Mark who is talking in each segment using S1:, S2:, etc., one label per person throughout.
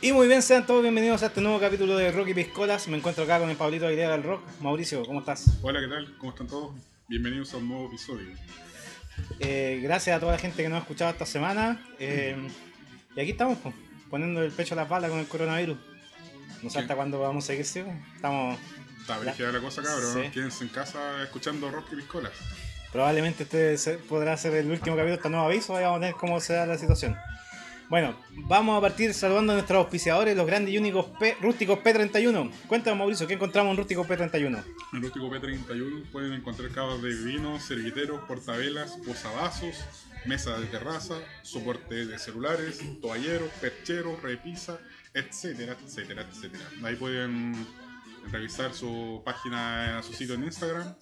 S1: Y muy bien, sean todos bienvenidos a este nuevo capítulo de Rocky Piscolas. Me encuentro acá con el Pablito Aguilera del Rock. Mauricio, ¿cómo estás?
S2: Hola, ¿qué tal? ¿Cómo están todos? Bienvenidos a un nuevo episodio.
S1: Eh, gracias a toda la gente que nos ha escuchado esta semana. Eh, y aquí estamos, po, poniendo el pecho a las balas con el coronavirus. No sé
S2: Sí.
S1: hasta cuándo vamos a seguir, sí, po. Estamos.
S2: Está brígida la cosa, cabrón.
S1: Sí.
S2: Quédense en casa escuchando rock y piscolas.
S1: Probablemente este se- podrá ser el último capítulo de este nuevo aviso. Ahí vamos a ver cómo se da la situación. Bueno, vamos a partir saludando a nuestros auspiciadores, los grandes y únicos P- rústicos P31. Cuéntanos, Mauricio, ¿qué encontramos en rústicos P31?
S2: En Rústico P31 pueden encontrar cavas de vino, serviteros, portavelas, posavasos, mesa de terraza, soporte de celulares, toalleros, percheros, repisa, etcétera, etcétera, etcétera. Ahí pueden revisar su página, su sitio en Instagram,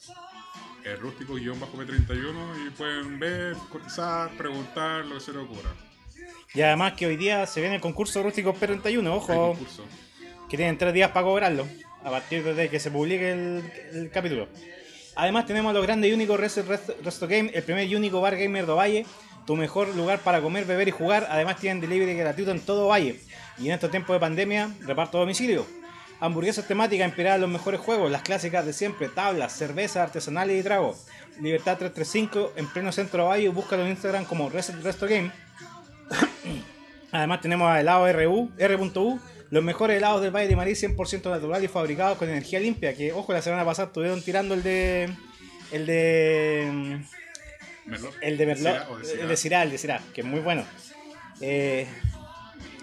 S2: el rústico-p31 y pueden ver, cotizar, preguntar, lo que se les ocurra.
S1: Y además que hoy día se viene el concurso rústicos P31,
S2: Hay
S1: ojo.
S2: concurso.
S1: que tienen tres días para cobrarlo a partir de que se publique el, el capítulo. Además tenemos a los grandes y únicos Resto, Resto- Resto Game, el primer y único bar gamer de Valle, tu mejor lugar para comer, beber y jugar. Además tienen delivery gratuito en todo Valle. Y en estos tiempos de pandemia, reparto a domicilio. Hamburguesas temáticas inspiradas en los mejores juegos, las clásicas de siempre, tablas, cervezas artesanales y tragos. Libertad 335 en pleno centro de Valle, búscalo en Instagram como Reset Resto Game. Además tenemos a helado RU, R.U, los mejores helados del Valle de Marí 100% natural y fabricados con energía limpia, que ojo, la semana pasada estuvieron tirando el de el de mm,
S2: Merlot.
S1: el de Merlot,
S2: Syrah o de Syrah.
S1: el de Sirá, el de Syrah, que es muy bueno. Eh,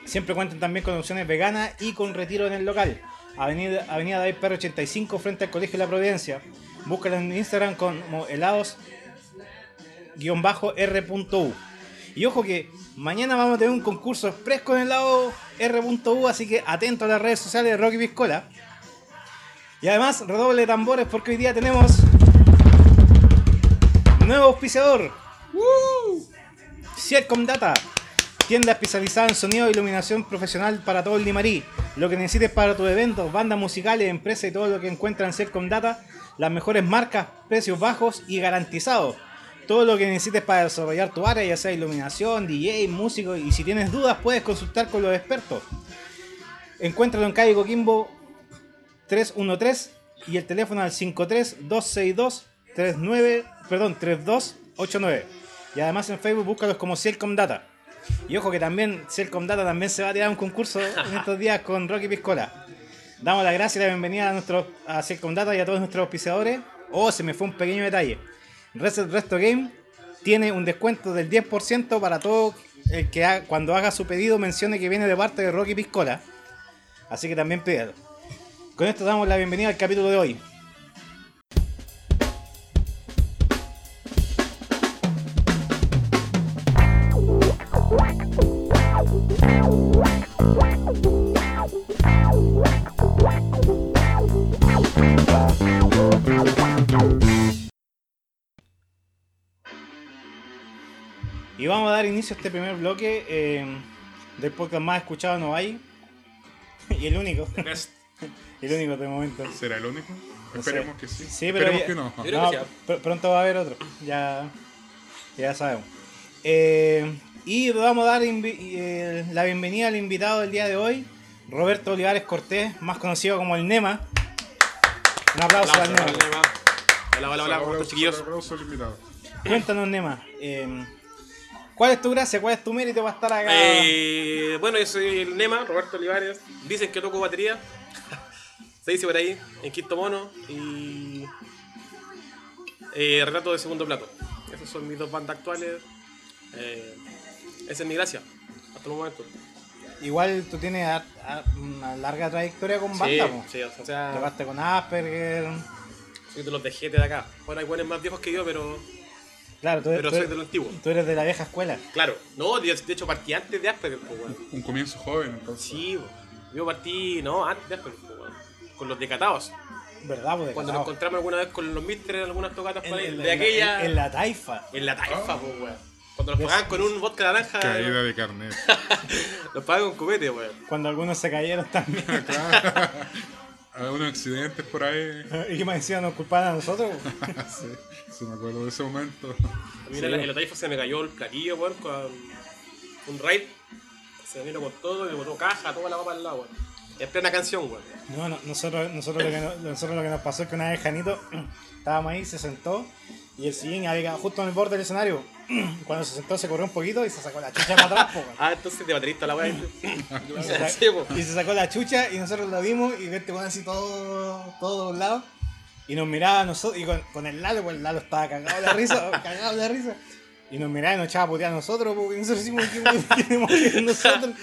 S1: siempre cuentan también con opciones veganas y con retiro en el local. Avenida, Avenida David Perro 85 frente al Colegio La Providencia. Búscalo en Instagram como helados guión bajo r.u. Y ojo que mañana vamos a tener un concurso fresco en el lado r.u, así que atento a las redes sociales de Rocky Piscola. Y además, redoble de tambores porque hoy día tenemos nuevo auspiciador. Cielcom Data, tienda especializada en sonido e iluminación profesional para todo el Limarí. Lo que necesites para tus eventos, bandas musicales, empresas y todo lo que encuentran en Cielcom Data, las mejores marcas, precios bajos y garantizados. Todo lo que necesites para desarrollar tu área, ya sea iluminación, DJ, músico, y si tienes dudas puedes consultar con los expertos. Encuéntralo en calle Coquimbo 313 y el teléfono al 53262 39, perdón, 3289. Y además en Facebook búscalos como Cielcom Data. Y ojo que también Cielcom Data también se va a tirar un concurso en estos días con Rocky Piscola. Damos las gracias y la bienvenida a nuestros a Cielcom Data y a todos nuestros auspiciadores. Oh, se me fue un pequeño detalle. Reset Resto Game tiene un descuento del 10% para todo el que ha- cuando haga su pedido mencione que viene de parte de Rocky Piscola. Así que también pídalo. Con esto damos la bienvenida al capítulo de hoy. Y vamos a dar inicio a este primer bloque eh, del podcast más escuchado no hay. Y el único,
S2: Best.
S1: el único de momento.
S2: ¿Será el único?
S1: No sé.
S2: Esperemos que sí.
S1: Sí, pero
S2: Esperemos
S1: ya-
S2: que no.
S3: Yo creo que sí.
S1: pr- pronto va a haber otro, ya, ya sabemos. Eh, y vamos a dar invi- eh, la bienvenida al invitado del día de hoy, Roberto Olivares Cortés, más conocido como el Nema. Un aplauso al
S3: Aplausos,
S1: Nema.
S3: hola, Hola, hola, hola, ¿cómo están,
S2: Aplausos,
S3: chiquillos?
S2: aplausos al invitado.
S1: Cuéntanos, Nema. eh, ¿Cuál es tu gracia? ¿Cuál es tu mérito para estar acá?
S3: Eh, bueno, yo soy el Nema, Roberto Olivares. Dicen que toco batería. Se dice por ahí, en Quinto Mono. Y. eh, Retrato de Segundo Plato. Esas son mis dos bandas actuales. Eh, esa es mi gracia. Hasta el momento.
S1: Igual tú tienes a- a- una larga trayectoria con banda, po.
S3: sí, sí, o sea,
S1: Tocaste con Asperger.
S3: soy de los vejetes de acá. Bueno, hay buenos más viejos que yo, pero,
S1: Claro, tú,
S3: pero
S1: tú-
S3: soy de los antiguos.
S1: tú eres de la vieja escuela.
S3: Claro, no, de de hecho partí antes de Asperger, pues, weón.
S2: Un comienzo joven, entonces.
S3: Sí, bo. yo partí, no, antes de Asperger, po, weón. con los decatados.
S1: ¿Verdad? po? De
S3: Cuando nos
S1: cagao.
S3: encontramos alguna vez con los Mister en algunas tocatas
S1: En-
S3: por ahí,
S1: en-
S3: de
S1: en-
S3: aquella.
S1: en, en la taifa.
S3: taifa,
S2: Ah.
S3: po, weón. Cuando nos pagaban con un vodka naranja,
S2: Caída de carnet.
S3: nos pagaban con cubete, weón.
S1: Cuando algunos se cayeron también.
S2: Claro. Algunos accidentes por ahí.
S1: y me decían, nos culpaban a nosotros. po.
S2: sí, sí, me acuerdo de ese momento.
S3: A mí en la- en la taifa se me cayó el platillo, weón, con un raid. Se vino con todo y botó caja, toda la papa al lado, weón. En plena canción, weón.
S1: No, no, nosotros, nosotros, lo que, no- nosotros lo que nos pasó es que una vez Janito estábamos ahí, se sentó y el sillín había quedado justo en el borde del escenario. Cuando se sentó se corrió un poquito y se sacó la chucha para atrás, po, weón.
S3: Ah, entonces de baterista la weá.
S1: Y se, sa-
S3: Sí, po.
S1: y se sacó la chucha y nosotros lo vimos y este weón así todo, todo doblado. Y nos miraba a nosotros, y con, con el Lalo, pues el Lalo estaba cagado de la risa, cagado de la risa. Y nos miraba y nos echaba a putear a nosotros, porque nosotros hicimos que tenemos que hacer nosotros.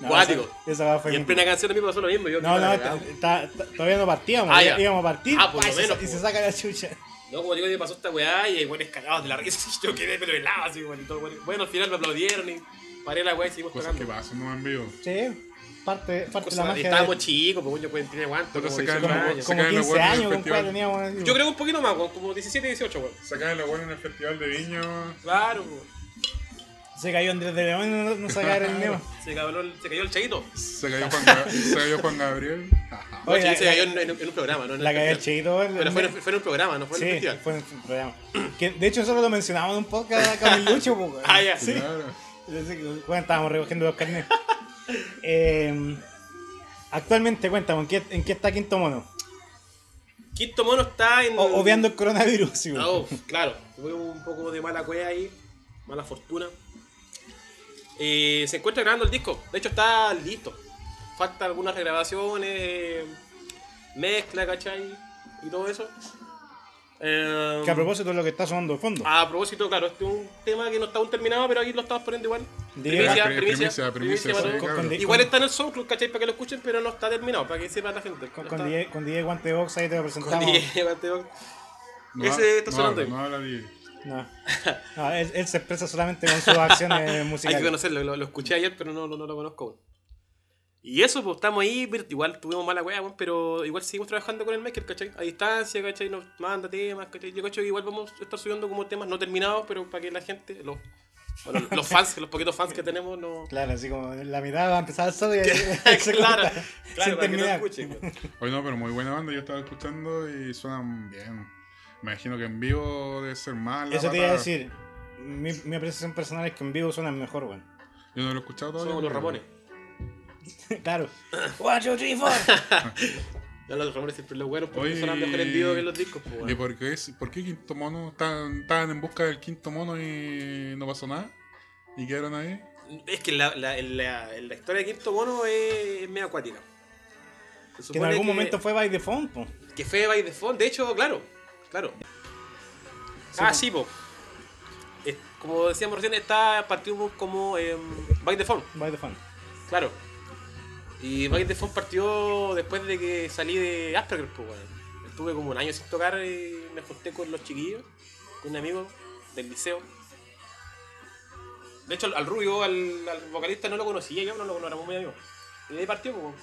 S3: Guático.
S1: esa- Esa weá fue
S3: Y en
S1: mi-
S3: plena canción a mí me pasó lo mismo. Yo
S1: No,
S3: quedé
S1: no,
S3: cagado.
S1: ta- ta- todavía no partíamos.
S3: Ah, ya.
S1: Íbamos a partir
S3: Ah, por
S1: pa,
S3: lo
S1: y se-
S3: menos,
S1: y se
S3: pues.
S1: saca la chucha.
S3: No, como digo, me pasó esta weá y hay weones cagados de la risa. Yo quedé pero helado así, weón. y todo, weón. Bueno, al final me aplaudieron y paré la weá y seguimos
S2: Cosas que
S3: tocando.
S2: pasan, no en vivo.
S1: Sí, parte, parte de la
S3: Cosas- y
S1: magia. de-
S3: estábamos chicos, pues yo pues, tenía guantes,
S2: Toca
S3: como
S2: sacar
S3: 18
S2: la-
S1: como,
S3: años.
S2: se
S1: como
S2: caen los
S1: 15
S2: huevos en el
S1: años, con
S2: festival.
S1: cuál teníamos. así,
S3: Yo creo un poquito más, weón, como 17, 18, weón.
S2: Sacaban la buena en el festival de Viña.
S3: Claro, weón.
S1: Se cayó Andrés de León y no, no se cayó el nemo.
S3: Se, cabró el- se cayó el chaguito.
S2: Se cayó Juan, Ga- se cayó Juan Gabriel. Ajá.
S1: Oye,
S3: No,
S1: la-
S3: Chiquito se
S1: la-
S3: cayó en, en un- en un programa, ¿no? En
S1: La
S3: el
S1: cayó el
S3: festival.
S1: chiquito. el-
S3: Pero fue, en- fue en un programa, no fue en el
S1: Sí,
S3: festival.
S1: fue en el programa. Que, de hecho, nosotros lo mencionábamos en un podcast con el Lucho, po, weón.
S3: Ah, ya.
S1: Sí.
S2: Claro.
S1: Así que, bueno, estábamos recogiendo los carnets. Eh, actualmente, cuéntame, ¿en qué, ¿en qué está Quinto Mono?
S3: Quinto Mono está en.
S1: O- obviando el coronavirus, sí, weón.
S3: No, Ah, claro. Tuve un poco de mala cueva ahí, mala fortuna. Eh, se encuentra grabando el disco. De hecho, está listo. Faltan algunas regrabaciones, eh, mezcla, ¿cachai? Y todo eso. Eh,
S1: Que a propósito es lo que está sonando de fondo.
S3: a propósito, claro, este es un tema que no está aún terminado, pero ahí lo estamos poniendo igual.
S1: De-
S3: Primicia,
S2: Pri-
S3: primicia,
S2: primicia,
S3: primicia,
S2: primicia,
S3: para
S2: sí,
S3: todos.
S2: cabrón.
S1: Con-
S3: Igual está en el SoundCloud, ¿cachai? Para que lo escuchen, pero no está terminado, para que sepa la gente.
S1: Con,
S3: No
S1: con
S3: está-
S1: DJ, con DJ Guante de Box ahí te lo
S3: con
S1: presentamos.
S3: DJ, Mateo.
S2: No
S3: Ese
S2: ha-
S3: está
S2: no
S3: sonando
S2: habla,
S3: ahí.
S2: No habla bien.
S1: No, No, él, él se expresa solamente con sus acciones
S3: Hay que
S1: musicales.
S3: conocerlo, lo, lo escuché ayer, pero no, no, no lo conozco aún. Y eso, pues estamos ahí, pero igual tuvimos mala weá, weón, pero igual seguimos trabajando con el maker, ¿cachai? A distancia, ¿cachai? Nos manda temas, ¿cachai? Yo cacho que igual vamos a estar subiendo como temas no terminados, pero para que la gente, los, bueno, los fans, los poquitos fans que tenemos, no...
S1: Claro, así como la mitad va a empezar solo y se
S3: claro,
S1: corta,
S3: claro,
S1: sin
S3: para que lo
S1: terminar.
S3: escuchen. weón.
S2: Oye, no, pero muy buena banda. Yo estaba escuchando y suenan bien. Me imagino que en vivo debe ser mal. la
S1: Eso te iba a
S2: pata.
S1: decir. Mi, mi apreciación personal es que en vivo suenan mejor, weón.
S2: Yo no lo he escuchado todavía.
S3: Somos los
S2: pero-
S3: Ramones.
S1: claro. One, two, three, four.
S3: Ya los Ramones siempre los buenos porque
S2: Oye,
S3: son mejor en vivo que en los discos, pues, weón.
S2: ¿Y por qué, es- por qué Quinto Mono? Estaban estaban en busca del Quinto Mono y no pasó nada. ¿Y quedaron ahí?
S3: Es que la, la, la- la historia de Quinto Mono es, es medio acuática.
S1: que
S3: Se
S1: en
S3: supone
S1: algún
S3: que-
S1: momento fue by default, po.
S3: Que fue by default, de hecho, claro, claro. ah,
S1: po.
S3: sí, po. Es- como decíamos recién, está partido como em, by default,
S1: By default.
S3: claro. Y by default partió después de que salí de Asperger, pues, weón. Estuve como un año sin tocar y me junté con los chiquillos, con un amigo del liceo. De hecho, al, al Rubio, al, al vocalista, no lo conocía yo, no lo no éramos muy amigos. Y de ahí partió, pues. weón.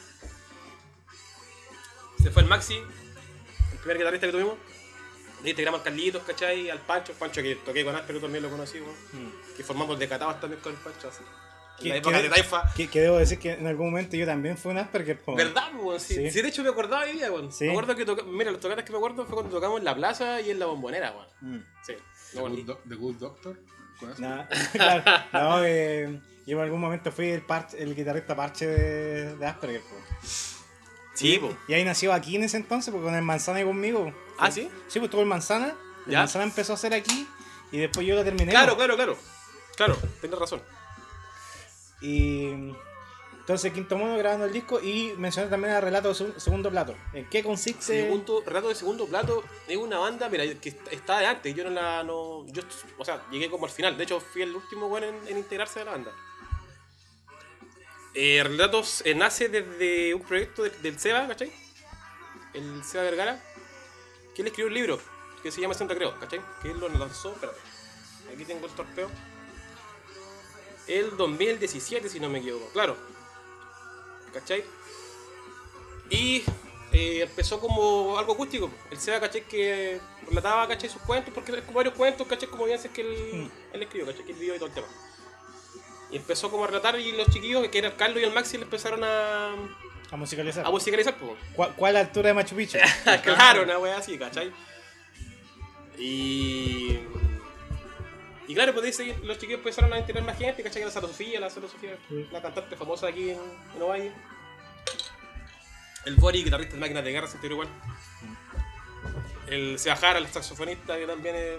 S3: Se fue el Maxi, el primer guitarrista que tuvimos. De ahí te grabamos al Carlitos, ¿cachai? Al Pancho, Pancho que toqué con Asperger también lo conocí, weón. Que formamos de Catabas también con el Pancho, así. En la
S1: ¿Qué-
S3: época
S1: qué-
S3: de Taifa.
S1: Mm. Que, que debo decir que en algún momento yo también fui un Asperger, po.
S3: ¿Verdad, weón? Sí.
S1: Sí.
S3: sí, de hecho me acordaba hoy día, weón.
S1: Sí.
S3: Me acuerdo que toca... Mira, los tocatas que me acuerdo fue cuando tocamos en la plaza y en la bombonera, weón.
S1: Mm.
S3: Sí.
S2: The
S3: me
S2: Good,
S3: acuerdo.
S2: Do- The Good Doctor. ¿Con eso?
S1: No, claro, no, eh, yo en algún momento fui el, parche- el guitarrista parche de, de Asperger, po.
S3: Sí, po.
S1: Y ahí nació aquí en ese entonces, porque con el manzana y conmigo.
S3: Ah, ¿sí?
S1: Sí, pues tuvo el manzana. El
S3: Ya.
S1: manzana empezó a hacer aquí y después yo lo terminé.
S3: Claro,
S1: po.
S3: claro, claro. Claro, tienes razón.
S1: Y mm, entonces Quinto Mono grabando el disco y mencioné también a Relato de Seg- Segundo Plato. ¿En qué consiste?
S3: Segundo, Rato de Segundo Plato es una banda, mira, que est- está de antes. Yo no la. No, yo, o sea, llegué como al final. De hecho, fui el último weón en, en integrarse a la banda. Eh, Relatos eh, nace desde un proyecto de- del Seba, ¿cachai? El Seba Vergara. Que él escribió un libro que se llama Sin Recreo, ¿cachai? Que él lo lanzó, espérate. Aquí tengo el torpeo. El 2017, si no me equivoco, claro. ¿Cachai? Y eh, empezó como algo acústico. El Seba, ¿cachai? Que relataba, ¿cachai? Sus cuentos, porque es como varios cuentos, ¿cachai? Como bien que él, él escribió, ¿cachai? Que él vivió y todo el tema. Y empezó como a relatar y los chiquillos, que eran Carlos y el Maxi, le empezaron a,
S1: A musicalizar.
S3: a musicalizar, pues.
S1: ¿Cuál, cuál altura de Machu Picchu?
S3: Ah, claro, una wea así, ¿cachai? Y. Y claro, pues dice que los chiquillos empezaron a integrar más gente, ¿cachai? La Sara Sofía, la Sara Sofía,
S1: Sí.
S3: la cantante famosa aquí en, en Ovalle. El Bori, guitarrista de Máquinas de Guerra, se integró igual. Mm. El Seba Jara, el saxofonista, que también es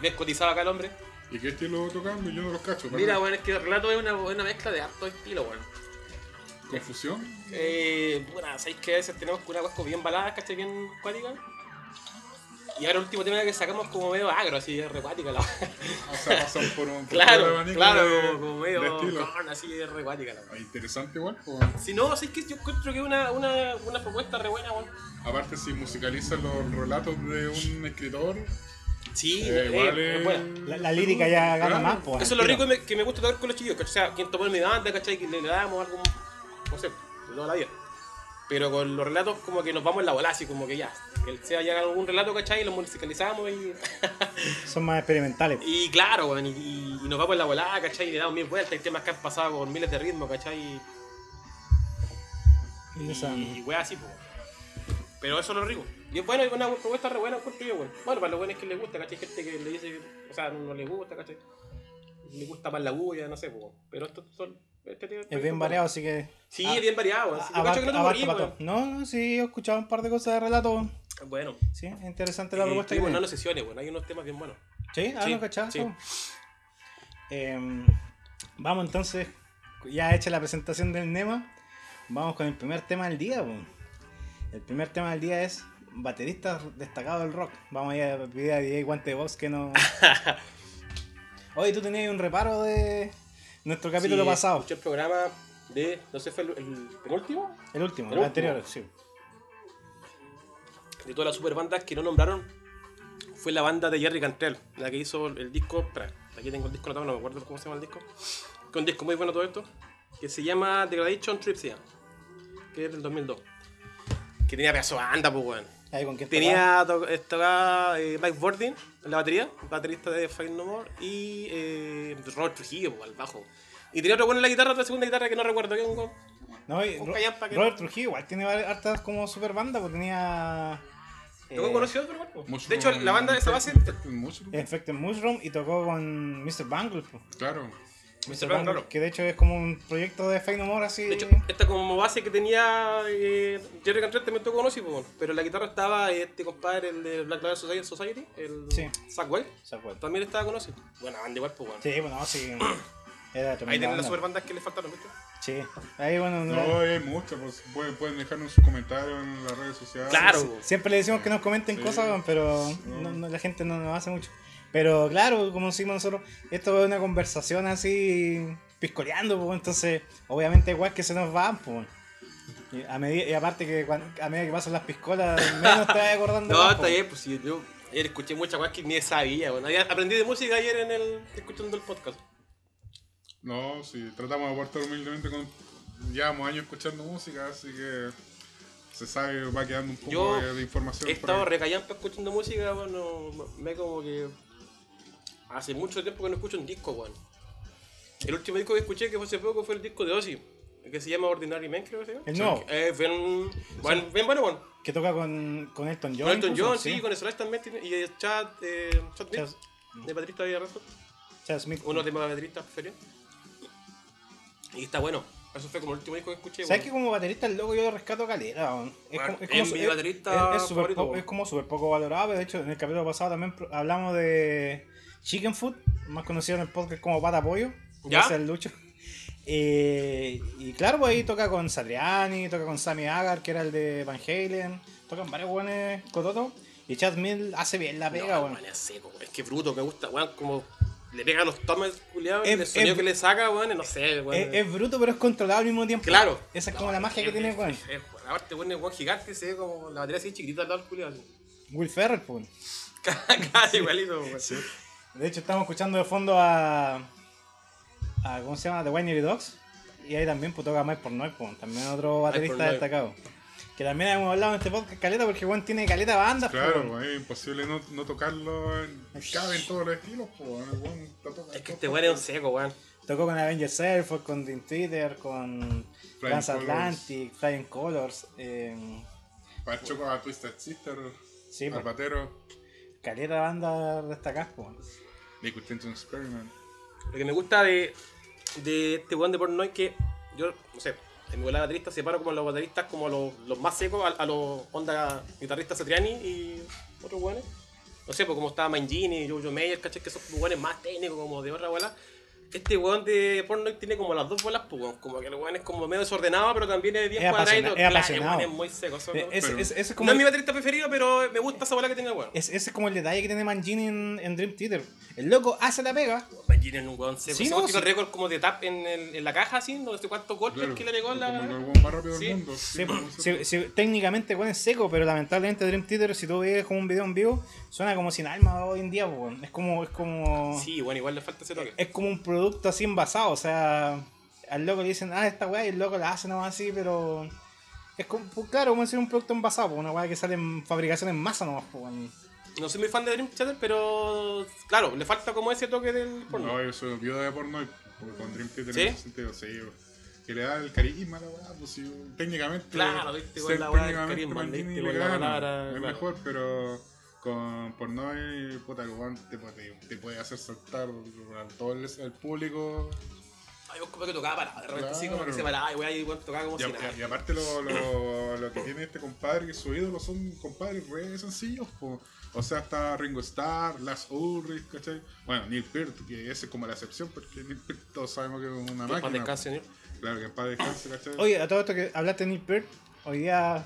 S3: descotizado acá el hombre.
S2: ¿Y qué estilo tocando? Yo no los cacho. ¿verdad?
S3: Mira, bueno, es que el relato es una, una mezcla de harto estilo, weón.
S2: ¿Confusión?
S3: Eh, bueno, sabéis que a veces tenemos una huasco bien balada, ¿cachai? Bien cuática. Y ahora el último tema que sacamos como medio agro, así, recuática la
S2: O sea, pasan por un. por todo el
S3: Claro,
S2: abanico
S3: claro,
S2: de-
S3: como, como
S2: de
S3: medio
S2: estilo.
S3: con, así, recuática la
S2: Ah, Interesante igual. po.
S3: Si no, así que yo encuentro que es una, una, una propuesta re buena, weón.
S2: Aparte, si musicalizan los relatos de un escritor,
S3: Sí,
S2: eh,
S3: eh,
S2: igual
S3: es
S2: es-
S3: buena.
S1: La, la lírica ya gana
S2: Claro.
S1: más, pues.
S3: Eso es lo rico que me, que me gusta tocar con los chicos, ¿cachai? O sea, quien tomó mi banda, ¿cachai? Que le, le damos algo, no sé, de toda la vida. Pero con los relatos como que nos vamos en la bola, así como que ya. Que el sea ya algún relato, ¿cachai? Y lo musicalizamos y...
S1: Son más experimentales.
S3: y claro, weón, y, y- y nos vamos en la bola, ¿cachai? Y le damos mil vueltas, hay temas que han pasado con miles de ritmos, ¿cachai?
S1: Y
S3: Y,
S1: esa-
S3: y weá así, pues. Pero eso es lo rico. Y es bueno, es una propuesta re buena, encuentro yo, weón. Bueno, para los buenos es que les gusta, ¿cachai? Gente que le dice, o sea, no, no les gusta, ¿cachai? Le gusta más la bulla, no sé, pues. Pero estos son. Este tipo de
S1: Es
S3: proyectos,
S1: bien
S3: weón.
S1: variado, así que.
S3: Sí,
S1: Ah,
S3: es bien variado, weón. Sí, yo cacho que no te
S1: abarca-
S3: morís,
S1: abarca para
S3: weón.
S1: todo. No, no, sí, he escuchado un par de cosas de relato.
S3: Bueno.
S1: Sí, es interesante la
S3: Eh,
S1: propuesta que
S3: Estuvimos
S1: tiene.
S3: dando sesiones, weón. Hay unos temas bien buenos.
S1: Sí, ah,
S3: Sí,
S1: no cachaba.
S3: sí.
S1: eso. Em, vamos entonces, ya hecha la presentación del Nema, vamos con el primer tema del día. po. El primer tema del día es baterista destacado del rock. Vamos a ir a pedir a DJ Guante de Box que no. Oye, tú tenías un reparo de nuestro capítulo
S3: Sí,
S1: pasado,
S3: Escuché el programa de. No sé, fue el, el penúltimo.
S1: el último,
S3: el
S1: el,
S3: último.
S1: anterior, sí.
S3: De todas las super bandas que no nombraron. Fue la banda de Jerry Cantrell, la que hizo el disco. espera, aquí tengo el disco anotado, no me acuerdo cómo se llama el disco. Que es un disco muy bueno todo esto. Que se llama Degradation Trip, se llama, Que es del 2002. Que tenía pedazo de banda, pues, weón.
S1: Ahí con quién
S3: Tenía to- estaba eh, Mike Bordin en la batería, baterista de Fight No More, y eh, Robert Trujillo po, al bajo. Y tenía otro bueno en la guitarra, otra segunda guitarra que no recuerdo que es un-
S1: tocaba. No, y
S3: con
S1: Ro-
S3: Callampa que-
S1: Robert Trujillo igual tiene var- hartas como super banda, pues tenía.
S3: Tocó
S1: eh,
S3: conocido otro cuerpo.
S2: mucho-
S3: De hecho, la banda de esa base.
S2: Mucho.
S1: Infected Mushroom y tocó con Mr. Bangle. po.
S2: Claro.
S3: Mr. Bang, claro.
S1: Que de hecho es como un proyecto de Fey No More así.
S3: De hecho, esta como base que tenía eh, Jerry Cantrell también tocó conocido, po, pero en la guitarra estaba este compadre, el de Black Lives Society- Society, el
S1: Sí.
S3: Zach Wild,
S1: ¿Se acuerda?
S3: también estaba conocido. Bueno, banda igual, pues bueno.
S1: Sí, bueno, sí. Era tremenda
S3: Ahí tienen
S1: banda.
S3: las super bandas que le faltaron, ¿viste?
S1: Sí. Ahí bueno,
S2: No, hay mucho. Pues, pueden, pueden dejarnos sus comentarios en las redes sociales.
S3: Claro. pues.
S1: no- siempre le decimos que nos comenten
S2: Sí.
S1: cosas, weón, pero no- no, la gente no nos hace mucho. Pero claro, como decimos nosotros, esto es una conversación así piscoleando, pues, entonces obviamente igual que se nos van, pues. Y, a medida, y aparte que cuan- a medida que pasan las piscolas, menos te vas acordando.
S3: No,
S1: más,
S3: está
S1: pues.
S3: bien, pues sí, yo ayer escuché muchas cosas que ni sabía, bueno. Ayer aprendí de música ayer en el escuchando el podcast.
S2: No, sí, tratamos de aportar humildemente con... Llevamos años escuchando música, así que se sabe, va quedando un poco
S3: Yo
S2: de, de información.
S3: He
S2: por ahí.
S3: estado recallando escuchando música, bueno, me como que hace mucho tiempo que no escucho un disco, bueno. El último disco que escuché que fue hace poco fue el disco de Ozzy, que se llama Ordinary Man, creo que se llama.
S1: El nuevo.
S3: Eh, bien, bueno, bien bueno, bueno.
S1: Que toca con, con Elton John.
S3: Con Elton
S1: incluso,
S3: John, sí, con el Solar también, tiene- y el Chad, eh, Chad Smith,
S1: Chas-
S3: de Patrista Villarreal.
S1: Chas Smith.
S3: uno de mis bateristas preferidos. Y está bueno. Eso fue como el último disco que escuché.
S1: ¿Sabes que
S3: bueno.
S1: como baterista el loco yo lo rescato caleta? weón? Es,
S3: Bueno,
S1: como, es como
S3: es mi
S1: es-
S3: baterista
S1: es- es súper
S3: favorito,
S1: po-
S3: weón.
S1: es como súper poco valorado, pero de hecho en el capítulo pasado también pro- hablamos de Chicken Food, más conocido en el podcast como Pata Pollo,
S3: ¿Ya?
S1: gracias al Lucho. Eh, y claro, pues ahí toca con Satriani, toca con Sammy Agar, que era el de Van Halen, tocan varios buenos cototos. Y Chad Mill hace bien la pega,
S3: No,
S1: weón.
S3: weón, es seco, weón. Es que bruto, me gusta, weón, como le pega a los tomes, culiados,
S1: Es-
S3: el sonido
S1: es-
S3: que le saca, weón, no sé, weón.
S1: Es, es bruto, pero es controlado al mismo tiempo.
S3: claro.
S1: Esa es como la magia que tiene,
S3: weón.
S1: weón.
S3: es- es- weón, Aparte, weón, es weón gigante, se ve como la batería así chiquitita al lado del culiado.
S1: Will Ferrell, pues.
S3: Casi igualito, weón.
S1: De hecho, estamos escuchando de fondo a. a ¿Cómo se llama? The Winery Dogs. Y ahí también pues, toca Mike Pornoy, pues, también otro baterista
S3: Portnoy.
S1: destacado. Que también hemos hablado en este podcast caleta porque Juan tiene caleta bandas. pues,
S2: Claro,
S1: weón.
S2: pues, es imposible no, no tocarlo. en- Cabe en todos los estilos, pues. el weón está tocando
S3: Es que
S2: todo.
S3: este weón es un seco, weón.
S1: Tocó con Avengers Self, con Dream Theater, con Transatlantic, Flying Colors. eh,
S2: Para chocar a Twisted Sister,
S1: sí,
S2: al
S1: pues,
S2: batero.
S1: caleta banda destacadas. Pues.
S2: de Quintenton Experiment.
S3: Lo que me gusta de, de este weón de Portnoy es que yo, no sé, en mi volada baterista separo como a los bateristas como a los, los más secos, a, a los onda guitarristas Satriani y otros weones. No sé, pues como estaba Mangini, Jojo Mayer, caché que son como weones más técnicos, como de otra bola. Este weón de Portnoy tiene como las dos bolas, pues, weón. como que el weón es como medio desordenado, pero también es bien
S1: Es apasiona-
S3: cuadradito.
S1: es
S3: Claro, el
S1: apasionado.
S3: weón es muy seco. eso
S1: Eh,
S3: no-
S1: ese-
S2: pero-
S1: ese- ese es como
S3: no es mi
S1: el-
S3: baterista preferido, pero me gusta esa bola que tiene el weón.
S1: ese- ese es como el detalle que tiene Mangini en, en Dream Theater. El loco hace la pega,
S3: Mangini es un weón seco.
S1: Sí,
S3: Ese
S1: no,
S3: weón tiene
S1: sí.
S3: récord como de tap en, el- en la caja, así, no sé cuántos golpes
S2: Claro,
S3: que le pegó en la.
S2: como el hueón más rápido
S3: Sí.
S2: del mundo. sí,
S1: Sí,
S2: como
S1: sí,
S2: se-
S1: sí, técnicamente weón, es seco, pero lamentablemente Dream Theater, si tú ves como un video en vivo, suena como sin alma hoy en día, weón. es como, es como
S3: Sí, bueno, igual le falta ese toque.
S1: es como un producto así envasado, o sea, al loco le dicen, ah, esta weá, y el loco la hace nomás así, pero es como, pues, claro, como decir un producto envasado, pues, una weá que sale en fabricación en masa nomás, pues, weón.
S3: No soy muy fan de Dream Theater, pero claro, le falta como ese toque del porno.
S2: No, eh. yo soy viuda de porno y por- con Dream Theater
S3: ¿Sí?
S2: en ese sentido, sí. weón. Que le da el carisma a la weá, pues sí, weón. técnicamente.
S3: Claro, viste, weón,
S2: ser
S3: la weá del
S2: técnicamente
S3: carisma,
S2: Maldini
S3: viste,
S2: le
S3: weón, la
S2: gana,
S3: palabra,
S2: Es
S3: claro.
S2: mejor, pero con porno y puta, el weón te, puede- te puede hacer saltar a todo el, al público.
S3: Ay, vos como que tocaba parado, de repente así como que
S2: Claro.
S3: se paraba y weá, y weón tocaba como
S2: Y,
S3: si
S2: a-
S3: nada.
S2: y aparte lo, lo- lo que tiene este compadre que su ídolo son compadres re sencillos, po. o sea está Ringo Starr, Lars Ulrich, ¿cachai? Bueno, Neil Peart, que ese es como la excepción porque Neil Peart todos sabemos que es una
S3: Que en paz
S2: máquina. pues.
S3: descanse, señor.
S2: Claro, que en paz descanse, ¿cachai?
S1: Oye, a todo esto que hablaste de Neil Peart, hoy día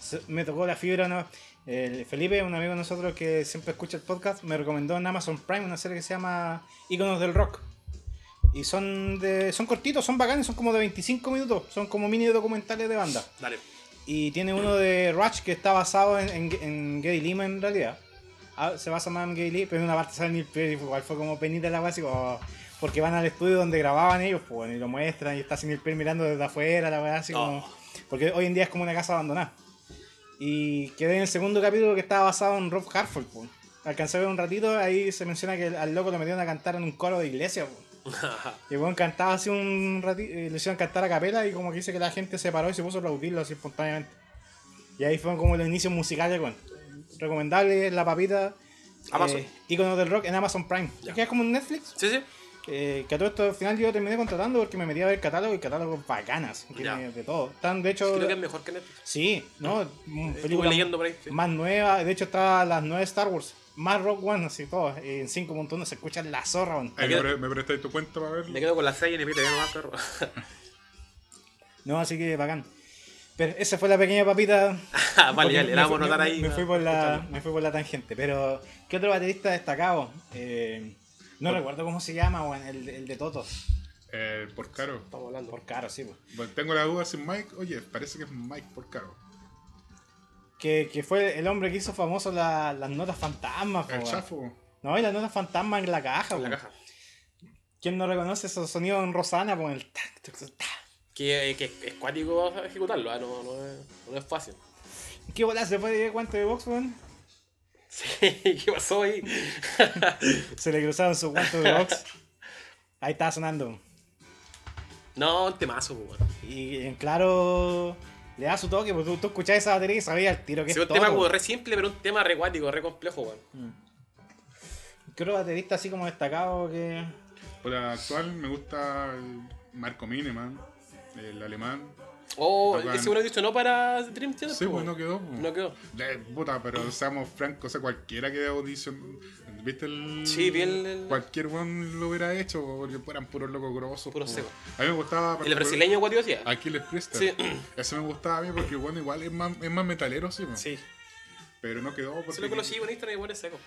S1: se- me tocó la fibra, ¿no? El Felipe, un amigo de nosotros que siempre escucha el podcast, me recomendó en Amazon Prime una serie que se llama Iconos del Rock. Y son de, son cortitos, son bacanes, son como de 25 minutos, son como mini documentales de banda.
S3: Dale.
S1: Y tiene uno de Rush que está basado en, en, en Geddy Lima en realidad. Ah, se basa más en Geddy Lima, pero en una parte sale Neil Peart y igual fue como penita la básica. porque van al estudio donde grababan ellos, pues, bueno, y lo muestran y está sin Neil Peart mirando desde afuera, la verdad, así como...
S3: Oh.
S1: Porque hoy en día es como una casa abandonada. Y quedé en el segundo capítulo que estaba basado en Rob Hartford, pues. Alcancé a ver un ratito, ahí se menciona que al loco lo metieron a cantar en un coro de iglesia, pues. Y bueno, cantaba así un ratito, le hicieron cantar a capela y como que dice que la gente se paró y se puso a aplaudirlo así espontáneamente. Y ahí fueron como los inicios musicales, weón. Recomendable la papita.
S3: Amazon.
S1: eh, íconos del rock en Amazon Prime.
S3: Ya.
S1: Es que es como un Netflix.
S3: sí, sí.
S1: eh, que a todo esto al final yo terminé contratando porque me metí a ver el catálogo y el catálogo es bacanas. Tiene
S3: Ya.
S1: de todo. Están de hecho.
S3: Creo que es mejor que Netflix.
S1: Sí, ¿no? Mm,
S3: Estuve
S1: Películas
S3: leyendo por ahí. sí.
S1: más nueva. De hecho, está las nueve Star Wars. Más Rock One, así todo. En 5.1 se escucha la zorra, weón.
S2: Ahí
S3: me
S2: me,
S3: quedo-
S2: pre- me prestáis tu cuenta para verlo.
S3: Me quedo con la 6 y le pito ya no más, perro.
S1: No, así que bacán. Pero esa fue la pequeña papita.
S3: Ah, vale,
S1: Porque
S3: ya
S1: me
S3: le damos
S1: fui-
S3: notar
S1: me-
S3: ahí.
S1: Me
S3: ¿no?
S1: fui, por la,
S3: Escuchalo.
S1: me fui por la tangente. Pero, ¿qué otro baterista destacado? Eh, no recuerdo cómo se llama, weón, el, el de Toto.
S2: Eh, por caro.
S3: Estamos hablando.
S1: Por caro, sí. weón.
S2: Bueno, tengo la duda si Mike, oye, parece que es Mike por caro.
S1: Que, que fue el hombre que hizo famoso la- las notas fantasmas. po,
S2: El
S1: weón.
S2: chafo.
S1: No, y las notas fantasmas en la caja.
S3: En la
S1: weón.
S3: caja.
S1: ¿Quién no reconoce esos sonidos en Rosana? Con el tac, tac, tac, tac?
S3: Que, eh, que es- es cuático ejecutarlo, ah, no, no, es, no es fácil.
S1: ¿Qué bola se fue de guante de box, weón?
S3: Sí, ¿qué pasó ahí?
S1: Se le cruzaron sus guantes de box. Ahí estaba sonando.
S3: No, un temazo, po, weón.
S1: Y en claro, le da su toque, porque tú, tú escuchás esa batería y sabías el tiro que
S3: Sí,
S1: es
S3: un
S1: todo.
S3: tema como re simple, pero un tema re cuático, re complejo, weón.
S1: ¿Qué otro baterista así como destacado que...?
S2: Por la actual me gusta el Marco Mineman, el alemán.
S3: Oh,
S2: Tocan-
S3: ese uno que hizo no para Dream Theater.
S2: Sí,
S3: po,
S2: pues no
S3: weón.
S2: quedó. pues.
S3: No quedó.
S2: Eh, puta, pero seamos francos, o sea, cualquiera que audición. ¿Viste el.?
S3: Sí, vi el- el-
S2: Cualquier one lo hubiera hecho, porque eran puros locos grosos.
S3: Puros
S2: po.
S3: secos.
S2: A mí me gustaba.
S3: El brasileño cuático decía.
S2: Aquí les presta.
S3: Sí.
S2: Ese me gustaba a mí porque, bueno, igual es más, es más metalero, sí, po.
S3: Sí.
S2: Pero no quedó porque.
S3: Se lo conocí con Instagram y bueno, es seco.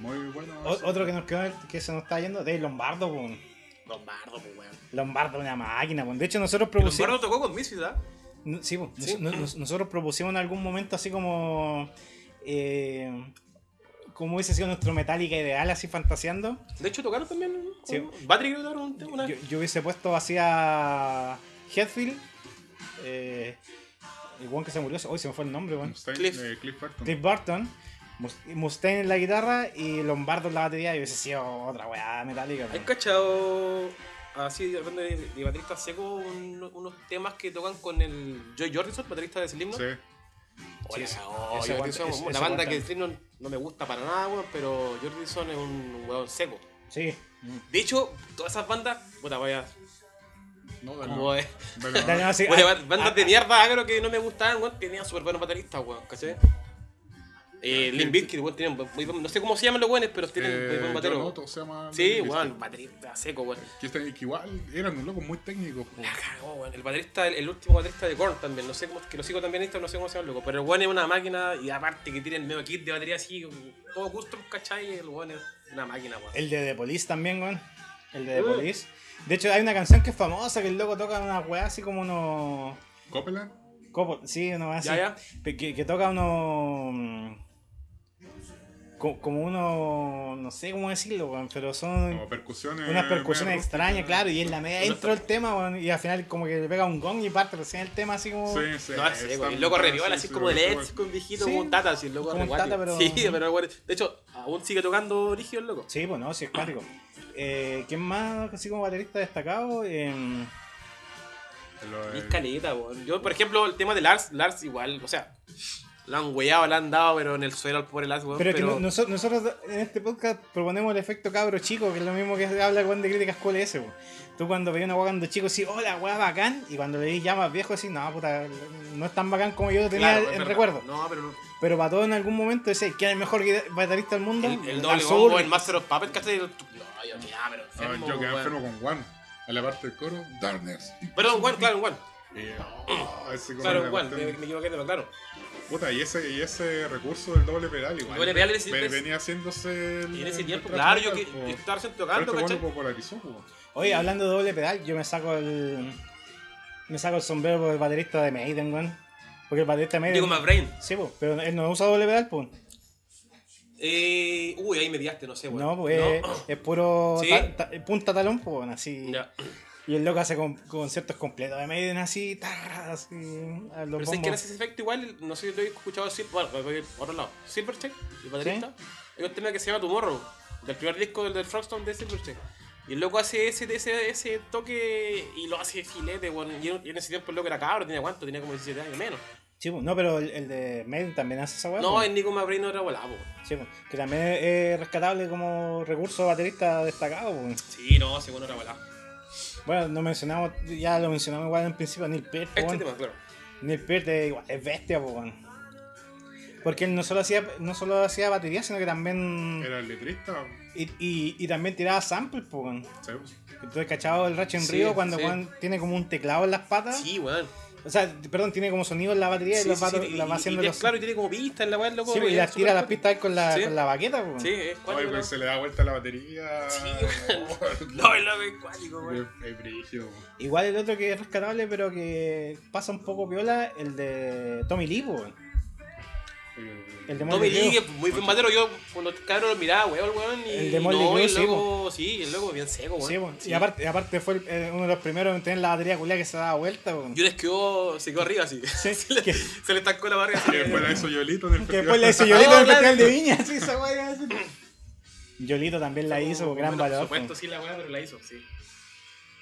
S2: Muy bueno.
S1: O- otro que nos quedó, en el- que se nos está yendo, de Lombardo, po.
S3: Lombardo, pues, weón.
S1: Lombardo una máquina, po. De hecho, nosotros
S3: Lombardo
S1: propusimos...
S3: tocó con Misfits, ¿verdad?
S1: No, Sí, po. Nos-
S3: Sí.
S1: no- nos- nosotros propusimos en algún momento así como... Eh, como hubiese sido nuestro Metallica ideal, así fantaseando.
S3: De hecho, tocaron también.
S1: Sí.
S3: Con... Battery creo que tocaron un tema, una
S1: Yo, yo hubiese puesto así a Headfield. eh, el one que se murió. Hoy se me fue el nombre, weón.
S2: Mustaine,
S3: Cliff.
S2: eh, Cliff Burton.
S1: Cliff Burton. Mus- Mustaine en la guitarra y Lombardo en la batería. Y hubiese sido otra weá metálica.
S3: ¿Has cachado así hablando de, de baterista seco un- unos temas que tocan con el Joy Jordison, baterista de Slipknot?
S2: Sí.
S3: Oye,
S1: Sí,
S3: no,
S1: ese aguanta-
S3: Joy Jordison,
S1: ese-
S3: una
S1: ese
S3: banda
S1: aguanta.
S3: que Slipknot no me gusta para nada, weón, pero Jordison es un weón seco.
S1: Sí.
S3: De hecho, todas esas bandas, puta, voy a.
S2: No, dale.
S3: Como es.
S2: Dale,
S1: Dale, no, Ah. sí,
S3: Voy a
S1: ah,
S3: llamar bandas
S1: ah,
S3: de mierda agro que no me gustaban, weón, tenían súper buenos bateristas, weón, ¿cachai? Eh, Limp Bizkit, weón, tenían muy buen- no sé cómo se llaman los weones, pero tienen muy
S2: Eh,
S3: buen
S2: John
S3: batero.
S2: Otto se llama.
S3: Sí,
S2: Limp Bizkit.
S3: weón, baterista seco, weón.
S2: Que, este- que igual eran unos locos muy técnicos. po.
S3: La cagó, weón. El baterista, el, el último baterista de Korn también, no sé cómo, que lo sigo también en Instagram, no sé cómo se llama, loco. Pero el weón es una máquina y aparte que tiene el medio kit de batería así, todo custom, ¿cachai? El weón es una máquina, weón.
S1: El de The Police también, weón. El de The
S3: Mm.
S1: Police. De hecho, hay una canción que es famosa que el loco toca una weá así como unos.
S2: Copeland.
S1: Copo, sí, una weá así.
S3: Ya, ya.
S1: Pe- Que, que toca unos. co- Como uno. No sé cómo decirlo, weón, pero son.
S2: Como percusiones.
S1: Unas percusiones
S2: medio
S1: extrañas, claro, y en la media
S3: Uno
S1: intro el tema, weón, y al final como que le pega un gong y parte recién el tema así como...
S2: rústicas. Sí, sí.
S3: No, así,
S2: están-
S3: güey. El loco reviola,
S2: sí,
S3: así
S2: sí,
S3: como de
S2: sí,
S3: Let's,
S2: güey.
S3: con viejito,
S1: Sí.
S3: como un tata, así el loco
S1: Como un
S3: recuático.
S1: tata, pero-
S3: Sí, pero güey, De hecho, aún sigue tocando Origio el loco.
S1: Sí, pues no, sí es cuático. Eh, ¿Quién más así como baterista destacado? Em,
S2: Lo de-
S3: Es caleta, weón. Yo, por ejemplo, el tema de Lars, Lars igual, o sea, lo han weado, lo han dado, pero en el suelo al pobre Lars, weón.
S1: pero
S3: Pero,
S1: que no- noso- nosotros en este podcast proponemos el efecto cabro chico, que es lo mismo que habla Juan de críticas cuál es ese, weón. Tú cuando veías una weá cuando chico decís, hola, weá bacán, y cuando leí ya más viejo decís, no, puta, no es tan bacán como yo lo tenía
S3: Claro, es
S1: en
S3: verdad.
S1: recuerdo.
S3: No, pero no.
S1: Pero para todo en algún momento decís, ¿quién es el mejor guita- baterista del mundo?
S3: el, el
S1: Lars
S3: doble combo,
S1: Ulrich.
S3: el Master of Puppets, ¿cachai? No, yo ya, pero
S2: Ah,
S3: enfermo,
S2: yo quedé
S3: weón.
S2: enfermo con Juan. En la parte del coro, Darkness.
S3: Perdón, Juan, claro, Juan.
S2: Y, oh, ese coro
S3: Claro,
S2: era
S3: Juan, me,
S2: bastante-
S3: me equivoqué, pero claro.
S2: Puta, y ese, y ese recurso del doble pedal igual.
S3: El doble pedal en ese-
S2: Ve- venía haciéndose el-
S3: Y en ese
S1: Mm,
S2: el
S3: tiempo,
S2: trap
S3: claro, yo,
S2: metal,
S3: que,
S2: po.
S3: yo estaba siempre
S2: Pero
S3: tocando,
S2: este
S3: ¿cachai?
S2: bueno popularizó, po.
S1: Oye, hablando de doble pedal, yo me saco el. Me saco el sombrero por el baterista de Maiden, weón. Porque el baterista de Maiden.
S3: Digo, McBrain.
S1: Sí, po, pero él no usa doble pedal, pues.
S3: Eh, uy, ahí me diaste, no sé, weón.
S1: No, pues es- es puro
S3: Sí.
S1: ta- ta- punta talón, pues, weón, así.
S3: Ya.
S1: Y el loco hace con- conciertos completos de Maiden así, tarra, así. a los
S3: Pero sé que en
S1: bombos.
S3: ese efecto igual, no sé si lo he escuchado decir, bueno, me voy a otro lado. Silvercheck, el baterista, hay un tema que se llama Tomorrow, del primer disco del, del Frogstone de Silvercheck. Y el loco hace ese, ese, ese toque y lo hace filete, bueno, y, en- y en ese tiempo el loco era cabro, tenía cuánto, tenía como 17 años menos.
S1: Sí, po, no, pero el, el de Maiden también hace esa weá.
S3: no,
S1: po.
S3: el Nico Mabray no era volado, po.
S1: Sí, po, que también es, es rescatable como recurso baterista destacado, po.
S3: Sí, no, ese bueno era volado.
S1: Bueno, no mencionamos, ya lo mencionamos igual en principio, Neil Peart, po,
S3: Este
S1: weón.
S3: tema, claro.
S1: Neil Peart es, igual, es bestia, po, weón. Porque él no solo hacía, no solo hacía batería, sino que también.
S3: Mm.
S2: Era el letrista.
S1: Y, y- y también tiraba samples, po, weón.
S2: sí, po.
S1: Entonces, cachado el Ratchet en
S3: Sí,
S1: Río cuando
S3: sí.
S1: weón, tiene como un teclado en las patas.
S3: Sí, weón.
S1: O sea, perdón, tiene como sonido en la batería y
S3: Sí,
S1: las
S3: sí,
S1: Ah. va,
S3: sí,
S1: las va
S3: y-
S1: haciendo
S3: y,
S1: los.
S3: Claro, y tiene como pista en la cual, loco.
S1: sí, po, y
S3: es
S1: las
S3: súper
S1: tira a la
S3: cuático.
S1: pista a él con la,
S3: Sí.
S1: con la baqueta, pues, po, weón.
S3: Sí, es
S2: Ay,
S3: cuático.
S2: pero se le da vuelta la batería.
S3: Sí, weón. No, el loco es cuático,
S2: Es
S3: weón.
S2: es brígido, po.
S1: Igual el otro que es rescatable, pero que pasa un poco viola, el de Tommy Lee, pues, po, weón.
S2: Eh,
S1: El de
S3: Tommy
S1: Motley
S3: Lee,
S1: Crue.
S3: que muy buen batero, yo cuando los cabros lo miraba, weón, weón. Y
S1: El de Motley
S3: no,
S1: Crue,
S3: y el
S1: sí,
S3: loco, sí, el loco bien seco, weón.
S1: Sí, po.
S3: Sí.
S1: Y aparte, aparte fue el- eh, uno de los primeros en tener la batería culia que se daba vuelta, pues, po.
S3: Y una quedó, se quedó arriba así. se, le,
S1: que-
S3: se le estancó la barriga así.
S2: Que después la hizo Yolito en el
S1: Que
S2: festival.
S1: después la hizo Yolito en el
S3: Ah, claro.
S1: Festival de Viña, sí, esa weá. Yolito también la hizo,
S3: Como-
S1: gran
S3: bueno,
S1: valor. pues.
S3: Por supuesto,
S1: po.
S3: sí, la weá, pero la hizo, sí.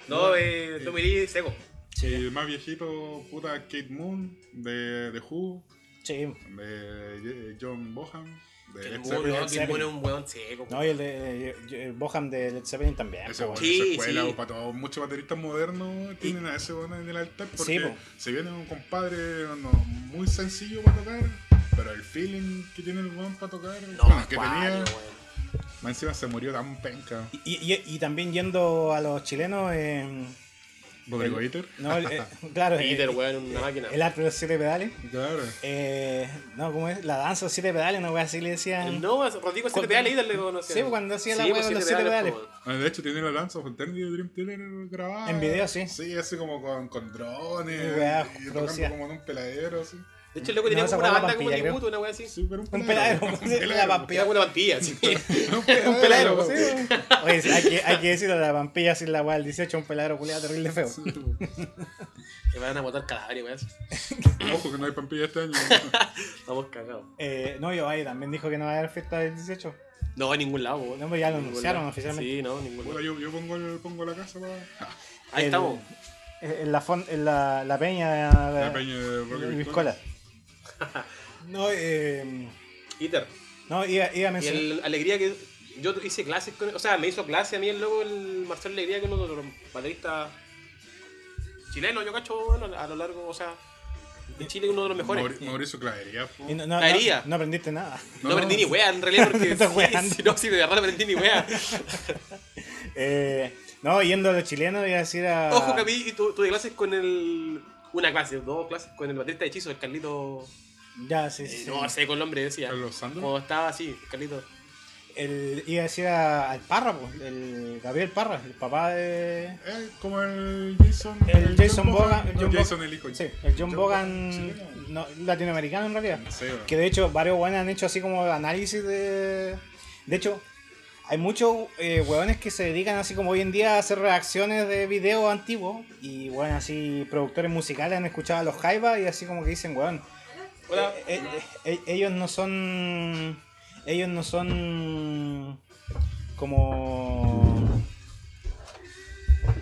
S3: No, eh, Tommy Lee, seco.
S2: Y el más viejito, puta, Kate Moon, de, de Who,
S1: Sí.
S2: de eh, John Bohan, de
S3: Que
S2: Led
S3: el
S2: Zeppelin.
S3: mono,
S1: Led
S3: que el
S1: Zeppelin.
S3: mono es un weón seco.
S1: No, y el de eh, yo- yo- Boham de Led Zeppelin también. pues,
S2: Ese
S1: po,
S2: bueno,
S1: weón.
S3: Sí,
S2: esa escuela,
S3: sí.
S2: o para todos, muchos bateristas modernos tienen a ese bueno en el altar porque
S1: Sí, po.
S2: se viene un compadre no, muy sencillo para tocar, pero el feeling que tiene el buen para tocar,
S3: No,
S2: bueno, que
S3: cuál,
S2: tenía,
S3: weón.
S2: más encima se murió tan penca.
S1: Y, y- y también yendo a los chilenos, eh,
S2: Rodrigo Iter.
S1: no, el- eh, claro, eh,
S3: Peter, weón, una máquina.
S1: el arte de los siete pedales.
S2: Claro.
S1: eh, no, ¿cómo es? La danza de los siete pedales, no voy a decir, le decían.
S3: No, Rodrigo se te
S1: Cuando-
S3: pega líder, le conocía.
S1: Sí, cuando hacía la
S3: Sí,
S1: weá
S3: pues,
S1: de los
S3: siete
S1: siete
S3: pedales,
S1: pedales.
S2: Ah, De hecho, tiene la lanza Fontaine de Dream Theater grabada.
S1: En video, sí.
S2: Sí, así como con, con drones.
S1: Y weá,
S2: y
S1: producida.
S2: tocando como en un peladero, así.
S3: po. De hecho, el loco
S1: No,
S3: tenía
S1: esa
S3: como una
S1: weá
S3: banda como
S1: vampilla, creo.
S3: tributo, una weá así.
S2: Sí, pero
S1: Un peladero, sí, la vampira.
S3: Pegaba una pantilla, sí.
S2: Un
S1: Un peladero,
S2: po.
S1: sí. Oye, sí, hay que, hay que decirlo, la vampilla sin la weá del 18, un peladero culiado terrible feo.
S2: Sí, pues. po.
S3: Que van a botar cadáveres, weón.
S2: Ojo que no hay pampilla este año.
S3: Estamos cagados.
S1: Eh, no, yo ahí también dijo que no va a haber fiesta del 18.
S3: No, en ningún lado, weón.
S1: No, pues ya lo
S3: En ningún
S1: anunciaron
S3: lado.
S1: oficialmente.
S3: Sí, no, en ningún
S2: Puta,
S3: lado.
S2: yo, yo pongo, el- pongo la casa
S1: Eh,
S2: para.
S3: Ahí
S1: El-
S3: estamos.
S1: eh, En la, fon- en la, la peña. La,
S2: La peña de
S1: Piscola.
S2: Rocky Piscola.
S1: No, eh,
S3: Iter.
S1: no iba, iba a
S3: Y
S1: mencionar.
S3: el alegría que. Yo hice clases con O sea, me hizo clase a mí el loco, el Marcelo Alegría, que es uno de los bateristas chilenos, yo cacho, bueno, a lo largo, o sea, de Chile es uno de los mejores.
S2: Mauri- Mauricio Clavería. po.
S1: Y no, no- no-
S3: Caería.
S1: no aprendiste nada.
S3: No,
S2: No,
S3: aprendí
S2: no,
S3: ni wea, en realidad, porque.
S1: Estás
S3: sí,
S1: weando.
S3: sí, no, sí, de verdad no aprendí ni wea.
S1: Eh, no, yendo a los chilenos, voy a decir a.
S3: Ojo que a mí tu- tuve clases con el. Una clase, dos clases con el baterista de hechizo, el Carlito.
S1: Ya, sí,
S3: eh,
S1: sí.
S3: No sé con el nombre, decía.
S2: Carlos Sandro.
S3: Como estaba así, Carlito.
S1: El, iba a decir a- al Parra, po, el Gabriel Parra, el papá de.
S2: Eh, como el Jason.
S1: El Jason Bogan.
S2: no,
S1: Bogan-
S2: Jason el hijo.
S1: Sí, el John
S2: chileno.
S1: Bogan. no, latinoamericano en realidad.
S2: No sé,
S1: Que de hecho, varios weones han hecho así como análisis de. De hecho, hay muchos eh, weones que se dedican así como hoy en día a hacer reacciones de videos antiguos. Y bueno, así productores musicales han escuchado a los Jaivas y así como que dicen, weón.
S3: Hola.
S1: eh, eh, eh, ellos no son. Ellos no son. Como.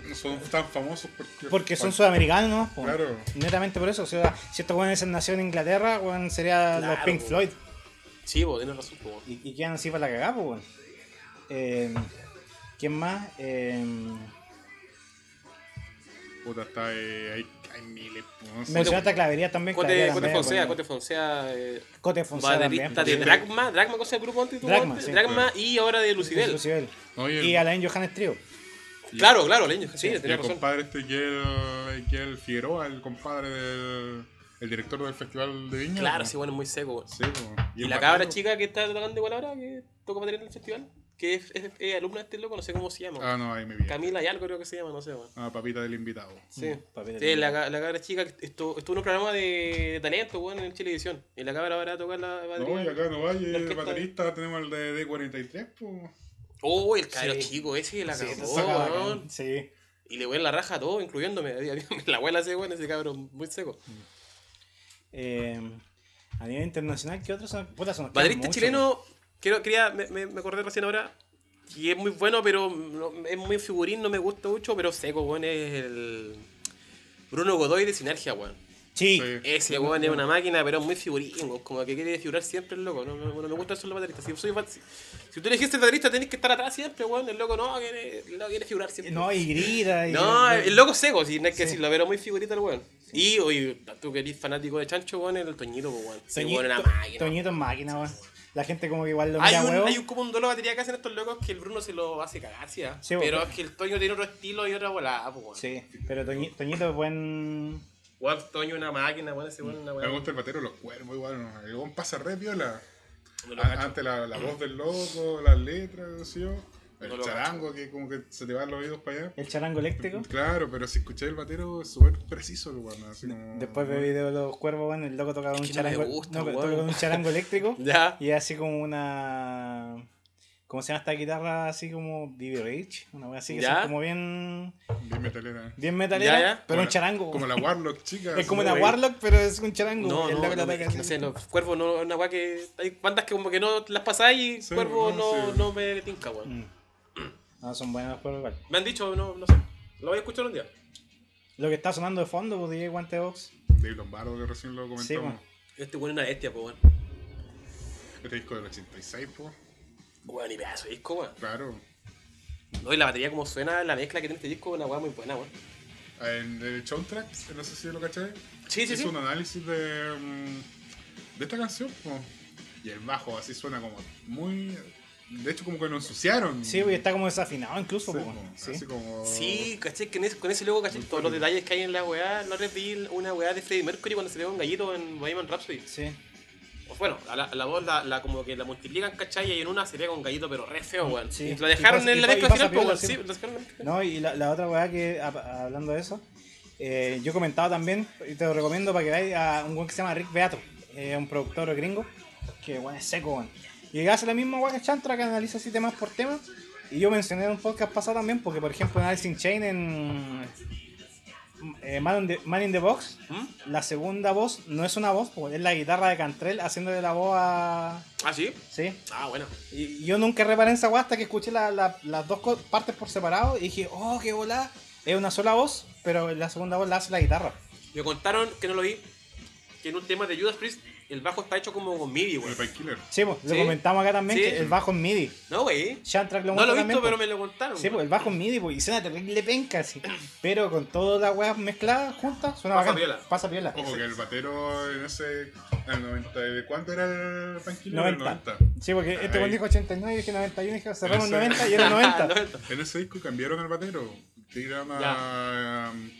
S2: no son tan famosos porque,
S1: Porque son sudamericanos, ¿no? Po.
S2: Claro.
S1: Netamente por eso. O sea, si estos weones nacieron en Inglaterra, weón, serían los
S3: Claro,
S1: Pink
S3: po.
S1: Floyd.
S3: Sí, vos, tenés razón, po.
S1: Y, y quedan así para la cagada, pues, weón. Eh, ¿Quién más? Eh,
S2: Puta, está, eh, hay, hay miles. po, No sé.
S1: mencionaste a Clavería también.
S3: Cote,
S1: Clavería
S3: Cote
S1: también,
S3: Fonsea,
S1: weón.
S3: Cote Fonsea. eh,
S1: Cote Fonseca también.
S3: Baterista de Dragma, Dragma, cosa del grupo antes tú,
S1: Dragma,
S3: antes,
S1: sí.
S3: Dragma y ahora de Lucibel.
S1: Lucibel.
S2: No, y el-
S1: Y Alain Johannes Trio.
S2: y-
S3: Claro, claro, leño, sí,
S2: Y
S3: tenía
S2: el
S3: razón.
S2: compadre este que el, que el Figueroa, el compadre del el director del Festival de Viña.
S3: Claro,
S2: po.
S3: sí, bueno, es muy seco. weón.
S2: Sí, po.
S3: Y,
S2: el
S3: la cabra
S2: Mateo,
S3: chica que está tocando igual ahora, que toca batería en el festival, que es, es- es alumna de este loco, no sé cómo se llama.
S2: Ah, no, ahí me vi.
S3: Camila y algo creo que se llama, no sé. weón.
S2: Ah, papita del invitado.
S3: Sí,
S1: papel de
S3: Sí, la, ca- la cabra chica que estu- estuvo en un programa de, de talento, weón, en Chilevisión. Y la cabra ahora toca la
S2: No,
S3: batería.
S2: y acá no vaya,
S3: La
S2: el
S3: orquesta-
S2: baterista tenemos el de D43, po.
S3: Oh, el cabro
S1: Sí.
S3: chico ese la
S1: Sí,
S3: cagó,
S1: se saca bacán.
S3: weón.
S1: Sí.
S3: Y le huele la raja a todo, incluyéndome. La abuela hace, weón, ese cabrón muy seco.
S1: Eh, a nivel internacional, ¿qué otros son? Puta, son
S3: Baterista
S1: muchos, weón.
S3: chileno, quiero, quería, me, me- me acordé recién ahora, y es muy bueno, pero no- es muy figurín, no me gusta mucho, pero seco, weón, es el Bruno Godoy de Sinergia, weón.
S1: Sí.
S2: Sí.
S3: Ese weón es una máquina, pero es muy figurín, weón, como que quiere figurar siempre el loco, no, no, no me gusta eso en los bateristas. Si, soy, bat- si, si tú elegiste el baterista, tenés que estar atrás siempre, weón, el loco no, quiere, el loco quiere figurar siempre.
S1: No, y grita. Y
S3: No, el loco seco, si no hay que
S1: Sí.
S3: decirlo, pero muy figurita el weón. Y, oye, tú que eres fanático de Chancho, weón, el Toñito, pues, weón. Ese
S1: Toñito,
S3: weón es una máquina.
S1: Toñito es máquina, weón. La gente como que igual lo
S3: Hay
S1: mira,
S3: un,
S1: huevo.
S3: hay un- como un dolor de batería que hacen estos locos que el Bruno se lo hace cagar, ¿sí? ah?
S1: Sí,
S3: pero
S1: bueno.
S3: es que el Toño tiene otro estilo y otra volada, pues, weón.
S1: Sí, pero Toñi- Toñito es buen...
S3: Weón, Toño es una máquina, weón, ese weón es una
S2: Me
S3: weón.
S2: gusta el batero de los cuervos, igual. ¿no? El buen pasa re viola.
S3: No lo
S2: A-
S3: cacho.
S2: Antes la, la voz del loco, las letras, ¿sí?
S3: No
S2: el
S3: lo ¿Este,
S2: charango que como que se te van los oídos para allá.
S1: El charango eléctrico.
S2: Claro, pero si escuché el batero es súper preciso el weón. así como-
S1: Después ve video de los cuervos, bueno, el loco toca con un
S3: que no me
S1: charango,
S3: gusta,
S1: no,
S3: weón.
S1: toca con un charango eléctrico
S3: Ya.
S1: y así como una ¿cómo se llama esta guitarra así como BB Rich? Una wea así que
S3: ¿Ya?
S1: son como bien
S2: Bien metalera.
S1: bien metalera,
S3: Ya, ya.
S1: pero
S2: Como
S1: un
S2: la-
S1: charango.
S2: Como la Warlock, chica.
S1: es como
S2: así,
S1: una
S2: güey.
S1: Warlock, pero es un charango.
S3: No,
S1: el
S3: no,
S1: loco
S3: no,
S1: la
S3: es
S1: toca
S3: que no
S1: así.
S3: sé, los cuervos no, es una weá que. Hay bandas que como que no las pasáis y
S2: Sí,
S3: cuervos
S2: no,
S3: no,
S2: sí.
S3: no me tinca, weón.
S1: Mm. No, son buenos los cuervos igual.
S3: Me han dicho, no, no sé. Lo voy a escuchar un día.
S1: Lo que está sonando de fondo, pues DJ Guante Box.
S2: Dave Lombardo, que recién lo comentamos.
S1: Sí, bueno.
S3: Este weón es una bestia, pues, weón.
S2: Este disco del 86, po.
S3: Weón, y pedazo de disco, weón.
S2: Claro.
S3: No, y la batería como suena, la mezcla que tiene este disco es una weá muy buena, weón.
S1: Oh.
S2: En el soundtrack, no sé si lo caché.
S3: Sí, sí,
S2: hizo
S3: sí.
S2: un análisis de, mm, de esta canción, po. Y el bajo así suena como muy. De hecho, como que lo ensuciaron.
S1: Sí, pues, está como desafinado
S2: Sí,
S1: incluso, pues,
S2: po.
S1: bueno, sí.
S2: Así como.
S3: Sí, caché que en ese- con ese logo, caché todos los detalles que hay en la weá. La otra vez vi una weá de Freddie Mercury cuando se le ve un gallito en Bohemian Rhapsody.
S1: Sí.
S3: O Bueno, a la, a la voz la, la como que la multiplican, cachai, y en una se pega un gallito, pero re feo, weón.
S1: Sí.
S3: Y lo
S1: Y
S3: dejaron
S1: pasa-
S3: en
S1: y
S3: la
S1: pa-
S3: mezcla
S1: y pasa
S3: final, po,
S1: piola,
S3: weón.
S1: sí.
S3: Sí, lo dejaron en la mezcla.
S1: No, y la, la otra weá que, a- hablando de eso, eh, yo comentaba también, y te lo recomiendo para que veáis a un weón que se llama Rick Beato, eh, un productor gringo, que weón es seco, weón. Y hace la misma weá que Chantra, que analiza así temas por temas. Y yo mencioné en un podcast pasado también, porque por ejemplo en Alice in Chain, en eh, Man, in the, Man in the Box,
S3: ¿Mm?
S1: la segunda voz no es una voz, po, es la guitarra de Cantrell haciéndole la voz a...
S3: Ah, sí.
S1: ¿Sí?
S3: Ah, bueno.
S1: Y yo nunca reparé en esa guasta que escuché la- la- las dos co- partes por separado y dije, oh, qué bola. Es una sola voz, pero la segunda voz la hace la guitarra.
S3: Me contaron que no lo vi. Que en un tema de Judas Priest el bajo está hecho como con MIDI,
S2: El
S3: weón.
S2: Painkiller.
S1: Sí, pues, lo
S3: Sí.
S1: comentamos acá también,
S3: Sí.
S1: que el bajo en MIDI.
S3: No, wey.
S1: Shantrack lo
S3: No
S1: muestra
S3: lo he
S1: también,
S3: visto, pero
S1: pues.
S3: me lo contaron.
S1: Sí, pues el bajo en MIDI, pues, y suena terrible penca, sí. Pero con todas las weas mezcladas juntas, suena
S3: Pasa
S1: bacán.
S3: piola.
S1: Pasa piola.
S2: Ojo que el batero en ese. En 90. ¿De cuánto era el Painkiller? El
S1: 90. Sí, porque este
S2: Ahí.
S1: weón dijo 89, yo dije 91, dije cerramos
S2: Ese.
S1: 90 y era 90.
S3: Ah, No,
S2: En ese disco cambiaron el batero. Tiraron a. um,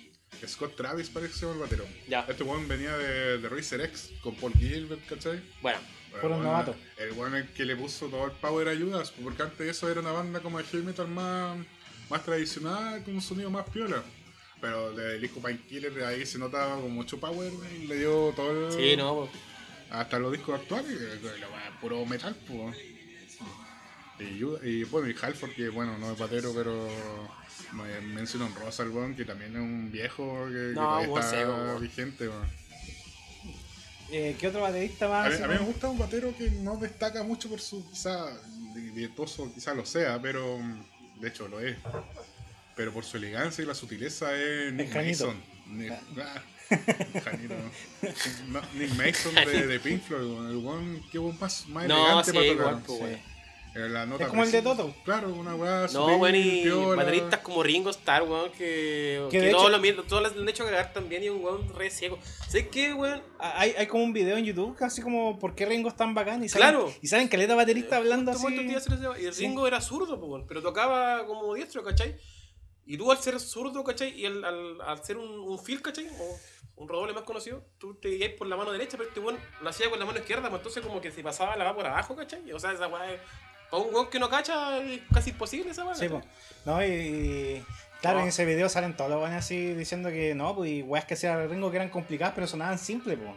S2: Scott Travis parece que se llama el batero.
S3: Ya.
S2: Este weón venía de, de Racer X con Paul Gilbert, ¿cachai?
S3: Bueno,
S1: Por un
S2: Bueno,
S1: novato.
S2: El weón el que le puso todo el power a Judas, porque antes eso era una banda como de heavy metal más, más tradicional, con un sonido más piola. Pero desde el disco Painkiller ahí se nota con mucho power y le dio todo el,
S3: sí,
S1: Mm.
S3: no, pues.
S2: hasta los discos actuales, eh, que la weá es puro metal, pues. Y, Judas- y bueno, y Halford, que bueno, no es patero, pero me mencionan Rosa, el weón, que también es un viejo que, que
S3: No,
S2: todavía
S3: weón,
S2: está
S3: seco, weón.
S2: vigente, weón.
S1: Eh, ¿Qué otro baterista más?
S2: A mí,
S1: así
S2: a mí me
S1: como-
S2: gusta un batero que no destaca mucho por su quizá di- dietoso, quizá lo sea, pero mm, de hecho lo es. Pero por su elegancia y la sutileza es Nick
S1: Janito.
S2: Mason. Nick, ah, Janito, no. No, Nick Mason de, de Pink Floyd, weón. el weón, qué weón más, más
S3: No,
S2: elegante
S3: sí,
S2: para
S3: igual,
S2: tocar.
S3: pues,
S1: Sí.
S3: weón.
S2: Eh, la nota
S1: Es como el de
S2: precisa.
S1: Toto.
S2: Claro, una weá
S3: No,
S2: sutil,
S3: bueno, y
S2: piola.
S3: bateristas como Ringo Starr, weón, que,
S1: Que
S3: que,
S1: de
S3: todos,
S1: hecho-
S3: lo, mil- todos les han hecho cagar también y un weón re ciego. ¿Sabes qué, weón?
S1: Ah, Hay, hay como un video en YouTube, casi como ¿Por qué Ringo es tan bacán? Y salen,
S3: Claro.
S1: y salen caleta baterista hablando
S3: Este
S1: así.
S3: weón te iba a hacer ese- Y el
S1: Sí.
S3: Ringo era zurdo, pues, weón, pero tocaba como diestro, ¿cachai? Y tú al ser zurdo, ¿cachai? Y al, al, al ser un, un fill, ¿cachai? O un redoble más conocido, tú te guías por la mano derecha, pero este weón lo hacía con la mano izquierda, pues entonces como que se pasaba la va por abajo, ¿cachai? O sea, esa weá es... Para un weón que no cacha es casi imposible esa weá.
S1: Sí,
S3: ¿cachai?
S1: po. No, y- y. Claro,
S3: No.
S1: en ese video salen todos los buenos así diciendo que no, pues, y weas que hacía Ringo que eran complicadas, pero sonaban simples, pues.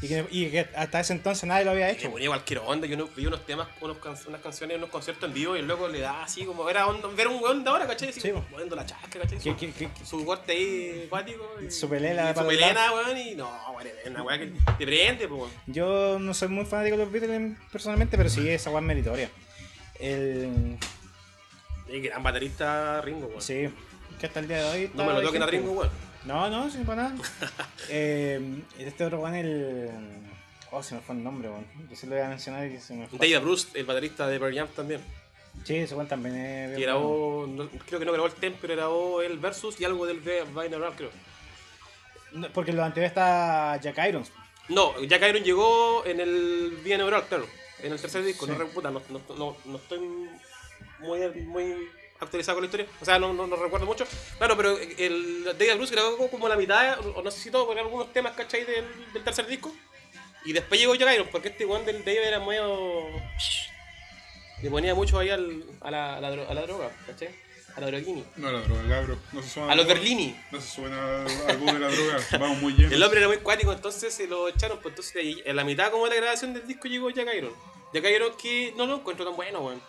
S1: Y que, y que hasta ese entonces nadie lo había
S3: Es que
S1: hecho. po.
S3: ponía cualquier onda, yo no- vi unos temas, unos can- unas canciones, unos conciertos en vivo y el loco le da así como era onda, ver un weón de ahora, ¿cachai? Así,
S1: Sí, po.
S3: moviendo la chasca, ¿cachai?
S1: Que-
S3: Su,
S1: que- que- que-
S3: su corte ahí acuático. y-
S1: Su pelela
S3: y Su
S1: para el
S3: pelena, weón, y no, weón, es una weá que te prende, po, weón.
S1: Yo no soy muy fanático de los Beatles personalmente, pero sí, esa wea es meritoria. El.
S3: Y gran baterista Ringo, weón.
S1: Sí, que hasta el día de hoy.
S3: No me lo
S1: está
S3: toquen a
S1: vigente,
S3: Ringo, weón.
S1: No, no, sin para nada. Eh, este otro weón, el. Oh, se me fue el nombre, weón. Yo se lo voy a mencionar y se me fue.
S3: Dave Bruce, el baterista de Pearl Jam también.
S1: Sí, ese weón también es.
S3: Que
S1: bien bueno.
S3: grabó, no- creo que no grabó el temp, pero grabó el Versus y algo del de Vinyl creo.
S1: No, Porque lo anterior está Jack Irons. pues.
S3: No, Jack Iron llegó en el Vía Neural, claro. En el tercer disco,
S1: Sí.
S3: no reputa, no, no, no, no estoy muy, muy actualizado con la historia. O sea, no, no, no recuerdo mucho. Claro, pero el David Bruce grabó como la mitad, o no sé si todo, pero algunos temas, ¿cachai? Del, del tercer disco. Y después llegó Jack Iron, porque este one del David era medio. Le ponía mucho ahí al, a, la, a, la, dro- a la droga, ¿cachai? A la droguini.
S2: No, la droga, la droga. No se suena
S3: A los Berlini.
S2: No se suena al álbum de la droga. Vamos muy llenos.
S3: El hombre era muy cuático, entonces se lo echaron. Pues entonces ahí, en la mitad como de la grabación del disco llegó Jack Iron. Jack Iron que no lo encuentro tan bueno, weón.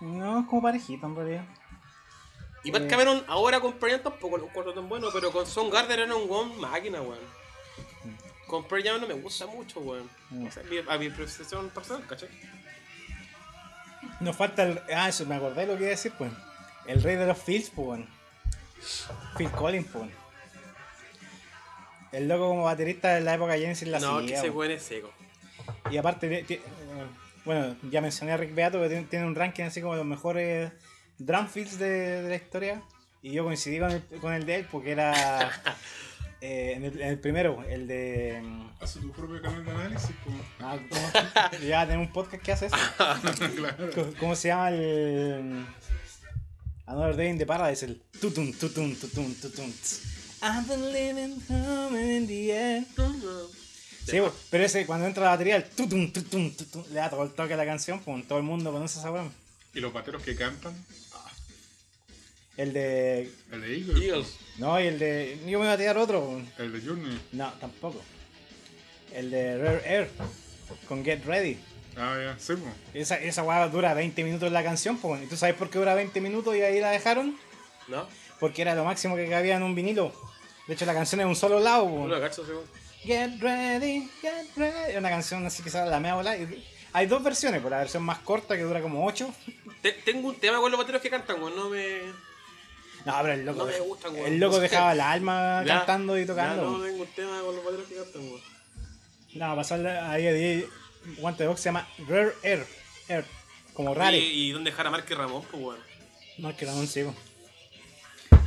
S1: No, es como parejito en realidad.
S3: Y Pat
S1: Eh.
S3: Cameron ahora con Pearl Jam tampoco lo encuentro tan bueno, pero con Son Garden era un weón máquina, weón. Con Pearl Jam no me gusta mucho, weón.
S1: Mm.
S3: O sea, mi- a mi percepción personal, ¿cachai?
S1: Nos falta el. Ah, eso, me acordé lo que iba a decir, pues. El rey de los Phils, pues, weón. Phil Collins, pues. weón. El loco como baterista de la época de Genesis la
S3: no, que
S1: seguía,
S3: ese
S1: weón.
S3: weón es seco.
S1: Y aparte, ti- ti- eh, bueno, ya mencioné a Rick Beato, que tiene, tiene un ranking así como de los mejores drum fills de, de la historia. Y yo coincidí con el, con el de él porque era eh, en, el, en el primero, el de. mm,
S2: Hace tu propio canal de análisis, pues. como.
S1: ah, ¿cómo? ya tener un podcast que hace eso.
S2: claro.
S1: Co- ¿Cómo se llama el. Another Day in the Paradise? El tutum, tutum, tutum, tutum. tss. I've been living home in the air. Sí, po, pero ese cuando entra la batería, el tutum, tutum, tutum, le da todo el toque a la canción, pues todo el mundo conoce esa weón.
S2: Y los bateros que cantan, ah,
S1: El de.
S2: el de Eagles,
S3: Eagles.
S1: No, y el de. Yo me voy a tirar otro. po.
S2: el de Journey.
S1: No, tampoco. El de Rare Air con Get Ready.
S2: Ah, ya, sí, po.
S1: Esa, esa weá dura 20 minutos la canción, pues. ¿Y tú sabes por qué dura 20 minutos y ahí la dejaron?
S3: ¿No?
S1: Porque era lo máximo que cabía en un vinilo. De hecho, la canción es un solo lado. po.
S3: No lo cacho, ese weón.
S1: Get ready, get ready. Es una canción así que sale la media bola. Y- Hay dos versiones, por la versión más corta que dura como 8.
S3: Te- Tengo un tema con los bateros que cantan, weón. No me.
S1: No, pero el loco,
S3: No me gustan, weón.
S1: el loco
S3: No sé.
S1: dejaba la alma
S3: Ya,
S1: cantando y
S3: ya
S1: tocando.
S3: no tengo un tema con los bateros que cantan, weón.
S1: No, pasar a día de hoy, guante de box se llama Rare Air. Air como
S3: Oye,
S1: Rare.
S3: ¿Y dónde dejar a Marque Ramón? Pues, weón.
S1: No, que era un ciego.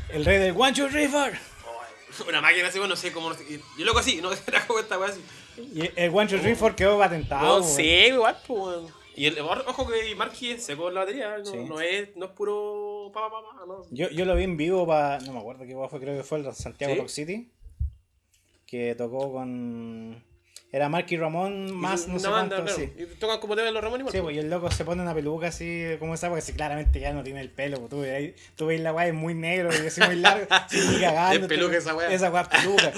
S1: El rey del Guancho River.
S3: Oh, Una máquina así, weón, no sé cómo. No sé. y Yo loco así, no era como esta weá así.
S1: Y el Guancho River quedó patentado.
S3: Weón,
S1: Ah, weón.
S3: sí, igual, pues, weón. Y el, ojo que Marque se con la batería, no,
S1: Sí.
S3: no, es, no es puro. Pa, pa, pa, pa, no.
S1: Yo, yo lo vi en vivo para. No me acuerdo qué hueá fue, creo que fue el Santiago
S3: ¿Sí?
S1: Rock City. Que tocó con. Era Marky Ramón más no
S3: Una
S1: sé
S3: banda,
S1: cuánto.
S3: claro.
S1: Sí,
S3: Y tocan como temas de los Ramones, igual,
S1: Sí,
S3: pues.
S1: pues, y el loco se pone una peluca así como esa, porque si claramente ya no tiene el pelo. pues, Tú veis ahí- tú veis la weá, es muy negro y así muy largo. sí, ni cagando.
S3: Es peluca esa weá.
S1: Esa weá es peluca.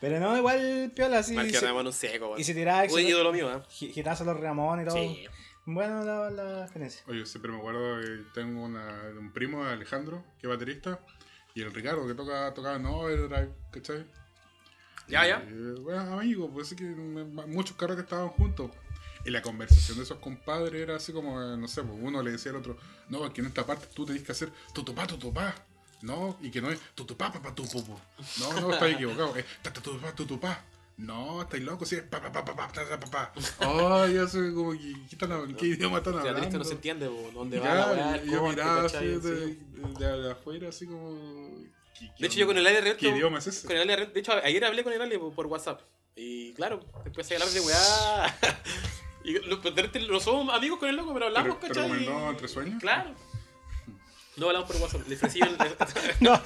S1: Pero no, igual piola así.
S3: Marque
S1: sí.
S3: Ramón un seco, weón.
S1: pues, Y se tiraba y
S3: Un
S1: se-
S3: ídolo mío, ¿eh?
S1: gi- gitazo a los Ramón y todo.
S3: Sí.
S1: Bueno, la, la experiencia.
S2: Oye, siempre me acuerdo que tengo una- un primo, Alejandro, que es baterista, y el Ricardo que toca, tocaba en Overdrive, ¿cachai?
S3: Ya, ya.
S2: Eh, bueno, amigo, pues es que me- ma- muchos carros que estaban juntos. Y la conversación de esos compadres era así como, eh, no sé, pues uno le decía al otro, no, es que en esta parte tú tenés que hacer tutupá, tutupá. No, y que no es tutupá, papá, tupupu. No, no, estás equivocado. Es ta, ta, tutupá, tutupá. No, estáis loco, sí, es pa, pa, pa, pa, pa, ta, ta, pa, pa. Ay, yo soy como, que- ¿qué, están hab- qué idioma están
S3: O sea, triste no se
S2: hablando?
S3: entiende, po, dónde va la weá,
S2: Ya,
S3: el
S2: y yo
S3: corte,
S2: miraba así
S3: ¿cachai?
S2: de,
S3: Sí.
S2: de- de afuera, así como... ¿qué- qué
S3: De hecho, yo con el
S2: onda?
S3: Ale Reto.
S2: ¿Qué idioma es ese?
S3: Con el Ale Reto- De hecho, ayer hablé con el Ale po- por WhatsApp. Y claro, después se hablar de weá. y lo- pues, de repente no somos amigos con el loco, pero hablamos,
S2: ¿Te- te
S3: ¿cachai?
S2: recomendó entre sueños?
S3: Claro. No hablamos por WhatsApp. Le ofrecí el.
S1: No.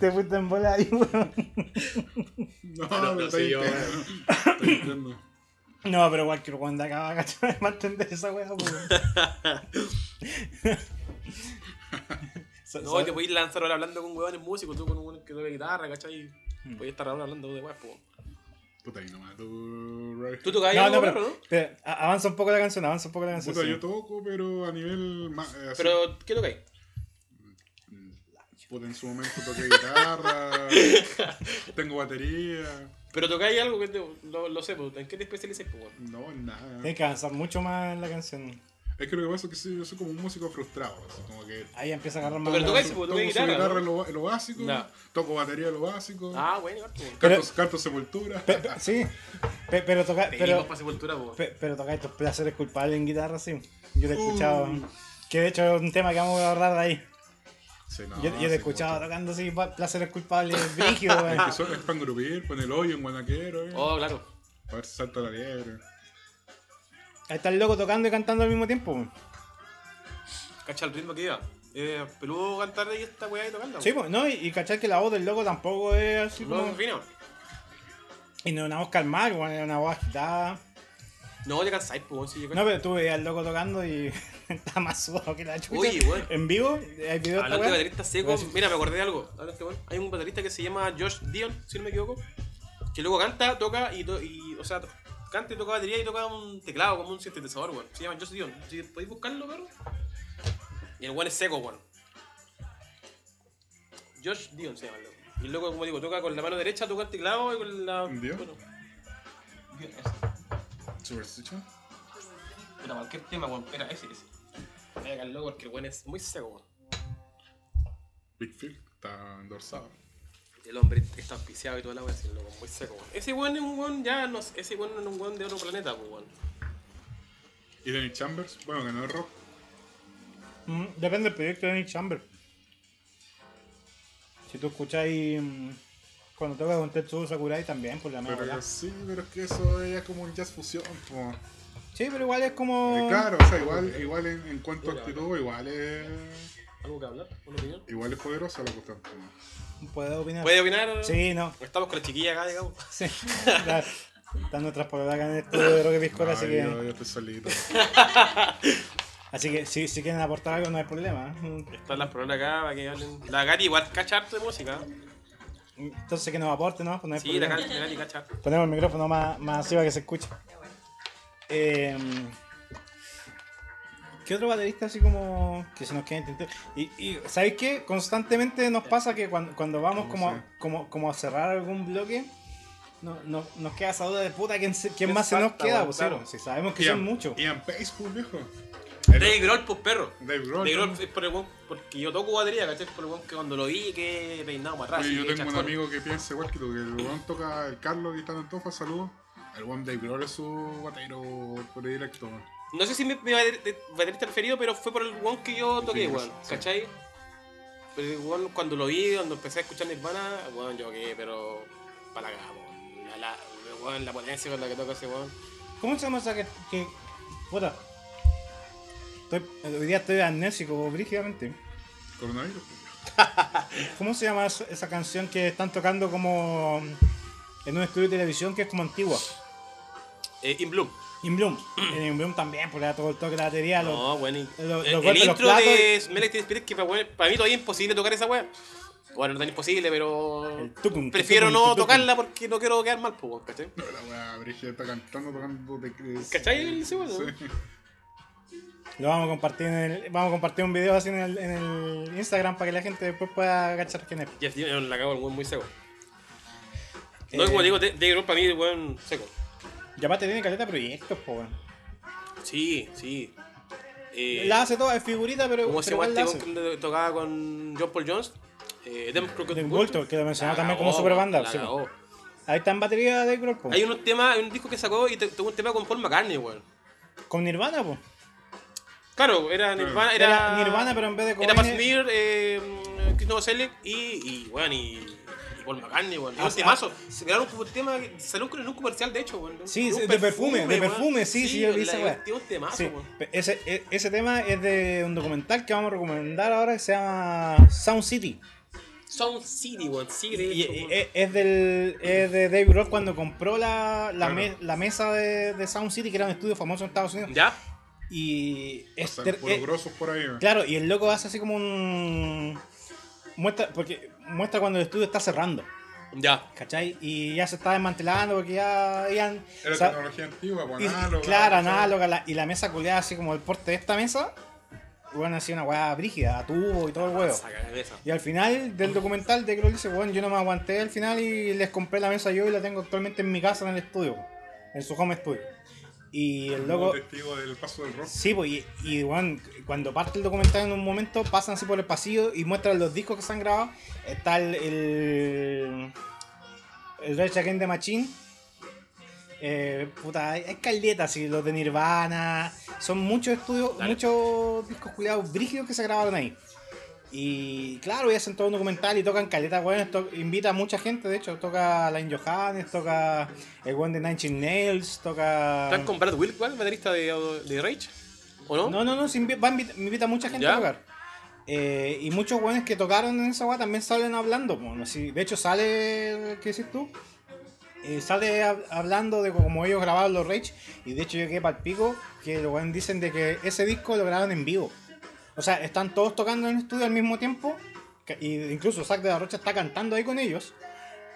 S1: Te fuiste en bola ahí, weón.
S2: No,
S3: Ah, no,
S2: me
S3: no,
S2: estoy
S3: sí, yo,
S2: enterando. Estoy enterando.
S1: No, pero cualquier weón de acá va a cachar va a entender esa weá, po, weón. So-
S3: No,
S1: so-
S3: y te podéis lanzar ahora hablando con weones músicos, tú con un weón que toca guitarra, ¿cachai?
S2: Hmm.
S3: Podéis estar ahora hablando de weá, po.
S2: Puta, y nomás tú, Ray.
S3: Tú tocabas
S1: no,
S3: algo,
S1: no,
S3: perro,
S1: pero, pero a- avanza un poco la canción, avanza un poco la canción.
S2: Puta,
S1: sí.
S2: yo toco, pero a nivel más. eh, así, mm,
S3: Pero, ¿qué tocáis?
S2: puta, en su momento toqué guitarra, tengo batería.
S3: Pero tocáis algo que te, lo, lo sé, po. ¿En qué te especializáis, po, weón?
S2: No, nada.
S3: Eh.
S1: Tienes que avanzar mucho más en la canción.
S2: Es que lo que pasa es que sí, yo soy como un músico frustrado. así como que
S1: Ahí empieza a agarrar más.
S3: Pero
S1: la-
S3: tocáis,
S2: toco
S3: po,
S2: su
S3: tocáis guitarra.
S2: guitarra
S3: ¿no?
S2: lo, ba- lo básico,
S3: No.
S2: toco batería lo básico,
S3: Ah, bueno, igual, po. weón.
S1: pero-
S2: canto, canto sepultura.
S1: Pe- pe- sí, pe- pero toca,
S3: Venimos
S1: pero,
S3: para sepultura, po.
S1: pe- pero toca estos placeres culpables en guitarra, sí. Yo te
S3: Uh.
S1: he escuchado. Que de hecho es un tema que vamos a abordar de ahí.
S2: Sí, no,
S1: Yo, yo te he
S2: sí,
S1: escuchado
S2: puta.
S1: tocando así pa- placeres culpables brígidos,
S2: Es
S1: weón.
S2: que solo es pan grubir, pon el hoyo en guanaquero, eh.
S3: Oh, claro.
S2: A ver si salta la liebre.
S1: Ahí está el loco tocando y cantando al mismo tiempo, weón.
S3: Cacha el ritmo que iba. Eh, peludo cantar ahí esta weá y tocarla.
S1: Sí, pues, no, y, y cachar que la voz del loco tampoco es así
S3: No,
S1: como. Y no es una voz calmada, weón, es una voz agitada.
S3: No, te cansáis, pues, si yo
S1: No, pero tú veías al loco tocando y está más sudado que la chucha.
S3: Oye, weón.
S1: En vivo,
S2: Ah,
S1: hay videos
S3: Hablando de bateristas secos,
S1: Gracias.
S3: mira, me acordé de algo. Ahora este weón. Hay un baterista que se llama Josh Dion, si no me equivoco, que luego canta, toca y, to- y o sea, to- canta y toca batería y toca un teclado como un sintetizador, weón. Se llama Josh Dion. Si podéis buscarlo, perro. Y el weón es seco, weón. Josh Dion se llama el loco. Y el loco, como digo, toca con la mano derecha, toca el teclado y con la.
S2: ¿Dion?
S3: Bueno, Dion, ese.
S2: Superstition.
S3: Era cualquier tema, weón. Era ese, ese. Voy a loco porque el weón es muy seco, weón.
S2: Big Phil está endorsado.
S3: El hombre está auspiciado y toda la weón, el loco, muy seco, weón. Ese weón es un weón ya, no sé, ese weón no es un weón de otro planeta, pues, weón.
S2: ¿Y Danny Chambers? Bueno, ganó el rock.
S1: Mm, depende del proyecto de Nick Chamber. Si tú escucháis mm, cuando toca con Tetsuo Sakurai también, por la misma
S2: Pero
S1: weá.
S2: sí, pero es que eso es ya como un jazz fusión. po.
S1: Sí, pero igual es
S2: Eh,
S1: como.
S2: claro, o sea, igual, igual en, en cuanto a actitud, igual es,
S3: ¿Algo que hablar? ¿Una opinión?
S2: igual es poderosa la constante.
S1: ¿Puedes opinar?
S3: ¿Puede opinar?
S1: Sí, no.
S3: Estamos con la chiquilla acá, digamos.
S1: Sí. La- Están nuestras palabras acá en el estudio de Roque Piscola, así
S2: Ay,
S1: que.
S2: yo, yo estoy solito.
S1: Así que si, si quieren aportar algo no hay problema. ¿eh?
S3: Están las personas acá para que hablen. La Gati igual cacha harto de música. ¿eh?
S1: Entonces que nos aporten, ¿no? Pues no hay
S3: Sí, la
S1: problema.
S3: Gati, la Gati cacha.
S1: Ponemos el micrófono más, más arriba que se escuche. Em, ¿Qué otro baterista así como que se nos queda intentar? Y, y ¿sabéis qué? Constantemente nos pasa que cuando, cuando vamos
S2: No
S1: como,
S2: sé.
S1: a, como, como a cerrar algún bloque, no, no- nos queda esa duda de puta quién, se- quién
S3: ¿Quién
S1: más se nos
S3: falta,
S1: queda,
S3: weón?
S1: pues, sí,
S3: Claro.
S1: pues, si sabemos que son muchos.
S2: Ian Pace, pues viejo.
S3: Dave Grohl, pues perro.
S2: Dave Grohl.
S3: Dave Grohl es por el weón, porque yo toco batería, ¿cachai? Por el weón que cuando lo vi, que peinado para atrás.
S2: Oye,
S3: y
S2: yo tengo un
S3: chacón.
S2: amigo que piensa igual que tú, que el weón toca el Carlos y está en Antofa, saludos. El weón Dave Grohl es su batero predilecto. weón.
S3: No sé si mi, mi bater- de- baterista preferido, pero fue por el weón que yo
S2: Sí,
S3: toqué, weón.
S2: sí.
S3: ¿Cachai? Pero el weón, cuando lo vi, cuando empecé a escuchar Nirvana, weón, yo quedé, pero. Para la cagada, weón. La, la, weón, la potencia con la que toca ese weón.
S1: ¿Cómo se llama esa que. que puta. Estoy, hoy día estoy amnésico, brígidamente.
S2: Coronavirus.
S1: ¿Cómo se llama esa esa canción que están tocando como. en un estudio de televisión que es como antigua?
S3: Eh, In Bloom.
S1: In Bloom. En In Bloom también, porque era todo el toque de la batería. Ah, lo-
S3: No, bueno. y-
S1: lo- los
S3: el,
S1: golpes,
S3: el
S1: los
S3: intro
S1: platos
S3: de Smells Like Teen Spirit, que para, para mí todavía es imposible tocar esa weá. Bueno, no tan imposible, pero.
S1: El tucum,
S3: Prefiero
S1: tucum,
S3: no
S1: tucum.
S3: tocarla porque no quiero quedar mal, pues, weón, ¿cachai?
S2: No, la weá, Brigitte está cantando, tocando de
S3: ¿Cachai ese weón?
S2: Sí.
S1: Lo vamos a compartir en el, vamos a compartir un video así en el, en el Instagram para que la gente después pueda agachar quién es.
S3: Jeff Dion la cago el weón muy seco. No,
S1: Eh,
S3: como digo, Dave Grohl para mí el weón seco.
S1: Y aparte tiene caleta de proyectos, po, weón.
S3: Sí, sí. Eh,
S1: La hace toda, es figurita, pero,
S3: ¿Cómo se
S1: pero
S3: llama
S1: igual la
S3: este
S1: hace.
S3: weón que le tocaba con John Paul Jones? Eh, Dem Crooked
S1: Dem
S3: Vulture.
S1: Vulture, que lo mencionaba
S3: La
S1: también como
S3: cagó,
S1: superbanda,
S3: la
S1: sí.
S3: cagó.
S1: Ahí está en batería de Grohl, po.
S3: Hay unos temas, hay un disco que sacó y te- tuvo un tema con Paul McCartney, weón.
S1: Con Nirvana, po.
S3: Claro, era Nirvana,
S1: Era,
S3: Ah, era,
S1: Nirvana, pero en vez de
S3: Era
S1: Cobain,
S3: Pat Smear, eh, Christopher Selleck y, y, weón, y, y Paul McCartney, weón. Era
S1: Ah,
S3: un temazo. Se crearon un tema que salió en un comercial, de hecho, weón.
S1: Sí,
S3: Un
S1: de perfume, de
S3: weón.
S1: perfume, sí, sí, yo vi
S3: la-
S1: esa weá.
S3: Tiene un temazo,
S1: Sí,
S3: weón.
S1: pe- ese, e- ese tema es de un documental que vamos a recomendar ahora que se llama Sound City.
S3: Sound City, weón. Sí, de
S1: Y,
S3: hecho,
S1: y-
S3: weón.
S1: e- es, del, es de Dave Grohl cuando compró la, la,
S2: Claro.
S1: me- la mesa de, de Sound City, que era un estudio famoso en Estados Unidos.
S3: ¿Ya?
S1: Y es
S2: Pasan
S1: ter-
S2: puros
S1: eh,
S2: grosos por ahí. weón.
S1: claro, y el loco hace así como un muestra porque muestra cuando el estudio está cerrando,
S3: Ya.
S1: ¿cachai? Y ya se está desmantelando porque ya iban
S2: Era
S1: o sea,
S2: tecnología antigua, pues,
S1: y-
S2: análoga.
S1: claro,
S2: ¿cachai?
S1: análoga la- y la mesa culeada así como el porte de esta mesa, bueno, así una weá brígida, a tubo y todo el huevo.
S3: Saca la cabeza.
S1: Y al final del documental de Grohl dice, bueno, yo no me aguanté al final y les compré la mesa yo y la tengo actualmente en mi casa en el estudio, en su home studio. Y el
S2: Como
S1: loco
S2: testigo del paso del rock.
S1: Sí, pues, y, y, weón, cuando parte el documental en un momento, pasan así por el pasillo y muestran los discos que se han grabado. Está el. El, el Rage Against the Machine. Eh, puta, hay hay caleta, así, los de Nirvana. Son muchos estudios,
S3: Dale.
S1: muchos discos culiados brígidos que se grabaron ahí. Y claro, y hacen todo un documental y tocan caleta, weón. to- invita a mucha gente, de hecho, toca Line Johannes, toca el one de Nine Inch Nails, toca.
S3: ¿Están con Brad Wilk, weón, baterista de, de Rage? ¿O no?
S1: No, no, no, se invi- va a invit- invita a mucha gente
S3: ¿Ya?
S1: a tocar. Eh, y muchos weones que tocaron en esa weá también salen hablando. po, no sé, de hecho, sale, ¿qué decís tú? Eh, sale hab- hablando de cómo ellos grabaron los Rage. Y de hecho, yo quedé pa'l pico que los weones dicen de que ese disco lo grabaron en vivo. O sea, están todos tocando en el estudio al mismo tiempo. que- Y incluso Zack de la Rocha está cantando ahí con ellos.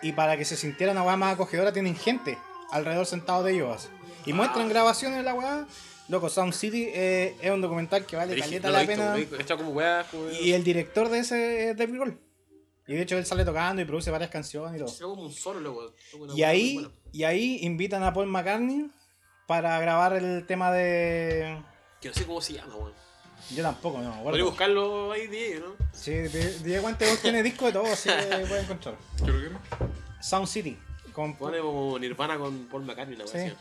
S1: Y para que se sintiera una weá más acogedora, tienen gente alrededor sentado de ellos. así.
S3: Ah.
S1: Y muestran grabaciones de la weá. Loco, Sound City eh, es un documental que vale
S3: Brígido,
S1: caleta
S3: no lo
S1: la
S3: he visto,
S1: pena.
S3: lo he visto, He echado como weá, como-
S1: Y el director de ese es Dave Grohl. Y de hecho él sale tocando y produce varias canciones y todo.
S3: Se hago como un solo, loco. Tengo una
S1: Y
S3: weá muy
S1: ahí,
S3: buena.
S1: y ahí invitan a Paul McCartney para grabar el tema de...
S3: Que no sé cómo se llama, weón.
S1: Yo tampoco, no. me acuerdo.
S3: Podría buscarlo ahí, Diego, ¿no?
S1: Sí, Di- Diego Guantebos tiene disco de todo, así que puede encontrar.
S2: ¿Qué lo que era?
S1: Sound City. Con,
S3: Pone como Nirvana con Paul McCartney, la
S1: Sí.
S3: weá. así.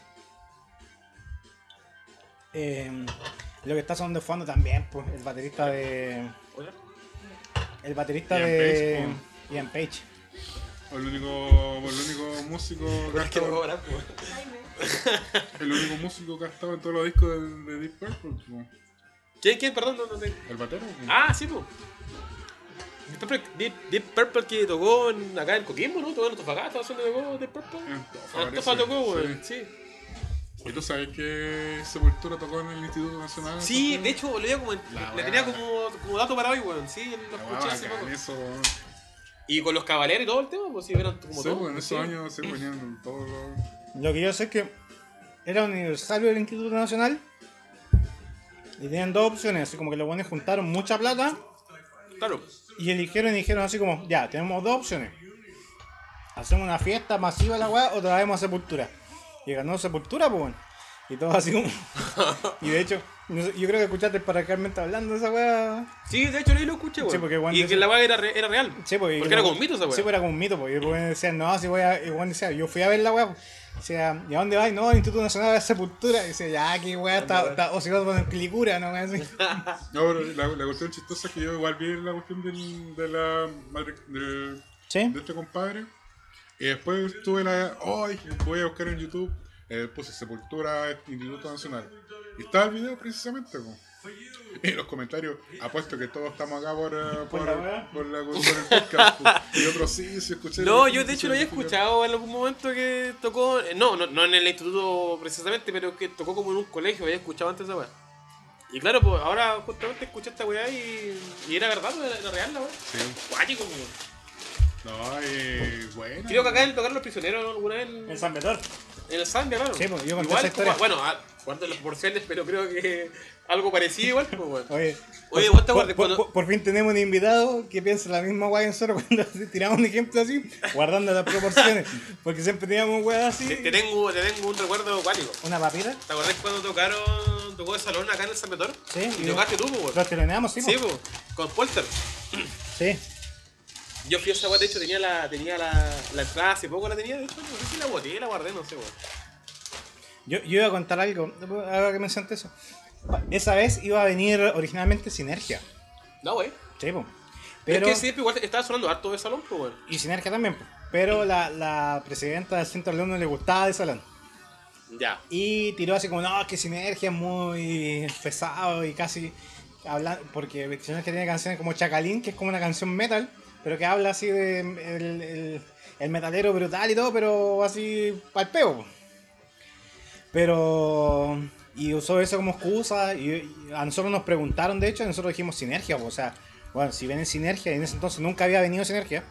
S1: eh, lo que está sonando de fondo también, pues, el baterista de...
S3: Hola.
S1: El baterista
S2: Ian
S1: de...
S2: Page, pues.
S1: Ian Page.
S2: O El único, o el único músico que ha
S3: Es que no
S2: estado-
S3: cobran, weón.
S2: el único músico que ha estado en todos los discos de, de Deep Purple, po.
S3: ¿Quién, quién? Perdón, no, no te...
S2: el batero. pues. po.
S3: Ah, sí, po. Deep Purple, Deep, Deep Purple que tocó en- acá en Coquimbo, ¿no? Tocó en Antofagasta, ¿dónde tocó Deep Purple?
S2: En Antofa,
S3: Antofa
S2: parece.
S3: tocó, weón,
S2: Sí.
S3: sí.
S2: ¿Y tú sabes que Sepultura tocó en el Instituto Nacional?
S3: Sí, de hecho, lo había como,
S2: La
S3: le tenía
S2: weá.
S3: como, como dato para hoy, weón. Sí, lo
S2: La
S3: escuché hace
S2: bacán,
S3: poco.
S2: eso, weón.
S3: Y con los caballeros y todo el tema, pues sí, eran como
S2: Sí,
S3: todo.
S2: po, en
S3: sí.
S2: esos años se ponían todos los.
S1: Lo que yo sé es que era un aniversario del Instituto Nacional y tenían dos opciones, así como que los buenos juntaron mucha plata
S3: Claro.
S1: y eligieron y dijeron así como, ya, tenemos dos opciones. Hacemos una fiesta masiva a la weá o traemos a Sepultura. Y ganó Sepultura, pues bueno. Y todo así como. y de hecho, no sé, yo creo que escuchaste para Carmen hablando de esa weá.
S3: Sí, de hecho, ahí lo escuché, weón.
S1: Sí, porque Juan
S3: y
S1: dice-
S3: que la weá era, re- era real.
S1: Sí, pues, y
S3: porque
S1: que
S3: era
S1: lo-
S3: con mito esa weá.
S1: Sí, pues era con un mito, pues. Y el weón decía, no, si voy a. Y el weón decía, yo fui a ver la weá. pues. Decía, ¿y a dónde vas? No, al Instituto Nacional de Sepultura. Y decía, ya, qué weá, está, está Ozzy Osbourne en Clicura, ¿no? Weá, así.
S2: No, pero la, la cuestión chistosa es que yo igual vi la cuestión del- de la madre, del-
S1: ¿Sí?
S2: de este compadre. Y después tuve la. ¡Oh! dije, Voy a buscar en YouTube. Eh, puse Sepultura Instituto Nacional. Y estaba el video precisamente. po. Y los comentarios, apuesto que todos estamos acá por, eh, por,
S1: la wea?
S2: por la- por el podcast. po. Y otros sí, sí, escuché.
S3: No, yo de hecho lo había escuchado en algún momento que tocó. eh, No, no, no en el instituto precisamente, pero que tocó como en un colegio. Había escuchado antes esa weá. Y claro, pues ahora justamente escuché esta weá y, y era verdad, pues, era, era real la weá.
S2: Sí.
S3: Cuático, weón.
S2: No, eh, bueno.
S3: Creo que acá en tocar los prisioneros alguna vez en,
S1: En San Betor.
S3: en el Zambia, claro.
S1: Sí, pues, yo conté
S3: igual,
S1: esa historia.
S3: como- bueno, ah, guardo las porciones, pero creo que algo parecido igual, pues, weón.
S1: Oye.
S3: Oye,
S1: por-
S3: vos
S1: por,
S3: te acuerdas
S1: por-
S3: cuando-
S1: por- por fin tenemos un invitado que piensa la misma weá que nosotros cuando tiramos un ejemplo así, guardando las proporciones. Porque siempre teníamos weá así.
S3: Te, te tengo, te tengo un recuerdo cuático.
S1: ¿Una papita?
S3: ¿Te acordás cuando tocaron, tocó el salón acá en el San Pedro?
S1: Sí,
S3: Y
S1: y-
S3: tocaste tú, pues, weón.
S1: ¿Los teloneamos? Sí,
S3: Sí,
S1: po?
S3: pues, con Polter.
S1: sí.
S3: Yo fui a esa weá, de hecho tenía la, tenía la, la entrada hace poco, la tenía, de hecho, no sé si la boté, la guardé, no sé, weón.
S1: Yo, yo iba a contar algo, ahora que mencionaste eso. Pa- Esa vez iba a venir originalmente Sinergia.
S3: No, wey.
S1: Sí, po.
S3: Pero...
S1: Pero,
S3: Es que siempre igual estaba sonando harto de salón, pues, weón.
S1: Y Sinergia también, po. Pero la, la presidenta del centro de alumnos le gustaba de salón.
S3: Ya.
S1: Y tiró así como, no, es que Sinergia es muy pesado y casi... Habla, porque Sinergia tiene canciones como Chacalín, que es como una canción metal, pero que habla así de el, el- el metalero brutal y todo, pero así palpeo. Pero... Y usó eso como excusa y, y a nosotros nos preguntaron, de hecho, y nosotros dijimos Sinergia, po, o sea, bueno, si viene Sinergia, y en ese entonces nunca había venido Sinergia,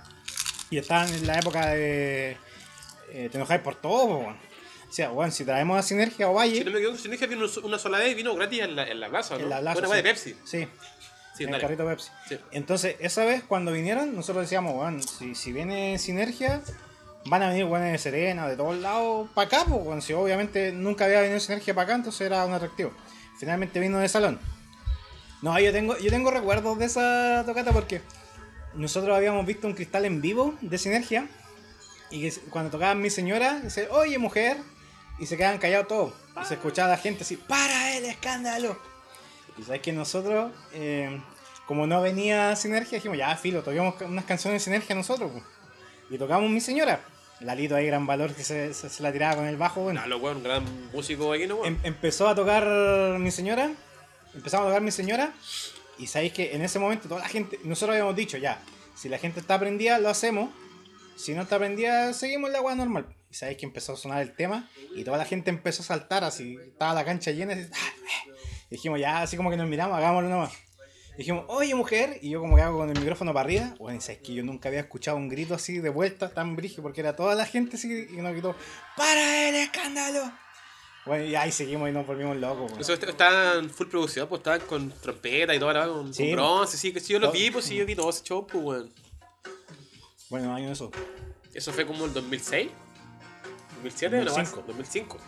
S1: y estaban en la época de... eh, te enojáis por todo, po, weón. O sea, weón, si traemos a Sinergia o Valle.
S3: Si no me equivoco, Sinergia vino so- una sola vez y vino gratis en la, en la plaza, ¿no?
S1: en la plaza,
S3: Una weá de Pepsi.
S1: Sí,
S3: Sí,
S1: en el
S3: dale.
S1: carrito Pepsi.
S3: Sí.
S1: Entonces, esa vez cuando vinieron, nosotros decíamos, weón, si, si viene Sinergia, van a venir weones de Serena, de todos lados, para acá, pues, weón. Si obviamente nunca había venido Sinergia para acá, entonces era un atractivo. Finalmente vino de salón. No, yo tengo, yo tengo recuerdos de esa tocata porque nosotros habíamos visto un cristal en vivo de Sinergia y que cuando tocaban mi señora, dice, oye mujer, y se quedaban callados todos. Y se escuchaba la gente así, para el escándalo. Y sabes que nosotros, eh, como no venía Sinergia, dijimos, ya, filo, toquemos ca- unas canciones de Sinergia nosotros. po". Y tocamos mi señora. Lalito ahí, gran valor, que se, se- se la tiraba con el bajo. Bueno.
S3: No, lo weón, un gran músico aquí, ¿no,
S1: Em-
S3: weón?
S1: empezó a tocar mi señora. Empezamos a tocar mi señora. Y sabéis que en ese momento toda la gente, nosotros habíamos dicho ya, si la gente está prendida, lo hacemos. Si no está prendida, seguimos la agua normal. Y sabéis que empezó a sonar el tema y toda la gente empezó a saltar así. Estaba la cancha llena. así, ¡ah! Y dijimos ya, así como que nos miramos, hagámoslo nomás. Y dijimos, oye mujer, y yo como que hago con el micrófono para arriba. Bueno, y sabéis que yo nunca había escuchado un grito así de vuelta tan brígido porque era toda la gente así y nos gritó, ¡para el escándalo! Bueno, y ahí seguimos y nos volvimos locos. weón.
S3: Eso est- estaban full producido, pues estaban con trompeta y todo, ¿no? con,
S1: Sí.
S3: con bronce, sí, que sí, yo los
S1: Todo.
S3: vi, pues sí, yo vi todo ese show, pues, weón.
S1: Bueno, año eso.
S3: Eso fue como el 2006, 2007, no,
S1: 2005.
S3: 2005.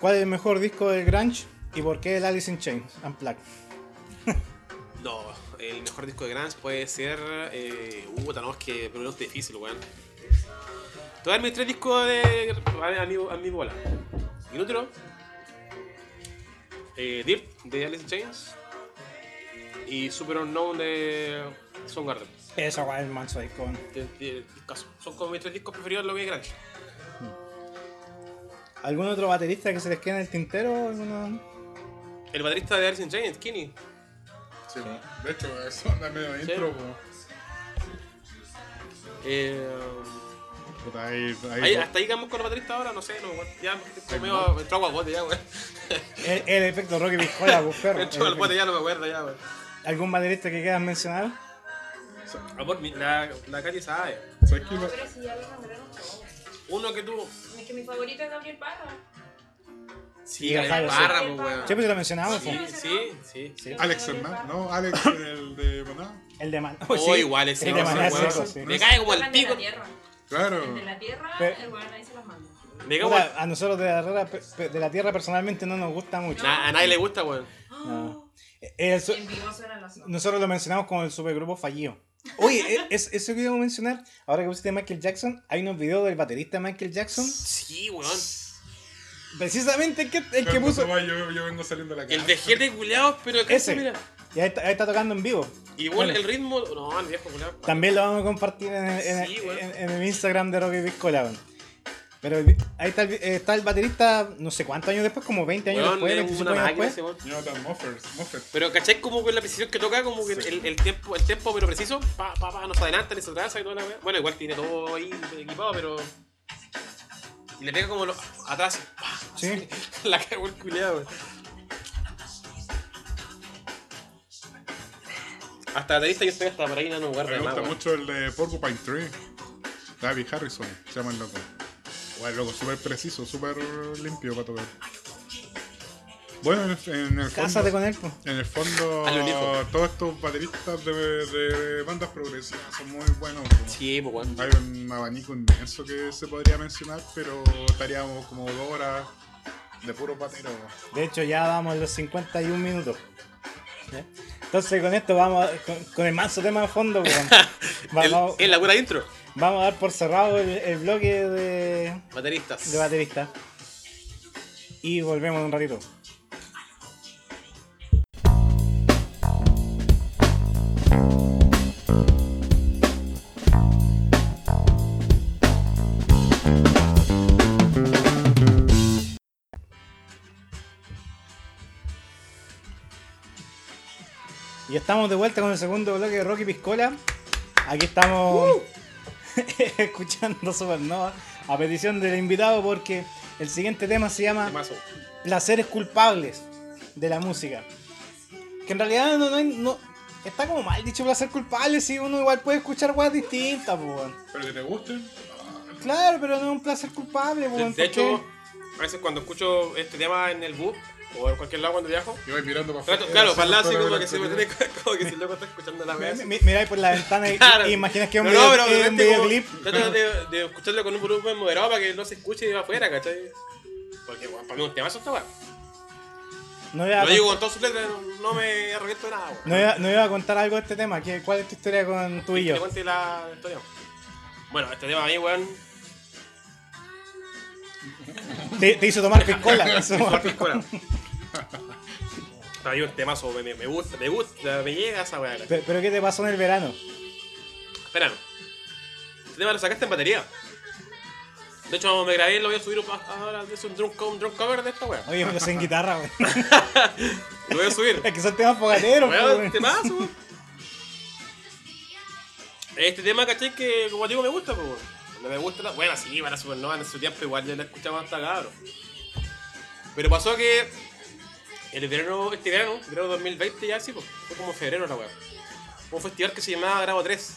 S1: ¿Cuál es el mejor disco del Grunge y por qué el Alice in Chains Unplugged?
S3: No, el mejor disco de Grants puede ser. Eh, uh, no, es que pero no es difícil, weón. Te voy a dar mis tres discos de, a, a mi, a mi bola: Inútero, eh, Dirt de Alice in Chains y Super Unknown de Soundgarden.
S1: Esa guay el manso disco. weón.
S3: De- de- discazo. Son como mis tres discos preferidos de lo que es Grunge.
S1: ¿Algún otro baterista que se les quede en el tintero? ¿Alguno?
S3: El baterista de Alice in Chains, Skinny.
S2: Sí, de hecho, eso anda medio intro. po.
S3: Eh,
S2: Puta, ahí- ahí-
S3: ahí- hasta ahí llegamos con el baterista ahora, no sé, no, weón. Ya me medio entró agua bote ya, weón.
S1: El, el efecto Rocky Picola, pues, perro.
S3: Me entró al
S1: El-
S3: bote ya, no me acuerdo ya, weón.
S1: ¿Algún baterista que quieras mencionar?
S3: Amor, Ah, mi- la, la calle sabe.
S2: ¿sabes qué?
S4: No, pero si ya lo nombraron todos.
S3: Uno que tú.
S4: Es que mi favorito es Gabriel Parra.
S3: Sí,
S1: Gabriel
S3: Gabriel
S1: Parra,
S3: Parra,
S4: sí.
S3: pues, weón.
S1: Sí, pues lo mencionamos.
S3: Sí,
S1: po.
S4: pues.
S3: sí, sí.
S1: Sí.
S2: Alex Hernández, ¿no? Alex, el de Maná.
S1: El de Man.
S3: Oh,
S1: sí.
S3: igual ese
S1: El de
S3: no,
S1: Maná
S3: ese weón.
S1: Seco, sí.
S3: Me cae como el
S4: Tocan de
S3: pico.
S4: la tierra.
S2: Claro.
S4: El de la tierra,
S1: Pero-
S4: el weón ahí se los manda.
S3: Digamos,
S1: Puta, a nosotros de la, Herrera pe- pe- de la tierra personalmente no nos gusta mucho.
S3: na- a nadie le gusta, weón.
S2: Ah.
S1: No. El su-
S4: En vivo suenan las ondas.
S1: nosotros lo mencionamos como el supergrupo fallido. Oye, e- es, eso que iba a mencionar, ahora que pusiste Michael Jackson, hay unos videos del baterista Michael Jackson,
S3: Sí, weón.
S1: precisamente el que, el que
S2: Cuando
S1: puso...
S2: se va, yo, yo vengo saliendo de la casa.
S3: El de Jete culiados, pero acá
S1: Ese.
S3: mira.
S1: Y ahí está, ahí está tocando en vivo.
S3: Igual el ritmo. No, el viejo culiado.
S1: También lo vamos a compartir en el, en el-
S3: Sí, weón.
S1: en- en el Instagram de Rocky Piscola. weón. Pero el vi- ahí está el, vi- eh, está el baterista, no sé cuántos años después, como 20 años
S3: Weón,
S1: después,
S3: es
S1: 25
S3: una
S1: años
S3: máquina
S1: después.
S3: ese weón.
S2: Jonathan Moffers, Moffett.
S3: Pero ¿cachai? Como con la precisión que toca, como que
S2: Sí.
S3: el, el tiempo, el tiempo pero preciso, pa, pa, pa, nos adelanta, nos atrasa y toda la weá. Bueno, igual tiene todo ahí equipado, pero. Y le pega como lo, atrás. pa,
S1: Sí.
S3: la cagó el culiado, weón. Hasta la lista yo estoy hasta para ahí no guarda
S2: Me
S3: más,
S2: gusta
S3: weón.
S2: mucho el de Porcupine Tree. David Harrison, se llama el loco. Bueno, loco, súper preciso, súper limpio para tocar. Bueno, en el, en el
S1: Cásate
S2: fondo,
S1: con él, po.
S2: en el fondo
S3: Hazlo, viejo.
S2: todos estos bateristas de, de bandas progresivas son muy buenos. po.
S3: Sí, pues weón.
S2: Hay un abanico inmenso que se podría mencionar, pero estaríamos como dos horas de puro patero.
S1: De hecho, ya vamos en los 51 minutos. ¿Ya? Entonces, con esto vamos, a- con, con el manso tema de fondo, weón.
S3: El-
S1: vamos,
S3: Es la pura intro.
S1: vamos a dar por cerrado el, el bloque de,
S3: Bateristas.
S1: de baterista. Y volvemos en un ratito. Y estamos de vuelta con el segundo bloque de Rocky Piscola. Aquí estamos escuchando Supernova a petición del invitado porque el siguiente tema se llama
S3: Temazo.
S1: Placeres culpables de la música. Que en realidad no, no, no- está como mal dicho placer culpable, si uno igual puede escuchar cosas distintas, po, weón.
S2: Pero que te gusten,
S1: Claro, pero no es un placer culpable, po,
S3: De,
S1: weón,
S3: de hecho,
S1: porque-
S3: a veces cuando escucho este tema en el bus o en cualquier lado cuando viajo,
S2: yo voy mirando para
S1: Eh,
S3: trato, claro, para el lado así como que se me tiene como que si el loco está escuchando la
S1: Mi-
S3: vez.
S1: mi- Miráis por la ventana y, y imaginas que es un, video- es un videoclip.
S3: Trato de, de escucharlo con un volumen moderado para que no se escuche afuera, ¿cachai? Porque bueno, para mí es un temazo esta weá.
S1: No iba, a
S3: Lo digo
S1: cont-
S3: con todas sus letras, no me arrepiento de nada,
S1: pues. no iba- no iba a contar algo de este tema. ¿qué- ¿Cuál es tu historia con tú y
S3: Te
S1: yo?
S3: cuente la historia. Bueno, este tema a mí, weón,
S1: Te, te hizo tomar piscola. eso.
S3: Mejor piscola. Hay un temazo, me, me- me gusta, me gusta, me llega esa weá.
S1: Pe- pero ¿qué te pasó en el verano?
S3: Espera, este tema lo sacaste en batería. De hecho, me grabé y lo voy a subir pa- ahora. Es un drum, co- un drum cover de esta weá.
S1: Oye, me lo sé en guitarra, weón.
S3: Lo voy a subir.
S1: Es que son temas fogateros, pues, po,
S3: Weón,
S1: weón.
S3: temazo. weón. Este tema, caché, que como digo, me gusta, pues. weón. Cuando me gusta, la- bueno, sí, para Supernova en su tiempo igual yo la escuchaba hasta cabrón. Pero pasó que el verano, este verano, verano 2020 ya sí, pues, fue como febrero la weá. Fue Un festival que se llamaba Grabo 3.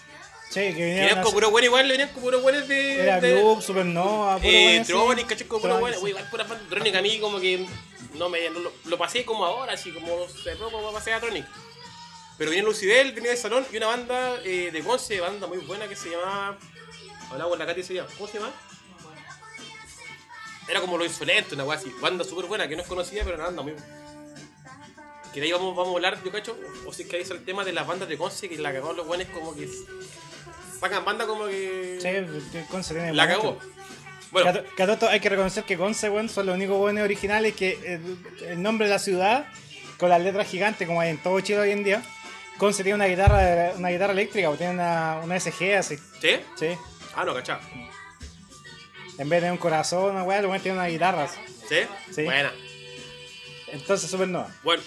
S1: Che, que
S3: Que
S1: vinieron
S3: venían
S1: a
S3: con puro bueno igual, le venían con puro buenos de.
S1: Era
S3: de-
S1: Club, Supernova, puro
S3: eh,
S1: weón, sí.
S3: Tronic, caché, como puro
S1: Tronic,
S3: bueno.
S1: sí.
S3: Uy, igual pura fan de Tronic a mí como que no me no lo, lo pasé como ahora, así como se como pasé a Tronic. Pero venía Lucidel, venía de Salón y una banda eh, de Conce, banda muy buena que se llamaba. Hablaba con la Katy ese día. ¿Cómo se llama? Era como lo insolente, una wea así. Banda súper buena que no es conocida, pero una banda muy. Que de ahí vamos, vamos a hablar, yo cacho. O si es que ahí es el tema de las bandas de Conce, que la cagaron los buenos como que. Sacan banda como que.
S1: Che, Conce tiene
S3: La
S1: buenos
S3: cagó.
S1: temas.
S3: Bueno,
S1: Que a to- que a todo esto hay que reconocer que Conce, weón, son los únicos buenos originales que el, el nombre de la ciudad, con las letras gigantes como hay en todo Chile hoy en día, Conce tiene una guitarra, una guitarra eléctrica, o tiene una, una SG así,
S3: ¿sí?
S1: sí.
S3: Ah, no, cachá.
S1: En vez de un corazón, una weá, el weón tiene una guitarra. así.
S3: ¿Sí?
S1: Sí.
S3: Buena.
S1: Entonces, Supernova.
S3: Bueno.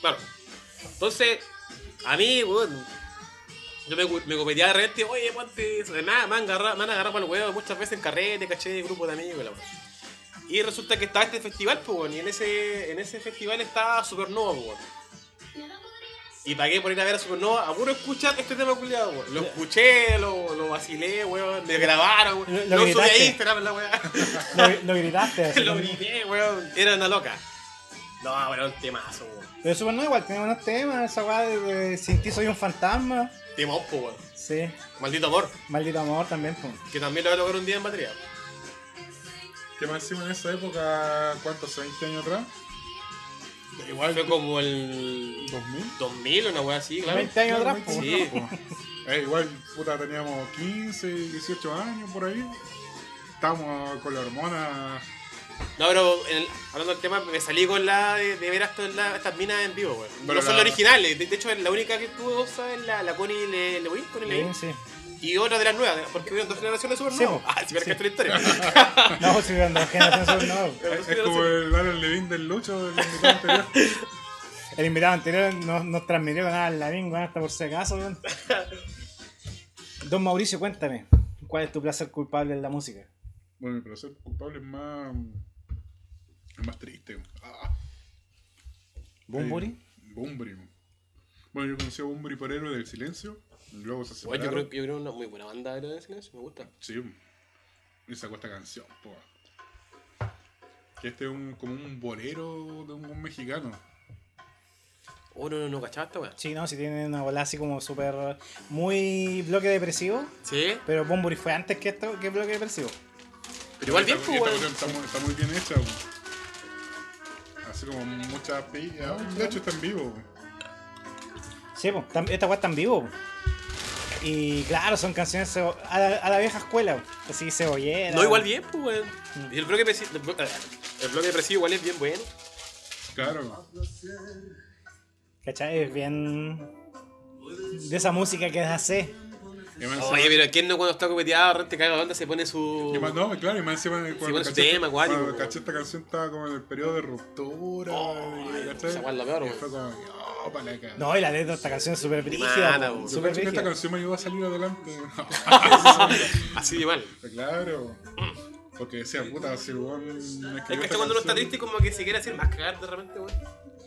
S3: Claro. Entonces, a mí, bueno, yo me, cu- me cometía de repente, oye, ponte eso. De nada, me han agarrado, me han agarrado para el huevo muchas veces en carrete, caché de grupo de amigos. y la weá. Y resulta que estaba este festival, pues, bueno, y en ese, en ese festival estaba Supernova, pues, bueno. Y pagué por ir a ver a Supernova, a puro escuchar este tema culiado, weón. Lo escuché, lo, lo vacilé, weón, me grabaron, weón.
S1: Lo-
S3: Lo,
S1: lo
S3: subí a
S1: gritaste.
S3: Instagram, la weá.
S1: Lo, lo gritaste así.
S3: lo
S1: con-
S3: grité, weón. Era una loca. No, era un temazo, weón.
S1: Pero Supernova igual tiene buenos temas, esa weá de, de Sin ti soy un fantasma.
S3: Temazo, weón.
S1: Sí.
S3: Maldito amor.
S1: Maldito amor también, pum.
S3: Que también lo voy a lograr un día en batería.
S2: Que más encima en esa época, ¿cuántos? ¿Hace 20 años atrás? Igual,
S3: Fue como el
S2: 2000.
S3: 2000 o una wea así, claro.
S1: 20 años atrás,
S2: Claro,
S1: po.
S3: Sí.
S2: 20 atrás, po. Eh, igual, puta, teníamos 15, 18 años por ahí. Estábamos con la hormona.
S3: No, pero en el- hablando del tema, me salí con la de, de ver a esto- la- estas minas en vivo, weón.
S2: Pero
S3: No
S2: la-
S3: son las originales, de, de hecho la única que tuvo, ¿sabes? La, la Connie Le, Lewin, Connie Lewin.
S1: Sí, sí.
S3: Y otra de las nuevas, porque hubieron dos generaciones super
S1: Sí,
S3: nuevas.
S1: po.
S3: Ah, si me
S1: Sí.
S3: sí. la historia.
S1: No, pues, si vean dos generaciones, no.
S2: Es, es como el Alan Levine del Lucho del invitado anterior.
S1: El invitado anterior nos, nos transmitió con la Lavín, weón, hasta por si acaso, weón. Don Mauricio, cuéntame, ¿cuál es tu placer culpable en la música?
S2: Bueno, mi placer culpable es más. es más triste. Ah,
S1: ¿Boom
S2: eh,
S1: Buri?
S2: Bumburi. weón. Bueno, yo conocí a Bumburi por Héroe del Silencio. Luego se separaron.
S3: Bueno, yo creo que yo creo una muy buena banda de Héroes del silencio, me gusta.
S2: Sí. Y sacó esta canción, po. Que este es un, como un bolero de un, un mexicano.
S3: Oh, no, no, no, cachaba esta wea.
S1: Sí, no, si tiene una bola así como súper. muy bloque depresivo.
S3: Sí.
S1: Pero Boom Buri fue antes que esto, que bloque depresivo.
S3: Pero igual
S2: Y esta-
S3: bien, po,
S2: y esta
S3: weón.
S2: cuestión está, muy- está muy bien hecha, po. Así como muchas pillas. De hecho, está en vivo. po.
S1: Sí, pues, esta weá está en vivo. po. Y claro, son canciones cebo- a la, a la vieja escuela, po. así cebollera.
S3: No, igual bien, pues, weón. Y el bloque depresivo, el bloque, el bloque depresivo igual es bien bueno.
S2: Claro.
S1: ¿Cachai? Es bien. De esa música que hace.
S2: Y más
S3: Oye,
S2: encima-
S3: pero ¿quién no cuando está copeteado, te caga la onda, se pone su...
S2: y más- no, claro, y más encima
S3: con su
S2: caché-
S3: tema, acuático,
S2: cuando
S3: po.
S2: caché esta canción estaba como en el periodo de ruptura.
S3: pues, Oh,
S2: y, ¿cachai?
S3: esa weá es la peor,
S2: Y
S3: weón.
S2: fue como, oh, para la cagada.
S1: No, y la letra de esta canción es súper
S3: Mala,
S1: brígida. po,
S3: po.
S2: Yo
S1: Súper
S2: cacho que esta
S1: brígida.
S2: canción me ayudó a salir adelante.
S3: Así de mal.
S2: Claro. Porque decía, puta, si el weón me escribió
S3: Es que
S2: esta
S3: este cuando uno está
S2: canción.
S3: triste como que se quiere hacer más cagar de repente, weón.
S1: Es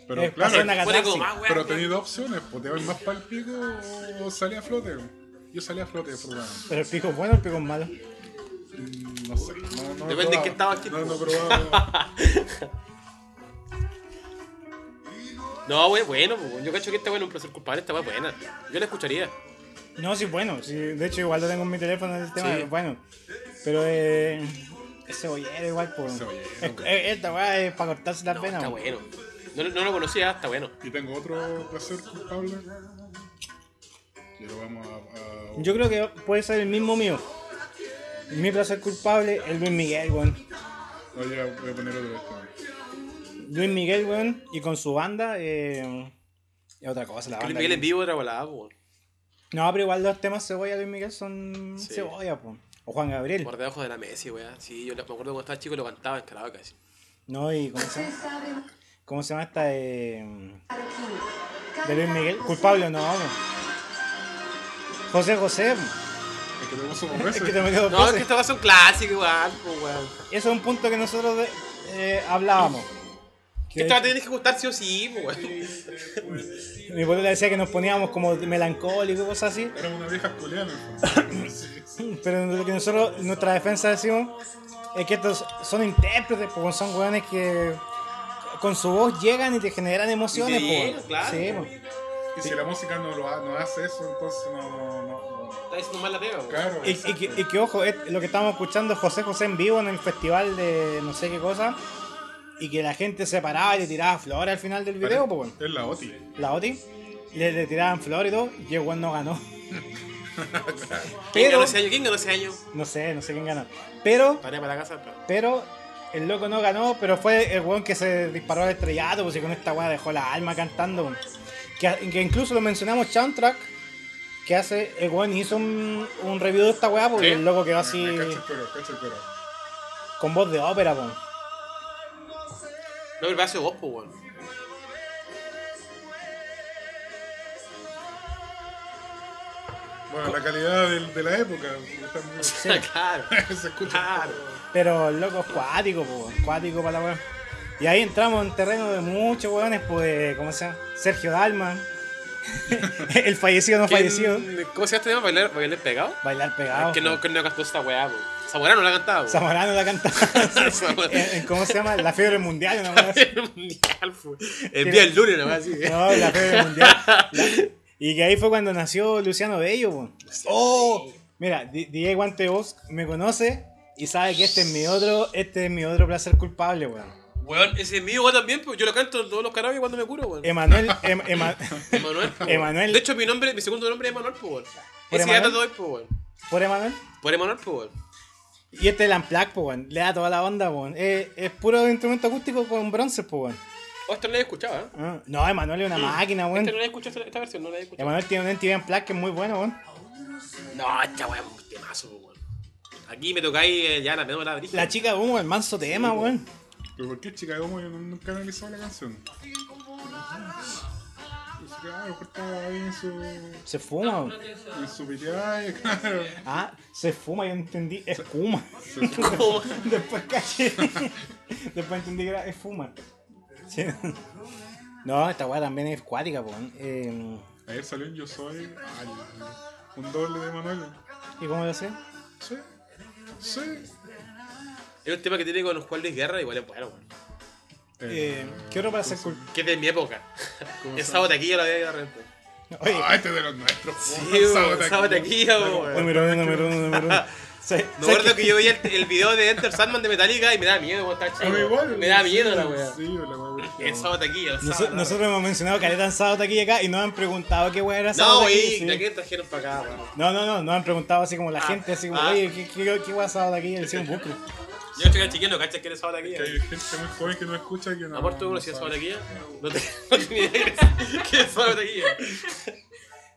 S2: Pero
S1: pasión
S2: claro,
S1: agarrada.
S3: Pone como
S1: sí.
S3: más, weón.
S2: pero tenéis dos opciones, pues te vas más para el pico o salí a flote. Yo salí a flote, pero
S1: Pero el pico es bueno, el pico es malo.
S2: Mm, no sé. No, no he
S3: Depende en qué
S2: probado.
S3: estaba aquí,
S2: No, no he
S3: po.
S2: probado.
S3: No, weón, bueno, po, weón. Yo cacho que esta weón es un placer culpable, esta weón es buena. Yo la escucharía.
S1: No, sí, bueno. sí, de hecho, igual lo tengo en mi teléfono el tema,
S3: Sí.
S1: bueno. Pero eh, es cebollero igual, po.
S2: Cebollero,
S1: Es-
S2: weón.
S1: es- Esta weá es para cortarse las
S3: No,
S1: venas.
S3: está
S1: po.
S3: bueno. No, no lo conocía, está bueno.
S2: Y tengo otro placer culpable. Y lo vamos a. a-
S1: Yo creo que puede ser el mismo mío. Mi placer culpable es Luis Miguel, weón.
S2: Oye, voy a poner otro de esto.
S1: Luis Miguel, weón, y con su banda, eh, es otra cosa, la
S3: Luis
S1: banda.
S3: Miguel
S1: que-
S3: en vivo era volada, po, weón.
S1: No, pero igual los temas cebolla de Luis Miguel son
S3: Sí.
S1: cebolla, po. O Juan Gabriel.
S3: Por debajo de la Messi, weón. Sí, yo la- me acuerdo cuando estaba chico y lo cantaba en karaoke. así.
S1: No, y cómo se llama. ¿Cómo se llama esta de. de Luis Miguel? Culpable o no, weón. José José, po.
S2: Es que tenemos somos
S1: es
S2: meses.
S1: que te metió dos
S3: No, es que
S1: veces.
S3: esta weón es un clásico igual, po, weón.
S1: Eso es un punto que nosotros de- eh, hablábamos.
S3: Que esta va a tener que gustar sí o sí, po, weón.
S1: Mi pueblo decía que nos poníamos como melancólicos y cosas así.
S2: Era una vieja culiana. en fondo.
S1: Pero lo que nosotros, nuestra defensa decimos, es que estos son intérpretes, porque son weones que con su voz llegan y te generan emociones.
S3: Y te
S1: po.
S3: llegan, claro.
S1: Sí, po.
S2: Y si la música no, lo ha- no hace eso, entonces no. no, no.
S3: Está diciendo mal la pega, weón.
S2: Claro.
S1: Y, y que- y que ojo, es- lo que estamos escuchando es José José en vivo en el festival de no sé qué cosa, y que la gente se paraba y le tiraba flores al final del video, po, weón.
S2: Es la OTI.
S1: la OTI, le, le tiraban flores y todo, y el weón no ganó.
S3: ¿Quién
S1: Pero-
S3: ganó ese año? ¿Quién ganó ese año?
S1: No sé, no sé quién ganó. Pero
S3: Tarea para la casa, pero.
S1: Pero el loco no ganó, pero fue el weón que se disparó al estrellato, pues y con esta weá dejó la alma cantando. weón. Que, que incluso lo mencionamos Soundtrack, que hace, el weón hizo un, un review de esta weá, porque
S3: Sí.
S1: el loco quedó así
S2: Me cacho el cuero, cacho el cuero.
S1: con voz de ópera, pues. weón.
S3: No, pero me hace vos, po, weón.
S2: Bueno, la calidad del- de la época. está muy-
S3: claro.
S2: Se escucha.
S3: Claro.
S1: Pero el loco es cuático, po, weón, cuático para la weá. Y ahí entramos en terreno de muchos weones, pues, ¿cómo se llama? Sergio Dalman, el fallecido no
S3: ¿Quién-
S1: fallecido,
S3: ¿Cómo se llama este tema? ¿Bailar, bailar pegado?
S1: bailar
S3: Ah,
S1: pegado. pues.
S3: que no, que no cantó esta weá, po. Esa weá no la cantaba, po.
S1: Zamorano la cantaba. en, en- Eh, ¿Cómo se llama? La fiebre mundial, una weá así.
S3: El mundial, po. El día del lunes, nomás así.
S1: No, la feria mundial. La- Y que ahí fue cuando nació Luciano Bello. po.
S3: ¡Oh!
S1: Mira, Di- DJ Guante Voz me conoce Y sabe que este es mi otro, este es mi otro placer culpable, weón.
S3: Weón, ese es mío weón, también, pues yo lo canto en todos los karaoke cuando me curo, weón.
S1: Emanuel, em- Ema-
S3: Emanuel. pues, weón.
S1: Emanuel.
S3: De hecho, mi nombre, mi segundo nombre es Emanuel, pues, weón.
S1: ¿Por
S3: Ese ya
S1: Emanuel?
S3: te doy, pues, weón.
S1: por Emanuel.
S3: Por Emanuel, pues, weón.
S1: Y este es el Unplugged, po, weón. Le da toda la onda, po, weón. Es, es puro instrumento acústico con bronce, po, weón.
S3: Oh, esta no la he escuchado, ¿eh?
S1: Ah, No, Emanuel es una máquina, weón.
S3: Esta Este no la he escuchado, esta, esta versión no la he escuchado.
S1: Emanuel tiene un MTV Unplugged que es muy bueno, weón.
S3: No, esta weón es un temazo, pues, weón. Aquí me tocáis eh, ya la menor de
S1: La chica humo, el manso tema, weón.
S2: Pero ¿por qué Chicago Yo no- nunca analizaba la canción? Pues claro, mejor estaba ahí en su.
S1: Se fuma, weón.
S2: en su piteada, claro.
S1: Ah, se fuma, yo entendí. Es fuma.
S2: Se-
S3: ¿Cómo?
S1: Después caché. Después entendí que era es fuma. Sí. No, esta weá también es cuática, po, weón. Eh,
S2: Ayer salió en Yo Soy. ay, un doble de Manuel.
S1: ¿Y cómo lo hace?
S2: Sí. Sí.
S3: Es un tema que tiene con los cuales guerra, igual es bueno, weón.
S1: Eh, ¿Qué otro placer culpable?
S3: Que es de mi época.
S2: ¿Cómo
S3: El
S2: se-
S3: sábado aquí yo la veía de repente.
S1: Oye,
S2: Ah, este es de los nuestros.
S3: Sí,
S2: po,
S3: weón.
S2: Sabotaquilla.
S3: Sábado aquí, weón.
S1: número uno, número uno, número uno. Sí,
S3: Me
S1: sí,
S3: acuerdo que yo veía el, el video de Enter Sandman de Metallica y me daba miedo, weón. estaba
S2: A
S3: chico.
S2: mí igual.
S3: Me daba
S2: sí,
S3: miedo la weá.
S2: Sí, la weá.
S3: El sábado aquí, el
S1: Noso-
S3: sábado.
S1: nosotros hemos mencionado caleta en sábado aquí y acá y nos han preguntado qué weá era sábado
S3: No,
S1: aquí,
S3: wey,
S1: sí.
S3: ¿de qué trajeron para acá, weón?
S1: No, no, no, nos han preguntado así como la gente, así como,
S3: ah.
S1: oye, ¿qué, qué, qué weá es sábado aquí? Y hicieron bucle.
S3: Yo estoy chiquillo, ¿cachas que eres sábado aquí?
S2: Que hay gente muy joven que no escucha que no.
S3: Amor, ¿tú
S2: no
S3: conocías
S2: sabe.
S3: sábado aquí? No te- no tenía idea que es sábado aquí.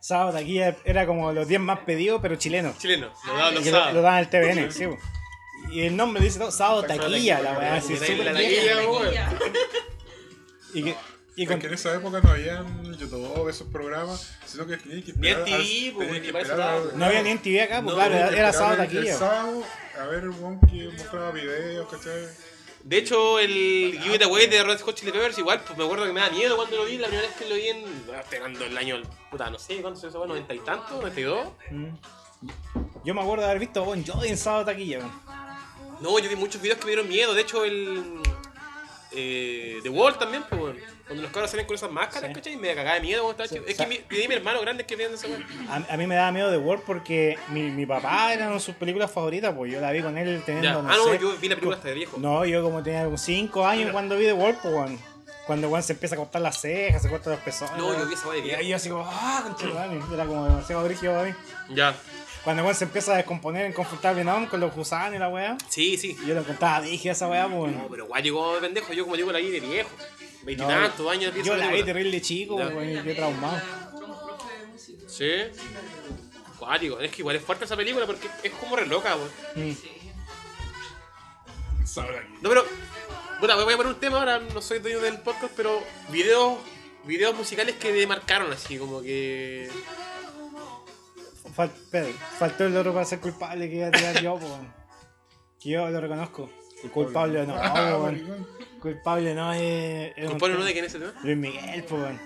S1: Sábado aquí era como los 10 más pedidos, pero chilenos.
S3: Chileno, lo daban los
S1: Que lo, lo
S3: sábados.
S1: dan al TVN, sí. bo. Y el nombre dice todo, sábado taquilla, la weá, así
S3: Taquilla,
S1: súper
S3: la
S1: vieja.
S3: taquilla.
S1: Y, que- y
S2: Porque
S1: con,
S2: en esa época no había YouTube, esos programas, sino que tenías que esperar.
S3: Ni MTV,
S2: al-
S3: po,
S2: tenías
S3: ni
S2: que
S3: para eso
S2: esperar
S3: nada.
S2: al-
S1: no había ni en TV acá, pues
S3: No,
S1: claro,
S3: tenía
S1: era,
S2: tenías que
S1: era
S2: esperar
S1: sábado
S2: el- El
S1: taquilla. bo.
S2: sábado, a ver, el weón que mostraba videos, ¿cachai?
S3: De hecho, el Give It Away de Red Hot Chili Peppers, igual, pues me acuerdo que me da miedo cuando lo vi, la primera vez que lo vi en. ah, estoy hablando del año, puta, no sé, ¿cuánto se hizo? ¿90 y tanto? ¿92?
S1: Mm. Yo me acuerdo de haber visto a Bon Jovi en sábado taquilla, bo.
S3: No, yo vi muchos videos que me dieron miedo. De hecho, el. Eh, The Wall también, pues, weón. Cuando los cabros salen con esas máscaras,
S1: Sí.
S3: ¿cachai? Y me cagaba de miedo, weón, estaba chico. Es
S1: o sea-
S3: que mi, pedí a mi hermano grande que vean esa weón.
S1: A, a mí me daba miedo The World porque mi, mi papá era una de sus películas favoritas, pues yo la vi con él teniendo,
S3: Ya.
S1: no
S3: Ah, no,
S1: sé,
S3: yo vi la película hasta de viejo.
S1: No, yo como tenía como 5 años cuando vi The Wolf, pues, weón. Cuando weón se empieza a cortar las cejas, se corta los pezones.
S3: No, yo
S1: weón.
S3: vi esa weá de
S1: Y
S3: viejo.
S1: ahí yo así como, ah, concha de madre, Era como demasiado brígido para mí.
S3: Ya.
S1: Cuando weón se empieza a descomponer en Comfortable Now con los gusanos y la weá.
S3: Sí, sí.
S1: Yo lo encontraba brígida esa weá, pues.
S3: No,
S1: weón.
S3: pero guay, llegó de pendejo. Yo, como digo, la vi de viejo.
S1: No,
S3: Veintitantos años. vi esa
S1: Yo la vi
S3: película.
S1: terrible chico,
S3: Ya.
S1: weón. y Yo traumado.
S3: Sí. Cuático, es que igual es fuerte esa película porque es como re loca, weón.
S1: Mm.
S2: Sabe aquí.
S3: No, pero. Bueno, voy a poner un tema ahora, no soy dueño del podcast, pero videos, videos musicales que me marcaron así, como que.
S1: Fal- Pedro, faltó el otro para ser culpable que iba a tirar yo, pues. weón. Que yo lo reconozco. Culpable, no,
S2: Ah,
S1: weón.
S2: maricón.
S1: Culpable no eh, es. es un
S3: ¿Culpable no
S1: tema.
S3: de quién es ese tema?
S1: Luis Miguel, pues, weón.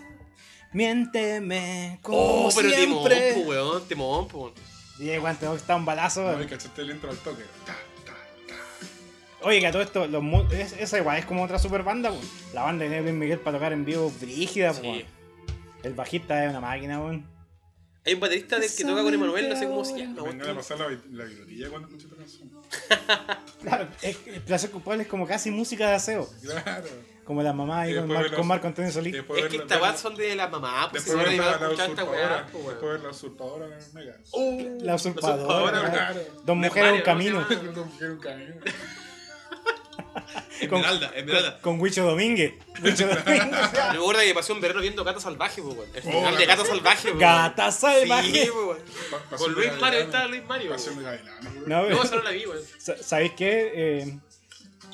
S1: Miénteme, como
S3: Oh, pero timón,
S1: siempre.
S3: po, weón, timón, po.
S1: Dije, cuánto tengo que estar un balazo.
S2: No,
S1: weón.
S2: y cachaste el intro al toque. Ta, ta, ta.
S1: Oye, que a todo esto, los mu- es- esa igual es como otra super banda, weón. La banda que tiene Luis Miguel para tocar en vivo brígida, pues.
S3: Sí.
S1: weón. El bajista es una máquina, weón.
S3: Hay un baterista del que toca con Emanuel, no sé cómo se llama.
S2: Venga de
S3: weón.
S2: pasar la, vi- la violilla cuando escuché esta canción.
S1: Claro, es, el placer culpable es como casi música de aseo.
S2: Claro.
S1: Como las mamás ahí
S2: Y
S1: con,
S2: después
S1: Mar-
S2: verlas-
S1: con Marco Antonio Solís.
S2: después
S3: Es que
S2: verla-
S3: esta weá son de la mamá, pues si
S2: Después
S3: no
S2: ver
S3: le iba a
S2: la, la
S3: escuchar esta
S2: usurpadora.
S3: weá, po,
S2: Después
S3: weón.
S2: ver la usurpadora en el mega.
S3: Uh,
S1: La usurpadora.
S3: weón.
S1: weón.
S2: claro.
S1: Dos
S3: De
S1: mujeres en un
S3: Mario, ¿no?
S1: camino.
S3: Se llama-
S2: No quiero un camino.
S3: Esmeralda, Esmeralda.
S1: Con Huicho Domínguez. Huicho Domínguez.
S3: Me acuerdo que pasé un verano viendo Gato Salvaje, po, weón. El final
S2: Oh,
S3: de Gato Salvaje, po,
S1: Gata
S3: weón.
S1: salvaje.
S3: Sí, po, weón.
S2: Pa- pasión
S3: Con
S2: de
S3: Luis Mario,
S2: Gavilán.
S3: está Luis Mario. po.
S2: Pasión de Gavilán.
S1: No,
S3: No, esa no la vi, weón.
S1: Sa- ¿Sabéis qué? Eh,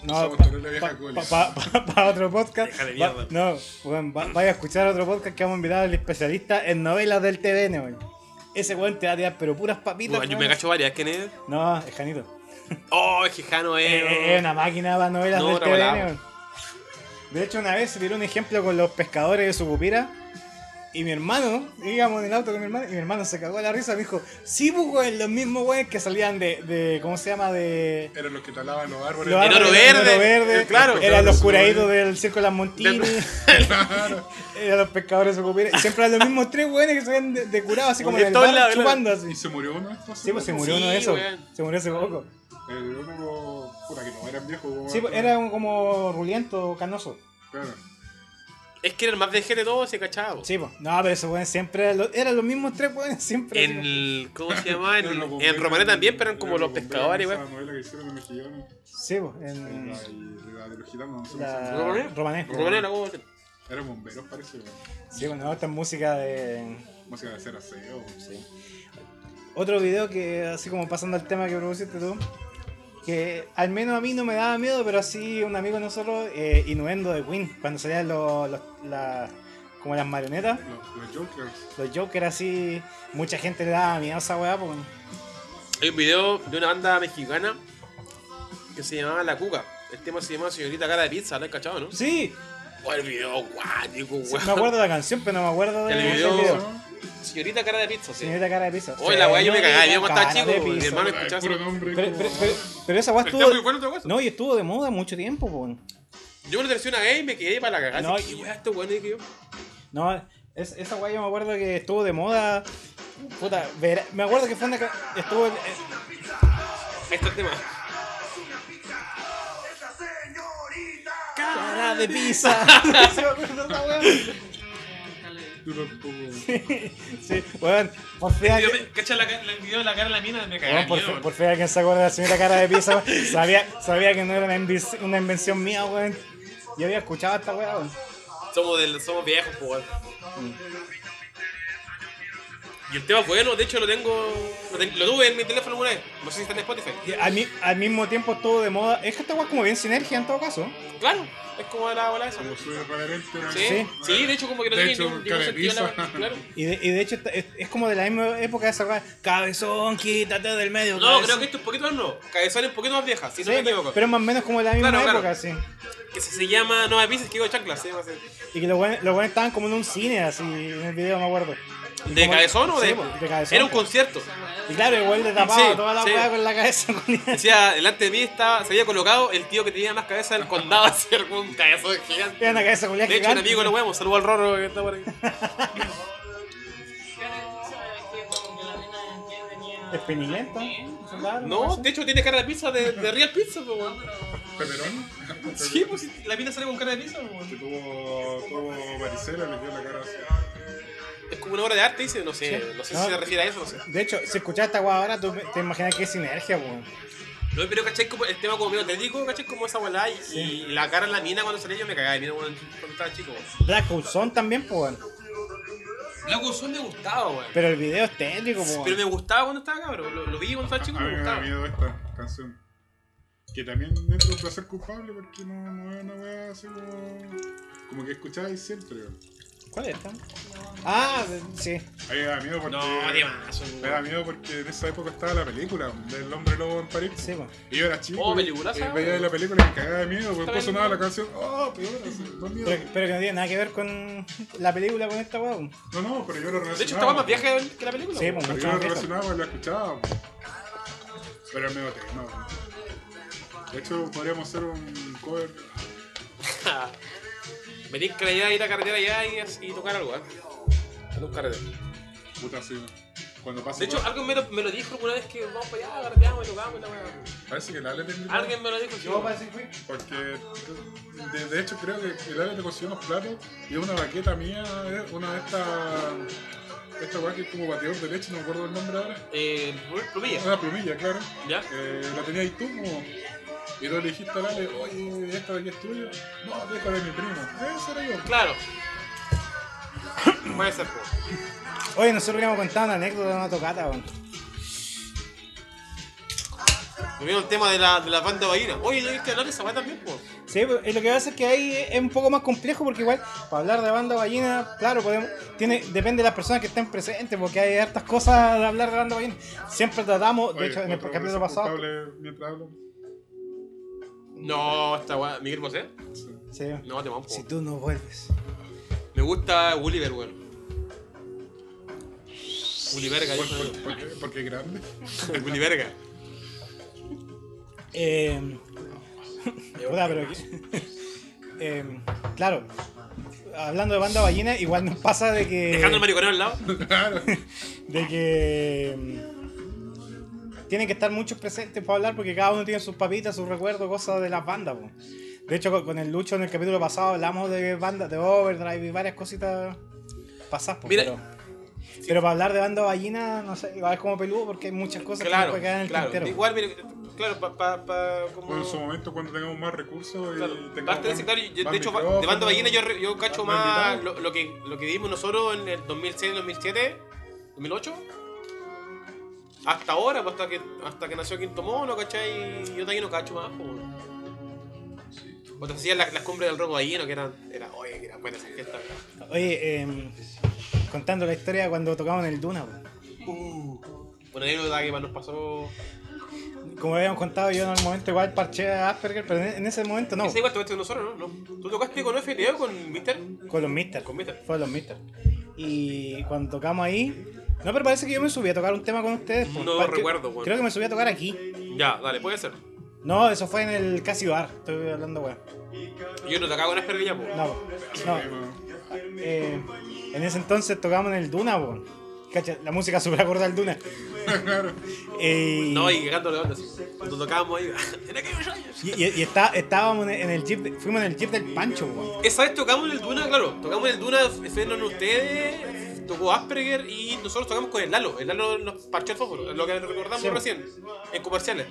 S1: no,
S2: Somos
S1: pa-
S2: Torero y la vieja
S1: pa-
S2: Julia.
S1: pa- pa- pa- pa otro podcast.
S3: Déjale
S1: Va-
S3: mierda.
S1: no, weón, va- vaya a escuchar otro podcast que vamos a invitar al especialista en novelas del TVN, weón. Ese weón te va a tirar, pero puras papitas.
S3: Weón, yo
S1: weón.
S3: me cacho varias, ¿quién es?
S1: No, es Janito.
S3: Oh, es que Jano es.
S1: Eh, eh, Es una máquina para novelas
S3: No,
S1: del
S3: otra
S1: TVN,
S3: volada.
S1: weón. De hecho, una vez se tiró un ejemplo con los pescadores de su pupira. Y mi hermano, íbamos en el auto con mi hermano, y mi hermano se cagó de la risa. Me dijo: Sí, pues, weón, los mismos weones que salían de, de. ¿Cómo se llama? De.
S2: Eran los que talaban los árboles.
S1: Los
S3: En
S1: árboles,
S3: oro
S1: en
S3: verde.
S1: oro verde,
S3: Eh, claro.
S1: Eran los
S2: Claro,
S1: curaditos
S2: sí.
S1: del Circo de las Montini.
S3: Del-
S2: Claro.
S1: eran los pescadores de Sucupira. Siempre eran los mismos tres weones que se ven de, de curados, así como
S3: De
S1: en el
S3: todos
S1: bar,
S3: lados,
S1: chupando así.
S2: Y se murió uno de estos.
S1: Sí, pues se murió
S3: Sí,
S1: uno de esos.
S3: weón.
S1: Se murió hace poco.
S2: El otro, puta, que no eran viejos.
S1: Sí, pues, era un- como ruliento, canoso.
S2: Claro.
S3: Es que era el más de de todos, se cachaba.
S1: Sí, pues. No, pero esos weones siempre eran los, eran los mismos tres weones, siempre.
S3: En el- ¿Cómo se llamaba? En,
S2: Eran los
S3: en
S2: bomberos,
S3: Romané también, pero eran como
S2: eran
S3: los
S2: bomberos,
S3: pescadores,
S2: esa
S3: weón.
S2: novela que hicieron de Mejillones,
S1: Sí, pues.
S2: en
S1: En
S2: la- y la de los gitanos, no sé cómo se llama.
S1: la...
S3: ¿Romané?
S1: Romané.
S3: Romané era como.
S2: Eran bomberos, parece, weón.
S1: Sí, bueno, esta música de...
S2: Música de hacer aseo, weón.
S1: Otro video que, así como pasando al tema que propusiste tú, que al menos a mí no me daba miedo, pero sí un amigo de nosotros, eh, Innuendo de Queen, cuando salían los, los- las- como las marionetas,
S2: Los, los Jokers.
S1: los Joker así, mucha gente le daba miedo a esa weá, pues,
S3: Hay un video de una banda mexicana que se llamaba La Cuca. El tema se llamaba Señorita Cara de Pizza, ¿lo has cachado, no?
S1: Sí,
S3: Oh, el video guático,
S1: sí,
S3: weón.
S1: me acuerdo de la canción, pero no me acuerdo de-
S3: El
S1: del
S3: video,
S1: video.
S2: ¿no?
S3: Señorita Cara de Pizza, sí.
S1: Señorita cara de pizza.
S3: Oye, la weá, yo me
S1: Señorita
S3: cagaba, yo cuando estaba
S1: cara
S3: chico,
S1: de
S3: mi
S1: pizza.
S3: hermano-
S2: Ah, el puro nombre.
S1: Pero,
S2: como-
S1: pero- pero- pero esa weá
S3: Pero está muy
S1: estuvo...
S3: bueno otra cosa.
S1: No, y estuvo de moda mucho tiempo, pues.
S3: Yo me lo tercé una vez y me quedé para la cagada.
S1: No,
S3: Así,
S1: y-
S3: ¿Qué weá este weón? dije yo.
S1: No, es- esa weá yo me acuerdo que estuvo de moda. Puta, vera- me acuerdo que fue una. ca- Estuvo. en- en-
S3: Ahí está el tema.
S1: Cara de pizza. Sí, me acuerdo esa weá.
S2: Tú lo- como-
S1: Sí, weón, por fe
S5: Yo
S1: alguien.
S5: me- Cacha la, ca- la- el video de la cara de la mina, me cagaba.
S1: weón, por, fe,
S5: miedo.
S1: por fe alguien se acuerda de la señorita cara de pizza. weón. Sabía, sabía que no era una, invis- una invención mía, weón. Yo había escuchado esta weá, weón.
S3: Somos, del, somos viejos, po, weón. Y el tema es bueno, de hecho lo tengo. Lo, ten- lo tuve en mi teléfono una vez. No sé si está en Spotify.
S1: Y Al, mi- al mismo tiempo estuvo de moda. Es que esta weá es como bien sinergia en todo caso.
S3: Claro, es como la bola esa.
S2: Como soy irreverente. ¿no?
S3: Sí, sí,
S1: Sí.
S3: de hecho, como que no
S2: De
S3: tiene
S2: hecho,
S3: ningún- ningún
S2: cara de
S3: sentido la-
S2: pizza.
S3: Claro.
S1: Y de, y de hecho esta- es, es como de la misma época esa weá. Cabezón, quítate del medio.
S3: No,
S1: cabezón.
S3: creo que esto es un poquito más nuevo. Cabezón es un poquito más vieja, si no
S1: Sí,
S3: me equivoco.
S1: pero es más o menos como de la misma
S3: Claro, claro.
S1: época, sí.
S3: Que se, se llama Nueva Pizza, que digo chancla, sí, va a ser.
S1: Y que los buenos, los buenos estaban como en un cine, así, en el video, me acuerdo. Y
S3: ¿De
S1: como-
S3: cabezón o de.?
S1: Sí, pues, de cabezón.
S3: Era un concierto.
S1: Y claro, igual le tapaba
S3: Sí,
S1: toda la
S3: sí.
S1: weá con la cabeza. con-
S3: Decía, delante de mí estaba, se había colocado el tío que tenía más cabeza del condado, así, era como un cabezón gigante.
S1: Era una cabeza culiada
S3: De hecho, un
S1: gigante.
S3: amigo lo huevos, saludo al Rorro que está por aquí.
S1: ¿Es penilento? ¿Es raro?
S3: No,
S1: sé.
S3: de hecho tiene cara de pizza, de, de real pizza, pues, weón.
S2: Peperón.
S3: Sí, pues si la mina sale con cara de pizza, pues,
S2: Que
S3: weón.
S2: tuvo, tuvo varicela, le quedó la cara así.
S3: Es como una obra de arte, dice, no sé,
S1: Sí.
S3: no sé
S1: No.
S3: si se refiere a eso, no sé.
S1: De hecho, si escuchás esta weá ahora, tú te imaginas que es sinergia, weón.
S3: No, pero cachai como el tema como medio atlético, cachai como esa volada y, y la cara en la mina cuando salía yo me cagaba de miedo cuando, cuando estaba chico. weón.
S1: Black Hole Sun también, po, weón.
S3: La Guzón me gustaba, weón.
S1: Pero el video es tétrico, po,
S3: Pero me
S1: weón.
S3: gustaba cuando estaba cabrón, lo, lo vi cuando estaba chico
S2: A
S3: y
S2: mí
S3: me
S2: me da
S3: gustaba.
S2: miedo esta canción. Que también dentro de un placer culpable, porque no, no es una weá así como. Como que escucháis siempre. weón.
S1: ¿Cuál es esta? Ah, sí.
S2: A mí me da miedo porque.
S3: No, temazo,
S2: me da
S3: weón.
S2: miedo porque en esa época estaba la película del hombre lobo en París.
S1: Sí, weón.
S2: Y yo era chico.
S3: Oh,
S2: y-
S3: peliculaza,
S2: y
S3: weón.
S2: Veía la película y me cagaba de miedo. Porque
S3: Está
S2: después
S3: bien.
S2: sonaba la canción. Oh, peor, así, más miedo.
S1: Pero, pero que no tiene nada que ver con la película, con esta weá, weón.
S2: No, no, pero yo lo relacionaba.
S3: De hecho estaba más vieja que la película.
S1: Sí,
S3: weón.
S1: pues,
S2: Pero
S1: mucho
S2: yo lo
S1: más viejo.
S2: relacionaba y lo escuchaba. po. Pero es medio tema. po. De hecho, podríamos hacer un cover.
S3: Me tinca la idea de ir a carretera allá y, as- y tocar algo, ¿eh? En un carretero.
S2: Puta, así. Cuando pase.
S3: De hecho,
S2: por-
S3: alguien me lo, me lo dijo alguna vez que vamos para allá, carreteamos y tocamos y la weá.
S2: parece que el Ale te invitó.
S3: Alguien me lo dijo, sí, weón.
S2: Porque. De, de hecho, creo que el Ale te consiguió unos platos y una baqueta mía, eh, una de estas. Esta weá que es como bateador de leche, no me acuerdo el nombre ahora.
S3: Eh, plumilla,
S2: Una plumilla, claro.
S3: ¿ya?
S2: Eh, la tenías tú, po. Y tú le dijiste al Ale, oye, esta de aquí es tuya. No, esta de mi primo. Eso era yo.
S3: Claro. Puede ser, pues.
S1: Oye, nosotros habíamos contado una anécdota de una tocata, weón.
S3: Me vino el tema de la, de la banda ballena. Oye, ¿le viste hablar de esa weá también, po?
S1: Sí, pero- y lo que pasa es que ahí es un poco más complejo porque igual para hablar de banda ballena, claro, podemos, tiene, depende de las personas que estén presentes porque hay hartas cosas de hablar de banda ballena. Siempre tratamos, de
S2: Oye,
S1: hecho en el
S2: otro
S1: capítulo
S2: placer
S1: pasado.
S2: culpable mientras hablo.
S3: No, esta weá. Miguel Bosé.
S2: Sí.
S1: Sí.
S3: No, te vamos,
S1: Si tú no vuelves.
S3: Me gusta Gulliver, weón. Gulliverga, yo
S2: ¿Por,
S3: soy.
S2: por, por qué? ¿Por qué es grande?
S3: Gulliverga.
S1: Eh, puta, pero que- eh, claro, hablando de banda ballena, igual nos pasa de que.
S3: Dejando el mariconeo al lado.
S2: claro.
S1: de que mm, tiene que estar muchos presentes para hablar porque cada uno tiene sus papitas, sus recuerdos, cosas de las bandas. po. De hecho, con- con el Lucho en el capítulo pasado hablamos de bandas, de Overdrive y varias cositas pasadas. po,
S3: Mira.
S1: pero, pero para hablar de banda ballina, no sé, igual es como peludo porque hay muchas cosas que nos
S3: Claro,
S1: pueden quedar en el
S3: claro.
S1: tintero.
S3: Igual, mire, claro, para. Pa, pa- como...
S2: Bueno, en su momento, cuando tengamos más recursos y
S3: Claro,
S2: tengamos
S3: basta de
S2: más-
S3: ese, claro, yo-
S2: más
S3: de hecho,
S2: micrófonos,
S3: de Banda Ballena yo, re- yo cacho
S2: más
S3: más
S2: invitados.
S3: lo, lo que, lo que vivimos nosotros en el 2006, 2007, 2008. Hasta ahora, pues, hasta que, hasta que nació Quinto Mono, ¿cachai? Yo también no cacho más, pues, po. O te hacían las, las cumbres del rock balleno, que eran, era, oye, que era buena esa fiesta, ¿verdad?
S1: Oye, em, contando la historia cuando tocaban en el Duna, po.
S3: Uh. Una anécdota que nos pasó...
S1: Como habíamos contado, yo en el momento igual parché a Asperger, pero en en ese momento no.
S3: Esa igual tocaste con nosotros, ¿no? ¿no? ¿Tú tocaste con FTA o con Mister?
S1: Con los Mister.
S3: Con Mister.
S1: Fue los Mister. Y cuando tocamos ahí. No, pero parece que yo me subí a tocar un tema con ustedes. pues.
S3: No
S1: Pa-
S3: recuerdo,
S1: creo,
S3: weón.
S1: creo que me subí a tocar aquí.
S3: Ya, dale, puede ser.
S1: No, eso fue en el Casi Bar. Estoy hablando, weón.
S3: Yo no tocaba con Asperger ya, pues. po.
S1: No, no. Eh, en ese entonces tocamos en el Duna, weón. Cacha, la música súper acorde al Duna. Eh,
S3: No, y cagando la onda, así. Cuando tocábamos ahí. en aquellos años.
S1: y, y- y está- estábamos en el jeep, de- fuimos en el jeep del Pancho, weón.
S3: Esa vez tocamos en el Duna, claro. Tocamos en el Duna, fueron ustedes, tocó Asperger y nosotros tocamos con el Lalo. El Lalo nos parchó el fósforo, es lo que recordamos
S1: Sí.
S3: recién, en comerciales.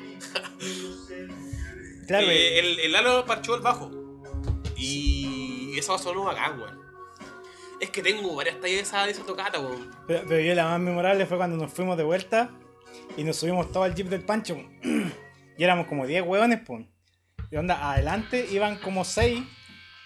S1: Claro,
S3: Eh,
S1: eh,
S3: el, el Lalo parchó el bajo. Y esa sonó bacán, weón. Es que tengo varias tallas de esa, de esa tocata, weón.
S1: pero, pero yo la más memorable fue cuando nos fuimos de vuelta y nos subimos todo al jeep del Pancho. weón. y éramos como 10 weones, pues. Y onda, adelante iban como 6.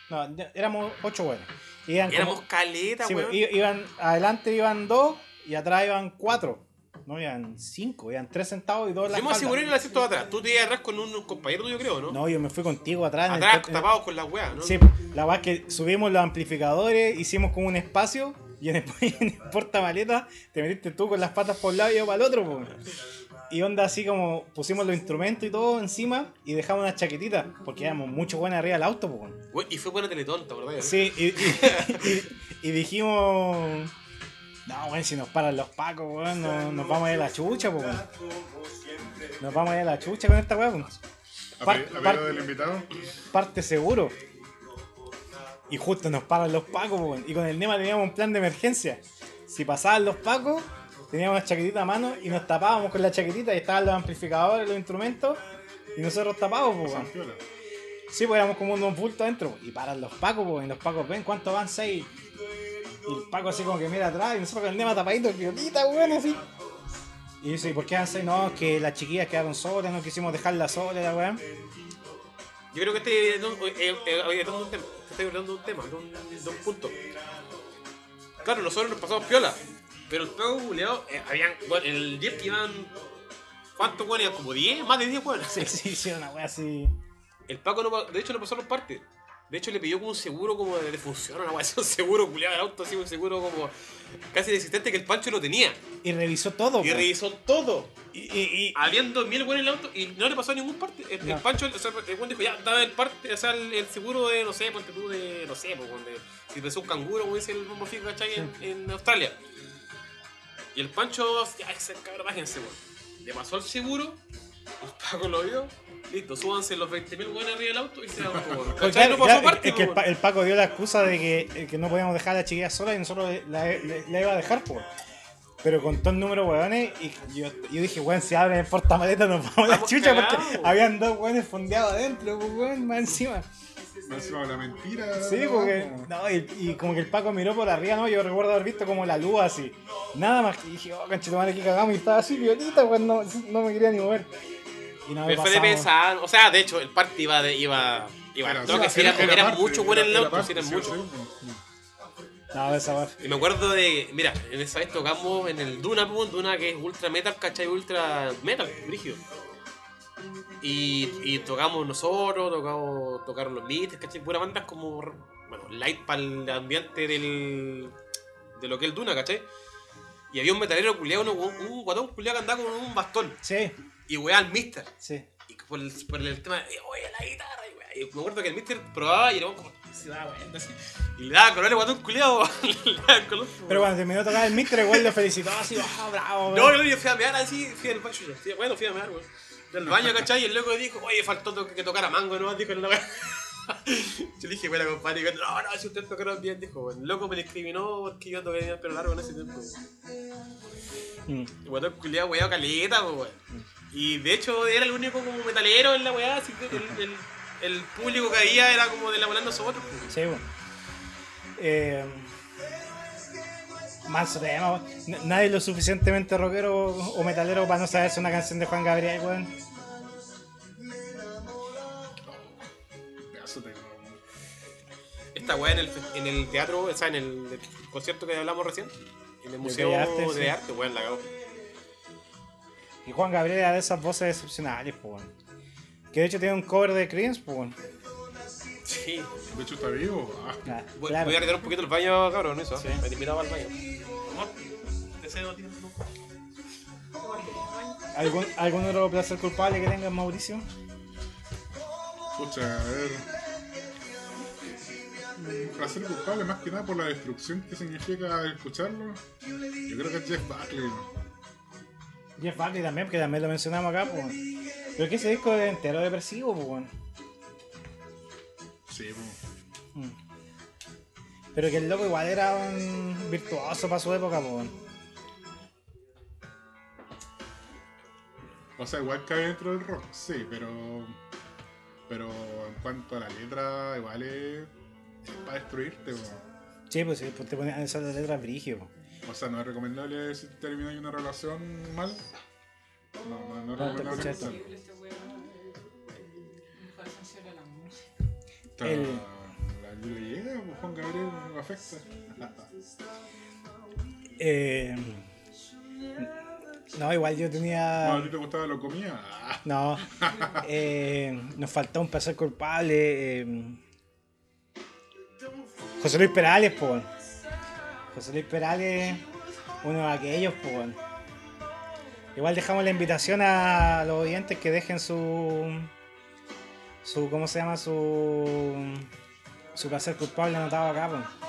S1: No, ya- éramos 8 weones. Iban como-
S3: Éramos caleta,
S1: sí,
S3: weón.
S1: i- iban, adelante iban 2 y atrás iban 4. No, iban 5, iban 3 sentados y 2 en la
S3: Yo me aseguré en
S1: espalda.
S3: el asiento de atrás. Tú te ibas atrás con un compañero tuyo, creo, ¿no?
S1: No, yo me fui contigo atrás. en el
S3: Atrás,
S1: to- en-
S3: tapados con las weas, ¿no?
S1: Sí, po. la verdad es que subimos los amplificadores, hicimos como un espacio y en el, en el portamaleta te metiste tú con las patas por un lado y yo para el otro. po. Y onda así como pusimos los instrumentos y todo encima y dejamos una chaquetita porque éramos mucho buenos arriba del auto. po.
S3: Güey, Y fue buena Teletón, ¿te acordás?
S1: Sí, y, y- y- y dijimos... No, bueno, si nos paran los pacos, weón, no- nos vamos a ir a la chucha, po, weón. Nos vamos a ir a la chucha con esta weá, po.
S2: A
S1: Par-
S2: pe- a
S1: par-
S2: pedido del invitado.
S1: parte seguro. Y justo nos paran los pacos, po, weón. y con el NEMA teníamos un plan de emergencia. Si pasaban los pacos, teníamos una chaquetita a mano y nos tapábamos con la chaquetita y estaban los amplificadores, los instrumentos, y nosotros tapados, po, weón.
S2: San Piola.
S1: Sí, pues éramos como unos bultos adentro. po, Y paran los pacos, po, y los pacos ven cuánto van, seis. Y el paco así como que mira atrás, y nosotros con el NEMA tapadito, piolita, weón, así. Y dice, ¿y por qué van seis? No, que las chiquillas quedaron solas, no quisimos dejarlas solas, la weón.
S3: Yo creo que este no, eh, eh, eh, es un tema, te estoy hablando de un tema, de un, de un punto. Claro, nosotros nos pasamos piola, pero el pego buleado, eh, habían, bueno, en el jeep iban, ¿cuántos weones? Como 10, más de 10 weones.
S1: Sí, sí, sí, una weá así.
S3: El Paco, no, pa- de hecho, le pasó los partes. De hecho, le pidió como un seguro como de defunción, una weá, así, un seguro culiado del auto, así, un seguro como casi inexistente que el Pancho lo tenía.
S1: Y revisó todo. pues.
S3: Y
S1: po.
S3: revisó todo.
S1: Y, y- y-
S3: habiendo mil weones en el auto y no le pasó a ningún parte. El, el
S1: No.
S3: Pancho, o sea, el weón dijo, ya, dame el parte, o sea, el, el seguro de, no sé, ponte tú de, no sé, pues, weón, de- si te pasó un canguro, como dice el bombo fijo, ¿cachai? En, en Australia. Y el Pancho, ya, ese cabrón, bájense, weón. Le pasó el seguro, el Paco lo vio, listo, súbanse los 20.000 weones arriba del auto y se van, weón.
S1: Porque
S3: ¿Cachai?
S1: claro,
S3: No pasó
S1: claro,
S3: parte, pues.
S1: es que el,
S3: weón.
S1: pa- el Paco dio la excusa de que, eh, que no podíamos dejar a la chiquilla sola y nosotros la, la- la iba a dejar, pues. Pero con todo el número de hueones, y yo, yo dije, weón, si abren el portamaleta nos vamos a la
S3: Estamos
S1: chucha, porque
S3: cagados.
S1: habían dos hueones fondeados adentro, pues, weón, más encima.
S2: Más encima de la mentira.
S1: Sí,
S2: ¿no?
S1: porque. No, y, y como que el Paco miró por arriba, ¿no? Yo recuerdo haber visto como la luz así. Nada más que dije, oh, conchetumare, aquí cagamos, y estaba así, violita, weón, no, no me quería ni mover. Y no
S3: Me fue de
S1: pasamos.
S3: pesar, o sea, de hecho, el parte iba, de, iba, iba,
S2: Era-
S3: creo que
S2: era-
S3: sí, era,
S2: era
S3: eran
S2: parte,
S3: muchos weones en el
S2: era
S3: auto,
S2: parte,
S3: sí, eran
S2: sí,
S3: muchos.
S2: sí, sí.
S1: No, esa weá.
S3: Y me acuerdo de, mira, en esa vez tocamos en el Duna, pues, Duna que es ultra metal, ¿cachai? Ultra metal, rígido. Y, y tocamos nosotros, tocamos, tocaron los mites, ¿cachai? Pura bandas como, bueno, light para el ambiente del, de lo que es el Duna, ¿cachai? Y había un metalero culiado, un, un guatón culiado que andaba con un bastón.
S1: Sí,
S3: Y weá al mister.
S1: sí.
S3: Y que por el, por el tema, de, oye, la guitarra, y weá. Y me acuerdo que el mister probaba y era como,
S5: se daba vuelta así. Y le daba color al guatón culiado. le daba color.
S1: Pero cuando terminó de tocar el Mitre, igual lo felicitó así, "Ah, bravo.
S3: No,
S1: weón".
S3: no, yo fui a mear así, fui al baño. yo. Fui- Bueno, fui a mear, weón. Fui al baño, ¿cachai? Y el loco dijo, oye, faltó to- que tocara mango, ¿no? Dijo el loco. Yo le dije, bueno, compadre, y dijo, no, no, si ustedes tocaron bien, dijo, bueno, el loco me discriminó porque yo toqué el pelo largo en ese tiempo.
S1: Mm.
S3: El guatón culiado, weón, caleta, po, weón. Y de hecho era el único como metalero en la weá, así que el, el- el público que había era como de la volando nosotros. po.
S1: Sí, weón. Eh, manso tema, weón. N- Nadie es lo suficientemente rockero o metalero para no saberse una canción de Juan Gabriel, weón.
S2: Pedazo de tema, weón.
S3: Esta weá en el, en el teatro, o sea, en el, el concierto que hablamos recién, en el Museo
S1: Bellas Artes,
S3: de
S1: sí.
S3: Arte, weón, la cagó.
S1: Y Juan Gabriel era de esas voces excepcionales, po, weón. Que de hecho tiene un cover de pues, Creams, po, weón.
S3: Sí,
S2: De hecho, está vivo. Ah,
S1: Ah,
S3: voy,
S1: claro.
S3: voy a retirar un poquito el baño, cabrón, eso.
S1: Sí.
S3: Me invitaba al baño.
S5: Amor, deseo a ti, no.
S1: ¿Algún, ¿Algún otro placer culpable que tengas, Mauricio?
S2: Pucha, a ver. Placer culpable más que nada por la destrucción que significa escucharlo. Yo creo que es Jeff Buckley.
S1: Jeff Buckley también, porque también lo mencionamos acá, po, weón. Pero es que ese disco es entero depresivo, pues, po, weón.
S2: Sí, po.
S1: Mm. Pero que el loco igual era un virtuoso para su época, po, weón.
S2: O sea, igual cabe dentro del rock, sí, pero. Pero en cuanto a la letra, igual es. para destruirte, po.
S1: Sí, pues, sí, pues te ponían esas letras brigio, po.
S2: O sea, no es recomendable si termináis una relación mal. No, no, no es
S1: Ah, te escuché
S2: recomendable. hacerlo.
S4: Este weón. Mejor esencial de la música.
S2: Está-
S1: El-
S2: La llega, po, Juan Gabriel me afecta.
S1: Eh, no, igual yo tenía...
S2: No, ¿A ti te gustaba lo comía? Ah.
S1: No. Eh, nos faltaba un placer culpable. eh, José Luis Perales, po. weón. José Luis Perales, uno de aquellos, po. weón. Igual dejamos la invitación a los oyentes que dejen su. su ¿Cómo se llama? Su. Su placer culpable anotado acá, po.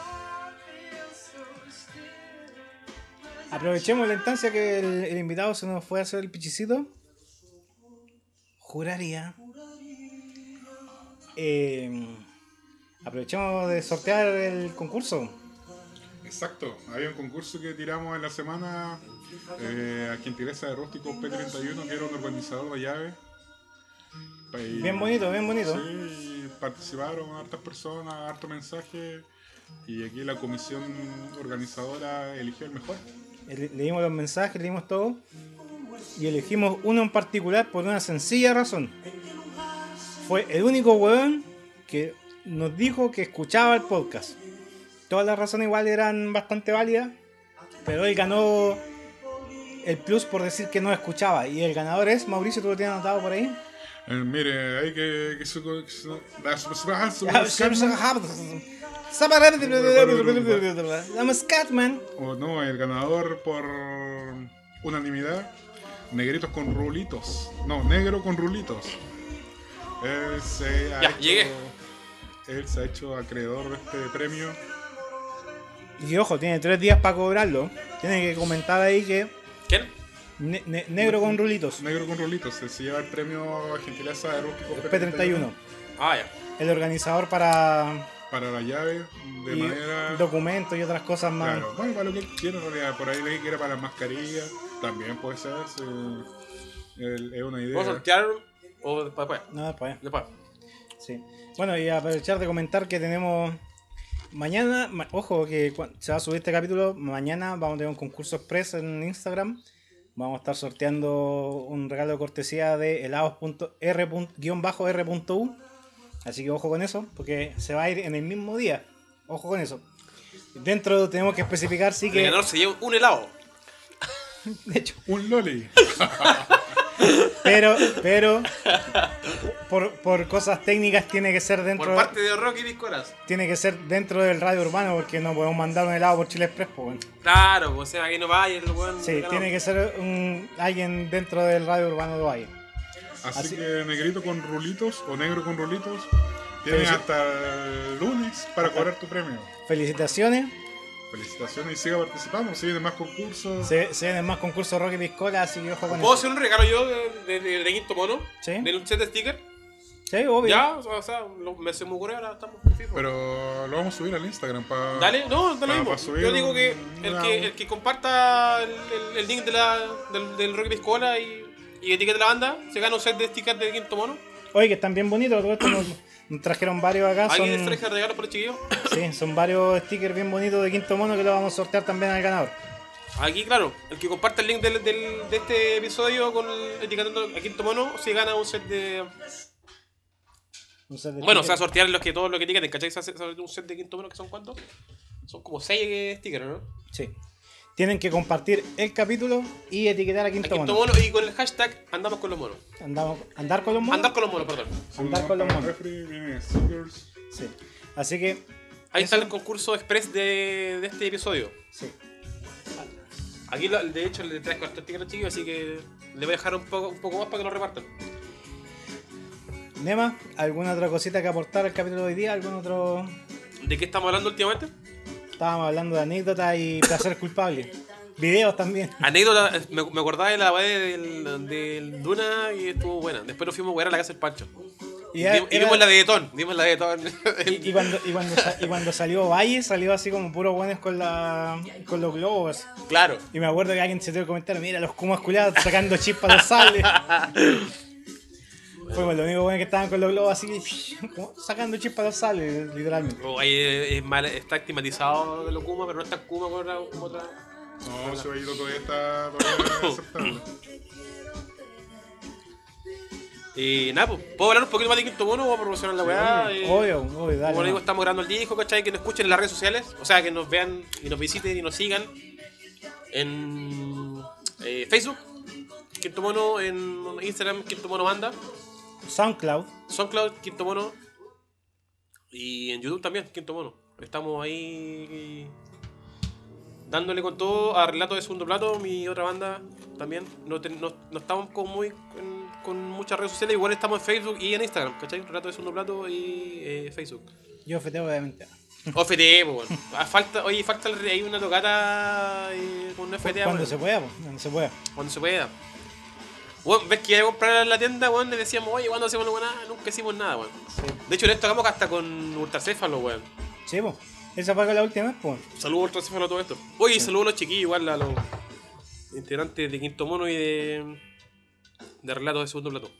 S1: Aprovechemos la instancia que el, el invitado se nos fue a hacer el pichicito juraría. Eh, aprovechamos de sortear el concurso.
S2: Exacto, había un concurso que tiramos en la semana eh, a gentileza de Rústico P31, que era un organizador de llaves. Pa- y-
S1: Bien bonito, bien bonito.
S2: Sí, y participaron hartas personas, harto mensaje. Y aquí la comisión organizadora eligió el mejor.
S1: Le- Leímos los mensajes, leímos todo. Y elegimos uno en particular por una sencilla razón. Fue el único huevón que nos dijo que escuchaba el podcast. Todas las razones igual eran bastante válidas. Pero él ganó el plus por decir que no escuchaba. Y el ganador es, Mauricio, ¿tú lo tienes anotado por ahí?
S2: Eh, mire, hay que. que su- que su- la- su- su- ah, su-
S1: Vamos, Catman.
S2: o no, el ganador por unanimidad, negritos con rulitos. No, negro con rulitos. Él se ha
S3: Ya,
S2: hecho,
S3: llegué.
S2: Él se ha hecho acreedor de este premio.
S1: Y ojo, tiene tres días para cobrarlo. Tiene que comentar ahí que
S3: ¿Quién?
S1: ne- ne- negro con rulitos.
S2: Negro con rulitos, él se lleva el premio a gentileza de Rústico
S1: P31.
S3: Ah, ya.
S1: El organizador para
S2: Para la llave, de
S1: y
S2: manera.
S1: documentos y otras cosas más.
S2: Claro, bueno, para lo que quiera, en realidad, por ahí le quiera para las mascarillas, también puede ser. sí. El- es una
S3: ¿Vamos a
S2: idea.
S3: sortear o después? pues,
S1: No, pues. después.
S3: Después.
S1: Sí. Bueno, y aprovechar de comentar que tenemos. Mañana, ma- ojo, que cua- se va a subir este capítulo. Mañana vamos a tener un concurso express en Instagram. Vamos a estar sorteando un regalo de cortesía de helados.r.u. Así que ojo con eso, porque se va a ir en el mismo día. Ojo con eso. Dentro tenemos que especificar, sí
S3: El
S1: que.
S3: ganador se lleva un helado.
S1: De hecho,
S2: Un loli.
S1: pero, pero. Por, por cosas técnicas tiene que ser dentro.
S3: Por parte de Rocky Discoras.
S1: tiene que ser dentro del radio urbano porque no podemos mandar un helado por Chile Express, pues, weón.
S3: Claro, o sea, que no vaya el weón.
S1: Sí, tiene que ser un, alguien dentro del radio urbano de Valle.
S2: Así,
S1: Así-
S2: que negrito con rulitos o negro con rulitos, Tienes
S1: Felici-
S2: hasta el lunes para cobrar tu premio.
S1: Felicitaciones.
S2: Felicitaciones y siga participando. Si vienen más concursos,
S1: Se, se vienen más concursos Rocket y Cola, así que ojo con
S3: ¿Puedo
S1: eso.
S3: hacer un regalo yo de, de, de- de quinto mono?
S1: Sí.
S3: ¿De un set de stickers?
S1: Sí, obvio.
S3: Ya, o sea, lo- me se me ocurrió, ahora estamos fijo.
S2: pero lo vamos a subir al Instagram para.
S3: Dale, no, da lo
S2: Ah,
S3: mismo.
S2: para subir
S3: Yo digo que
S2: un-
S3: el
S2: una-
S3: que, el que comparta el, el- el link de la, del, del Rock Piscola y, y etiquete la banda, se gana un set de stickers de quinto mono.
S1: Oye, que están bien bonitos. todo esto nos- nos trajeron varios acá. Son,
S3: ¿Alguien traje regalos para los chiquillos?
S1: sí, son varios stickers bien bonitos de quinto mono que lo vamos a sortear también al ganador.
S3: Aquí, claro, el que comparta el link del, del- de este episodio con el- etiquetando a quinto mono, se gana un set de.
S1: Un set de
S3: Bueno, o sea,
S1: stickers.
S3: sortear los que todos los que etiqueten, ¿cachai? Se hace- se hace Un set de quinto mono que son cuántos? Son como 6 stickers, ¿no?
S1: Sí. Tienen que compartir el capítulo y etiquetar a
S3: A
S1: quinto,
S3: quinto
S1: mono.
S3: mono y con el hashtag andamos con los monos.
S1: Andamos- andar con los monos.
S3: Andar con los monos, perdón.
S1: andar con los monos.
S2: Vienen stickers.
S1: Sí. Así que,
S3: Ahí
S1: Eso.
S3: está el concurso express de, de este episodio.
S1: sí.
S3: Aquí, lo- de hecho, le traje estos stickers chicos, así que le voy a dejar un poco, un poco más para que lo repartan.
S1: Nema, ¿alguna otra cosita que aportar al capítulo de hoy día? ¿Algún otro...?
S3: ¿De qué estamos hablando últimamente?
S1: Estábamos hablando de anécdotas y placer culpable. Videos también.
S3: Anécdota, me, me acordaba de la weá del, del Duna y estuvo buena. Después nos fuimos a wear a la casa del Pancho.
S1: Y,
S3: Y,
S1: era-
S3: vimos- y vimos la de Ton, vimos la de Ton.
S1: y- y cuando, y, cuando, sa- y cuando salió Valle, salió así como puro buenos con, la, con los globos.
S3: claro.
S1: Y me acuerdo que alguien se tuvo que comentar, mira, los kumas culiados sacando chispas de sable. Fue como lo único bueno que estaban con los globos así, como sacando chispas de sable, literalmente.
S3: Oh, ahí es, es mal- está estigmatizado de lo Kuma, pero no está Kuma como otra. como otra-
S2: No, su oído todavía está todavía aceptable.
S3: Y nada, pues, ¿puedo hablar un poquito más de Quinto Mono? Voy a promocionar la weá. Eh, y-
S1: Obvio, obvio, dale.
S3: Como le digo,
S1: no.
S3: estamos grabando el disco, ¿cachai? Que nos escuchen en las redes sociales, o sea, que nos vean y nos visiten y nos sigan en eh, Facebook, Quinto Mono, en Instagram, Quinto Mono Banda,
S1: SoundCloud.
S3: SoundCloud, Quinto Mono, y en YouTube también, Quinto Mono. Estamos ahí dándole con todo a Relato de Segundo Plato, mi otra banda también. No, ten- no- no estamos con, muy, con, con muchas redes sociales, igual estamos en Facebook y en Instagram, ¿cachai? Relato de Segundo Plato y eh, Facebook.
S1: Yo feteo obviamente.
S3: OFT, po, weón. Ah, falta, oye, falta el- hay una tocata eh, con un FT
S1: Cuando se pueda, pues, cuando se pueda.
S3: cuando se pueda. Weón, ves que iba a comprar en la tienda, weón, le decíamos, oye, ¿cuándo hacemos algo? Nada, nunca hicimos nada, weón.
S1: Sí,
S3: De hecho, les tocamos hasta con Ultracéfalo, weón.
S1: sí pues. Esa fue la última vez, pues.
S3: Saludos Ultracéfalo a todo esto. Oye, y saludos a los chiquillos, igual a los integrantes de Quinto Mono y de. de Relatos de Segundo Plato.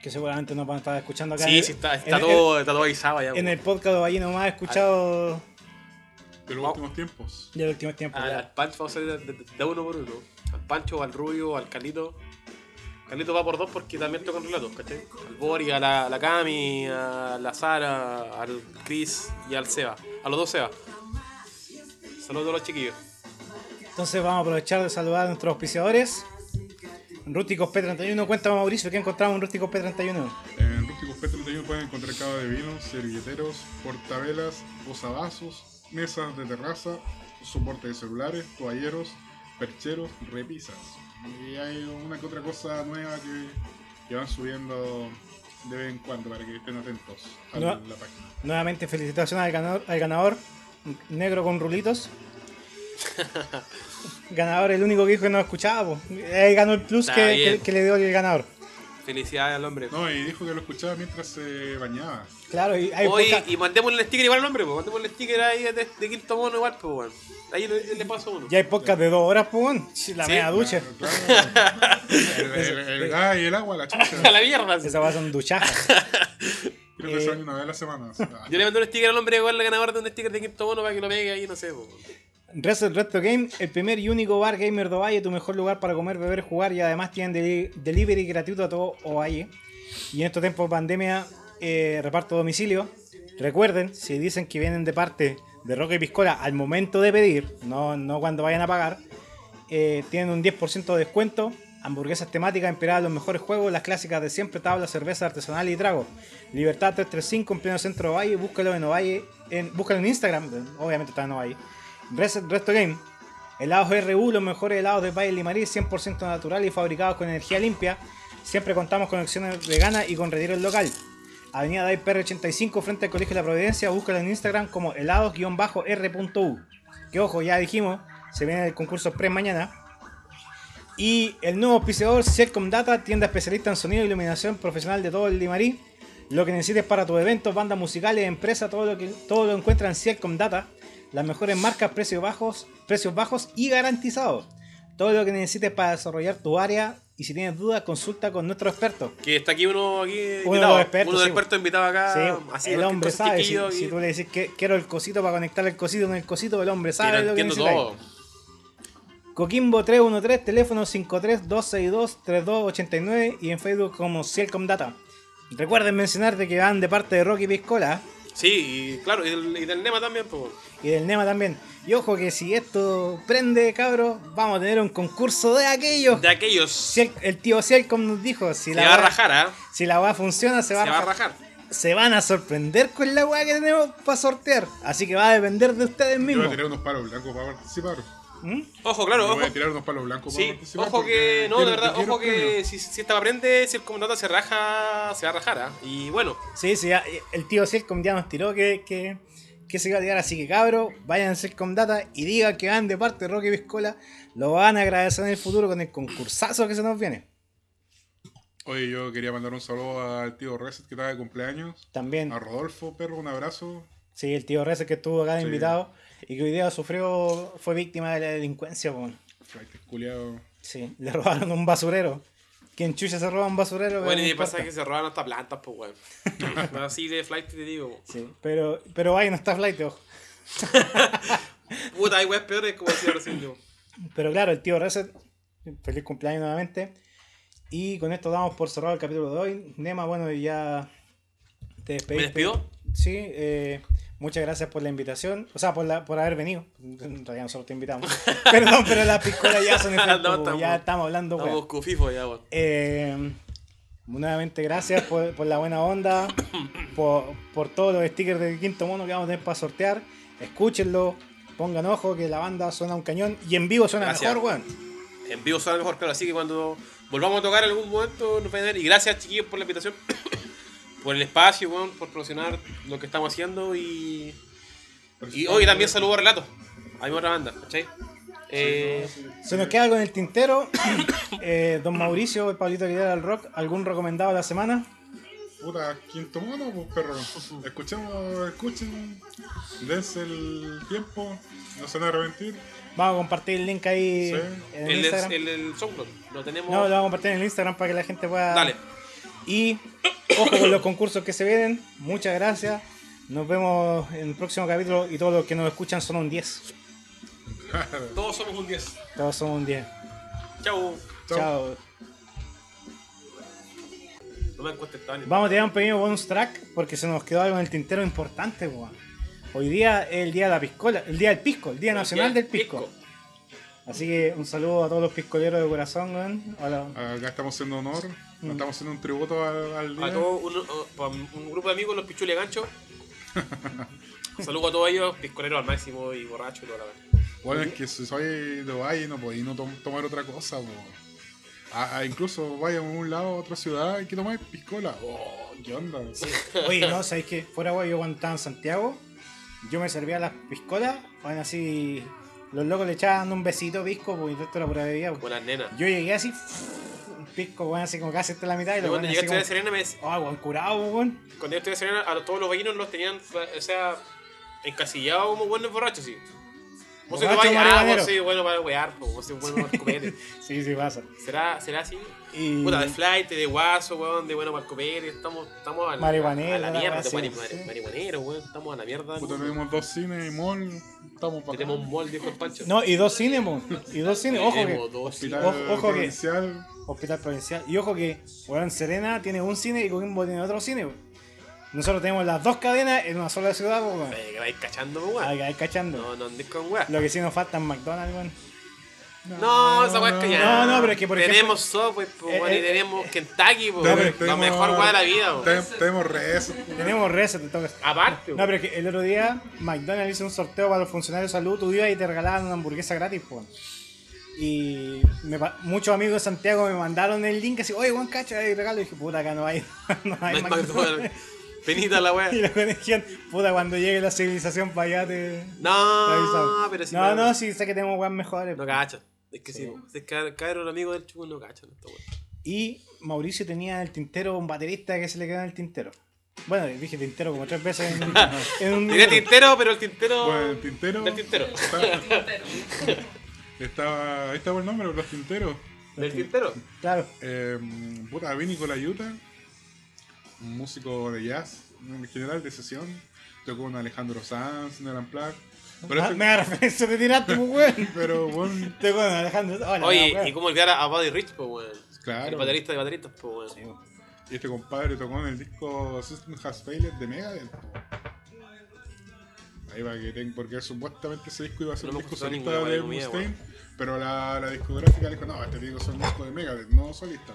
S1: Que seguramente nos van a estar escuchando acá.
S3: Sí,
S1: en-
S3: sí, está, está
S1: en-
S3: todo, está todo avisado ya,
S1: En,
S3: weón. Ah.
S1: en el podcast de Ballino más escuchado
S2: De los últimos tiempos.
S1: de los últimos tiempos.
S3: Al,
S1: ya.
S3: Ah, al Pancho vamos a ir de, de- de uno por uno. Al Pancho, al Rubio, al Calito. Calito va por dos porque también toca en relatos, ¿cachai? Al Bori, a la, a la Cami, a la Sara, al Chris y al Seba. A los dos Seba. Saludos a los chiquillos.
S1: Entonces vamos a aprovechar de saludar a nuestros auspiciadores. Rústicos P31, cuéntame Mauricio, ¿qué encontramos en Rústicos P31?
S2: En Rústicos P31 pueden encontrar cava de vinos, servilleteros, portavelas, posavasos, mesas de terraza, soporte de celulares, toalleros, percheros, repisas. Y hay una que otra cosa nueva que, que van subiendo de vez en cuando para que estén atentos a
S1: No.
S2: la página.
S1: Nuevamente felicitaciones al ganador, al ganador, negro con rulitos. ganador, el único que dijo que no escuchaba. po. Él ganó el plus
S3: Está
S1: que, que-
S3: bien.
S1: que le dio el ganador.
S3: Felicidades al hombre.
S2: No, y dijo que lo escuchaba mientras se bañaba.
S1: Claro, y hay
S3: Oye,
S1: podcast-
S3: y mandémosle el sticker igual al hombre, pues. Mandémosle el sticker ahí de, de quinto mono igual, pues, weón. Ahí le, le paso uno.
S1: y hay podcast de dos horas, pues. weón. La
S3: Sí.
S1: media ducha.
S2: Claro, claro. El, el- el gas y el agua, la chucha.
S3: A la mierda.
S1: Esa va a ser duchajas.
S2: Creo que se baña una vez a la semana.
S3: Yo le mandé un sticker al hombre igual al ganador de un sticker de quinto mono para que lo pegue ahí, no sé, pues. weón.
S1: Reset Retro Game, el primer y único bar gamer de Ovalle, tu mejor lugar para comer, beber, jugar y además tienen deli- delivery gratuito a todo Ovalle. Y en estos tiempos de pandemia, eh, reparto a domicilio. Recuerden, si dicen que vienen de parte de Roque y Piscola al momento de pedir, no, no cuando vayan a pagar, eh, tienen un 10% de descuento. Hamburguesas temáticas inspiradas en los mejores juegos, las clásicas de siempre, tabla, cerveza artesanal y trago. Libertad 335 en pleno centro de Ovalle, búscalo en Ovalle, en, búscalo en Instagram, obviamente está en Ovalle. Reset Resto Game. Helados RU, los mejores helados de Valle Limarí, 100% natural y fabricados con energía limpia. Siempre contamos con opciones veganas y con retiro el local. Avenida Daiper 85 frente al Colegio de la Providencia. Búscala en Instagram como helados-r.u. Que ojo, ya dijimos, se viene el concurso pre mañana. Y el nuevo auspiciador, Circumdata, tienda especialista en sonido e iluminación profesional de todo el Limarí. Lo que necesites para tus eventos, bandas musicales, empresas, todo lo que todo lo encuentran en Circumdata. Las mejores marcas, precios bajos, precios bajos y garantizados. Todo lo que necesites para desarrollar tu área y si tienes dudas, consulta con nuestro experto.
S3: Que está aquí uno aquí invitado.
S1: los expertos,
S3: uno de los
S1: sí,
S3: expertos invitado acá.
S1: Sí,
S3: Ah, así,
S1: el
S3: con
S1: hombre
S3: estos
S1: sabe. Si,
S3: chiquillos
S1: si
S3: y-
S1: tú le decís que quiero el cosito para conectar el cosito con el cosito, el hombre
S3: que
S1: sabe
S3: lo
S1: lo que
S3: entiendo
S1: necesitáis.
S3: todo.
S1: Coquimbo 313, teléfono 532623289 y en Facebook como Cielcom Data. Recuerden mencionarte que van de parte de Rocky Piscola
S3: Sí, y claro, y del, y del Nema también, pues.
S1: y del Nema también. Y ojo que si esto prende, cabros, vamos a tener un concurso de aquellos.
S3: De aquellos.
S1: Si el, el tío Cielcom nos dijo, si
S3: Se
S1: la
S3: va a
S1: weá-
S3: rajar, ¿ah?
S1: si la weá funciona, se
S3: Se
S1: va,
S3: va a rajar.
S1: Se van a sorprender con la weá que tenemos para sortear. Así que va a depender de ustedes
S2: Yo voy a
S1: mismos.
S2: tirar unos palos blancos para participar.
S1: ¿Mm?
S3: Ojo, claro,
S2: Yo voy
S3: ojo.
S2: a tirar unos palos blancos para
S3: Sí,
S2: pues, participar.
S3: ojo
S2: porque
S3: que. No, de
S2: quiero-
S3: verdad,
S2: quiero
S3: ojo que
S2: premios.
S3: si, si esta aprende, si el comandante se raja, se va a rajar, ¿ah? Y bueno,
S1: Sí, sí, ya, eh, el tío Silcom ya nos tiró que, que, que se iba a tirar, así que cabros, vayan a Silcom Data y digan que van de parte de Rocky Piscola, lo van a agradecer en el futuro con el concursazo que se nos viene.
S2: Oye, yo quería mandar un saludo al tío Reset que estaba de cumpleaños.
S1: También,
S2: A Rodolfo, perro, un abrazo.
S1: sí, el tío Reza que estuvo acá de
S2: Sí.
S1: invitado y que hoy día sufrió, fue víctima de la delincuencia, weón.
S2: Flight culiado.
S1: sí, le robaron un basurero. Quien chucha se roba un basurero, pero
S3: bueno,
S1: no
S3: y pasa
S1: importa.
S3: que se roban hasta plantas, pues, weón. Así de flight te digo, po.
S1: Sí, pero, pero ahí no está flight, ojo.
S3: Puta, hay weas peores como decía recién yo.
S1: Pero claro, el tío Reset, feliz cumpleaños nuevamente. Y con esto damos por cerrado el capítulo de hoy. Nema, bueno, ya te
S3: ¿Me
S1: despediste.
S3: despido?
S1: Sí, eh, muchas gracias por la invitación. O sea, por, la, por haber venido. En realidad nosotros te invitamos. Perdón, pero las piscolas ya son efecto,
S3: No, estamos-
S1: Ya estamos hablando, weón.
S3: Estamos cufifos ya, weón.
S1: Eh, nuevamente gracias por, por la buena onda, por, por todos los stickers del quinto mono que vamos a tener para sortear. Escúchenlo, pongan ojo que la banda suena un cañón y en vivo suena
S3: Gracias.
S1: mejor, weón.
S3: En vivo suena mejor, claro. Así que cuando volvamos a tocar en algún momento, nos pueden ver. Y gracias, chiquillos, por la invitación, por el espacio, weón, por promocionar lo que estamos haciendo. Y, y hoy también saludo a Relato, a mi otra banda, ¿cachai? Eh,
S1: Se nos queda algo en el tintero. Eh, don Mauricio, el Pablito Aguilera del Rock, ¿algún recomendado de la semana?
S2: Puta, quinto mono, pues perro. Escuchemos, escuchen. Dense el tiempo. No se van a arrepentir.
S1: Vamos a compartir el link ahí
S2: Sí.
S1: en el
S3: el,
S1: Instagram.
S3: el, el SoundCloud, lo tenemos.
S1: No, lo vamos a compartir en el Instagram para que la gente pueda...
S3: Dale.
S1: Y ojo con los concursos que se vienen. Muchas gracias. Nos vemos en el próximo capítulo y todos los que nos escuchan son un 10.
S3: Todos somos un 10.
S1: Todos son un 10.
S3: Chau.
S2: Chao.
S1: Chao.
S3: No me han contestado ni-
S1: Vamos a tirar un pequeño bonus track porque se nos quedó algo en el tintero importante, weón. Hoy día es el día de la piscola, el día del pisco, el día nacional del pisco. Así que un saludo a todos los piscoleros de corazón, weón. A la-
S2: Acá estamos haciendo honor. nos Estamos haciendo un tributo al, al día.
S3: A todo un, a- un grupo de amigos, los pichules gancho. Saludo a todos ellos, piscoleros al máximo y borrachos y toda la verdad.
S2: Bueno, es que si soy de Valle no podéis no tom- tomar otra cosa, po. A- a- incluso vaya a un lado, a otra ciudad, hay que tomar piscola. Oh, ¿qué onda?
S1: Oye, no, sabéis que fuera, weón, yo cuando estaba en Santiago, yo me servía las piscolas, weón, así. Los locos le echaban un besito pisco, porque esto era pura bebida, weón.
S3: Buenas nenas.
S1: Yo llegué así, un pisco, weón, así como casi hasta la mitad y
S3: Yo
S1: lo
S3: cuando
S1: weón
S3: llegué a
S1: así como,
S3: Estudiar Serena, me, dec-
S1: Ah, weón, curado, weón.
S3: cuando yo estudié a Serena, a todos los vallinos los tenían, o sea, encasillados como buenos borrachos, sí. Vos se
S1: Borracho,
S3: vayas, ah,
S1: marihuanero.
S3: vos sí, bueno para wear, po, vos sí, bueno para el copete.
S1: Sí, sí pasa.
S3: ¿Será, ¿Será así?
S1: Y...
S3: Puta, de flight, de guaso, weón, de bueno para el copete, estamos, estamos a, la,
S1: Marihuanero,
S3: a la
S1: la
S3: mierda,
S1: weá, sí,
S3: mari-
S1: sí.
S3: mari- marihuanero, weón, estamos a la mierda.
S2: Puta, tenemos dos cines y mall, estamos para
S3: Tenemos un mall, dijo el Pancho.
S1: No, y dos cines, mo. Y dos cines, ojo
S3: Tenemos
S1: que.
S3: dos, sí.
S2: hospital
S1: Ojo- ojo que-
S2: provincial.
S1: Hospital Provincial. Y ojo que, weón, Serena tiene un cine y Coquimbo tiene otro cine, weón. Nosotros tenemos las dos cadenas en una sola ciudad, weón.
S3: Eh, que vais cachando, po, weón.
S1: Hay que ir cachando.
S3: No, no andes con weá.
S1: Lo que sí nos falta es McDonald's, weón.
S3: No, esa weá es que ya.
S1: No, no, pero es que, por ejemplo-
S3: Tenemos Subway, po,
S1: Eh,
S3: weón,
S1: eh,
S3: y tenemos Kentucky, po,
S2: Tenemos-
S3: weón. La
S2: tenemos-
S3: mejor weá de la vida, weón.
S2: Ten- Tenemos redes.
S1: Tenemos reset, te tocas.
S3: Aparte,
S1: No,
S3: weón.
S1: pero es que el otro día McDonald's hizo un sorteo para los funcionarios de salud, tú ibas y te regalaban una hamburguesa gratis, po. Y me pa- muchos amigos de Santiago me mandaron el link así, oye, Juan Cacha, hay regalo. Y dije, puta, acá no hay, no hay
S3: No hay
S1: McDonald's.
S3: McDonald's. Penita la wea.
S1: Y la conexión, puta, cuando llegue la civilización para allá te. te
S3: No,
S1: avisamos.
S3: Ah, pero si
S1: no, no, sí, sé que tenemos weas mejores.
S3: No cacha. Es que
S1: Sí.
S3: sí, si es que caer un amigo del chupo no cacha en esta wea.
S1: Y Mauricio tenía en el tintero un baterista que se le quedó en el tintero. Bueno, dije tintero como tres veces en, en un
S3: Tiene
S1: minuto.
S3: tintero, pero el tintero.
S2: Bueno, el tintero.
S3: Del tintero.
S2: Está-
S4: Pero,
S2: estaba, ahí estaba el nombre, los tinteros.
S3: Del tintero.
S1: Claro.
S2: Eh, puta, Vinny Colayuta, un músico de jazz, en general de sesión. Tocó con Alejandro Sanz, en el Unplugged. Pero,
S1: Ah,
S2: este-
S1: Me da referencia, te tiraste, pues, weón.
S2: pero bueno,
S1: Te con Alejandro. Hola,
S3: Oye,
S1: weón.
S3: ¿y cómo olvidar a, a Buddy Rich, po, weón?
S2: Claro.
S3: El baterista de bateristas, po, weón.
S1: Sí, weón.
S2: y este compadre tocó en el disco System Has Failed de Megadeth. Ahí va que ten- porque supuestamente ese disco iba a ser
S3: No
S2: un
S3: me
S2: disco
S3: gustó
S2: solista
S3: ninguna
S2: de
S3: comida,
S2: Mustaine,
S3: weón.
S2: pero la, la discográfica le dijo, no, este disco es un disco de Megadeth, no solista.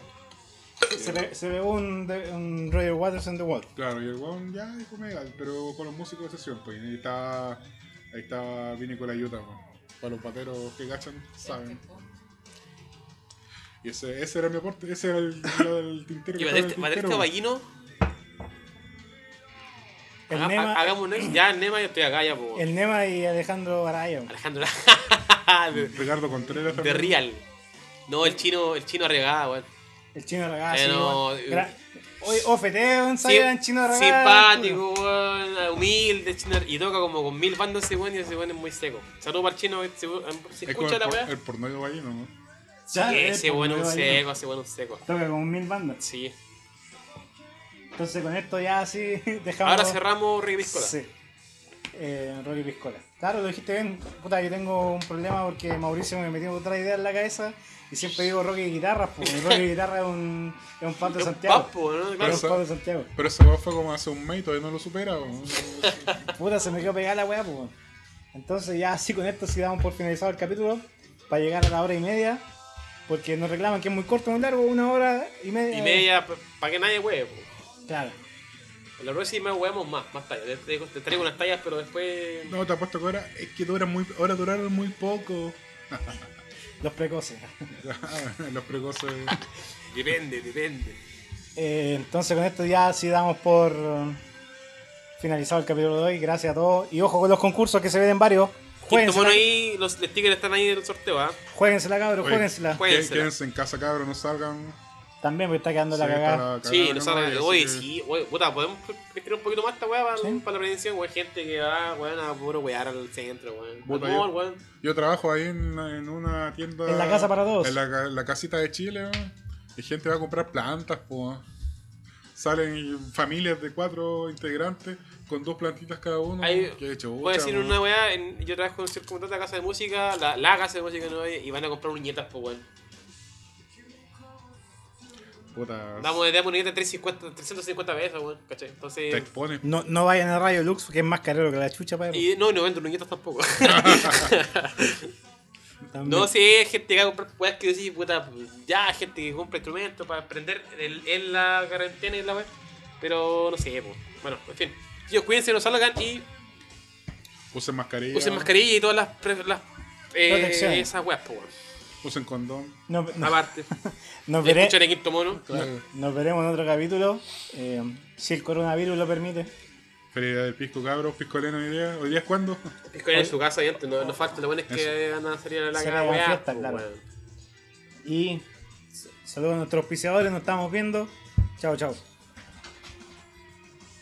S1: Se, pe- se pegó un, de- un Roger Waters on the Wall.
S2: Claro, y el weón ya dijo mega, pero con los músicos de sesión, pues. Y ahí está, ahí está Vini con la Utah, weón. Para los pateros que gachan, saben.
S4: este, po.
S2: Y ese, ese era mi aporte, ese era el, lo del tintero.
S3: Y
S2: que estaba en
S3: baterista,
S2: el tintero,
S3: baterista
S2: pues. weón.
S3: vallino.
S1: El,
S3: haga-
S1: Nema,
S3: ha- Hagamos un ex. Ya, el Nema, yo estoy acá ya, po, weón.
S1: el Nema y Alejandro Araya. weón.
S3: Alejandro. de,
S2: Ricardo Contreras
S3: de Real. No, el chino, el chino arregado, weón.
S1: El chino Araya.
S3: Eh,
S1: sí,
S3: no,
S1: weón.
S3: eh,
S1: Gra- Oye, OFT,
S3: Sim-
S1: ensayo en chino pues. Araya.
S3: Simpático, weón, humilde, chino. Y toca como con mil bandas ese weón y ese weón es muy seco. Saludos para el chino, eh, que se, se
S2: Es como
S3: escucha
S2: el,
S3: la
S2: por-
S3: weá.
S2: el porno de Ballino, ¿no?
S3: Sí,
S1: Ya, eh,
S3: ese
S1: pues,
S3: weón
S1: me
S3: es un
S1: vale.
S3: seco, ese weón es un seco.
S1: Toca con mil bandas.
S3: Sí.
S1: Entonces con esto ya así dejamos.
S3: Ahora cerramos Rey Piscola.
S1: Sí. Eh, Rocky Piscola. Claro, lo dijiste bien. Puta, yo tengo un problema porque Mauricio me metió otra idea en la cabeza y siempre digo Rocky Guitarras, porque Rocky Guitarra es un, es un pato de
S3: Es un
S1: Santiago.
S3: papo, pues, ¿no?
S1: Es
S3: Claro.
S1: un pato de Santiago.
S2: Pero ese weón fue como hace un mes y todavía no lo supera, weón.
S1: Puta, se me quedó pegada la weá, pues. weón. Entonces ya así con esto sí damos por finalizado el capítulo para llegar a la hora y media. Porque nos reclaman que es muy corto, muy largo, una hora y media.
S3: Y media, para que nadie hueve. po.
S1: Claro.
S3: En la próxima huevemos más, más tallas. Te, te- te traigo unas tallas, pero después.
S2: No, te apuesto que ahora es que dura muy, ahora duraron muy poco.
S1: Los precoces.
S2: los precoces.
S3: Depende, depende.
S1: Eh, entonces con esto ya sí damos por um, finalizado el capítulo de hoy. Gracias a todos. Y ojo con los concursos que se vienen varios.
S3: Quinto mono
S1: Jueguensela,
S3: ahí, los stickers están ahí del sorteo, ¿ah?
S1: jueguensela cabros,
S2: Oye,
S1: jueguensela.
S3: jue-
S2: Qué-
S3: Puede ser.
S2: Quédense en casa, cabros, no salgan.
S1: También me está quedando la
S2: Sí, está
S1: cagada.
S2: la
S3: Sí,
S2: cagada,
S3: nos
S2: ¿no?
S3: han
S2: Así
S3: Oye,
S2: que-
S3: sí, oye, puta, podemos estirar un poquito más esta weá para,
S1: Sí.
S3: para la prevención, weón. Gente que va, weón, a puro wear al centro, weón. Al
S2: Puta,
S3: mall,
S2: yo-
S3: weón.
S2: Yo trabajo ahí en, en una tienda.
S1: En la casa para todos.
S2: En la, ca- la casita de Chile, weón. Y gente va a comprar plantas, po. weón. Salen familias de cuatro integrantes con dos plantitas cada uno.
S3: Ahí-
S2: Qué chucha,
S3: Voy a decir
S2: weón.
S3: una weá, en- yo trabajo en cierto contrato de casa de música, la, la casa de música no y van a comprar uñetas, pues weón.
S2: Puta,
S3: Damos de uñetas 350, 350 pesos, weón, ¿cachai?
S2: Te
S3: Entonces.
S2: expones.
S1: No, no vayan a Radio Lux, que es más carero que la chucha, para
S3: Y no, no vendo uñetas tampoco.
S1: También.
S3: no, sí, hay gente que va a comprar weas que decís, puta, ya, gente que compra instrumentos para aprender en, en la cuarentena y la wea. Pero no sé, pues. Bueno, en fin. Yo cuídense, no salgan y
S2: Usen mascarilla.
S3: usen mascarilla y todas las. pre- las eh,
S1: Protecciones.
S3: esas weas, pues, weón.
S2: Usen condón.
S1: Nos, nos-
S3: Aparte.
S1: nos vere-
S3: Escuchen el quinto mono.
S2: Claro.
S1: nos veremos en otro capítulo. eh, si el coronavirus lo permite.
S2: Feria del pisco, cabros. Piscoleno, hoy día. ¿Hoy día es cuándo?
S3: Es que en su casa y antes no, no falta, lo bueno es que andan a salir a la
S1: Se
S3: cara
S1: la
S3: weá,
S1: fiesta,
S3: po,
S1: claro.
S3: weón.
S1: Y saludos a nuestros auspiciadores, nos estamos viendo. Chao, chao.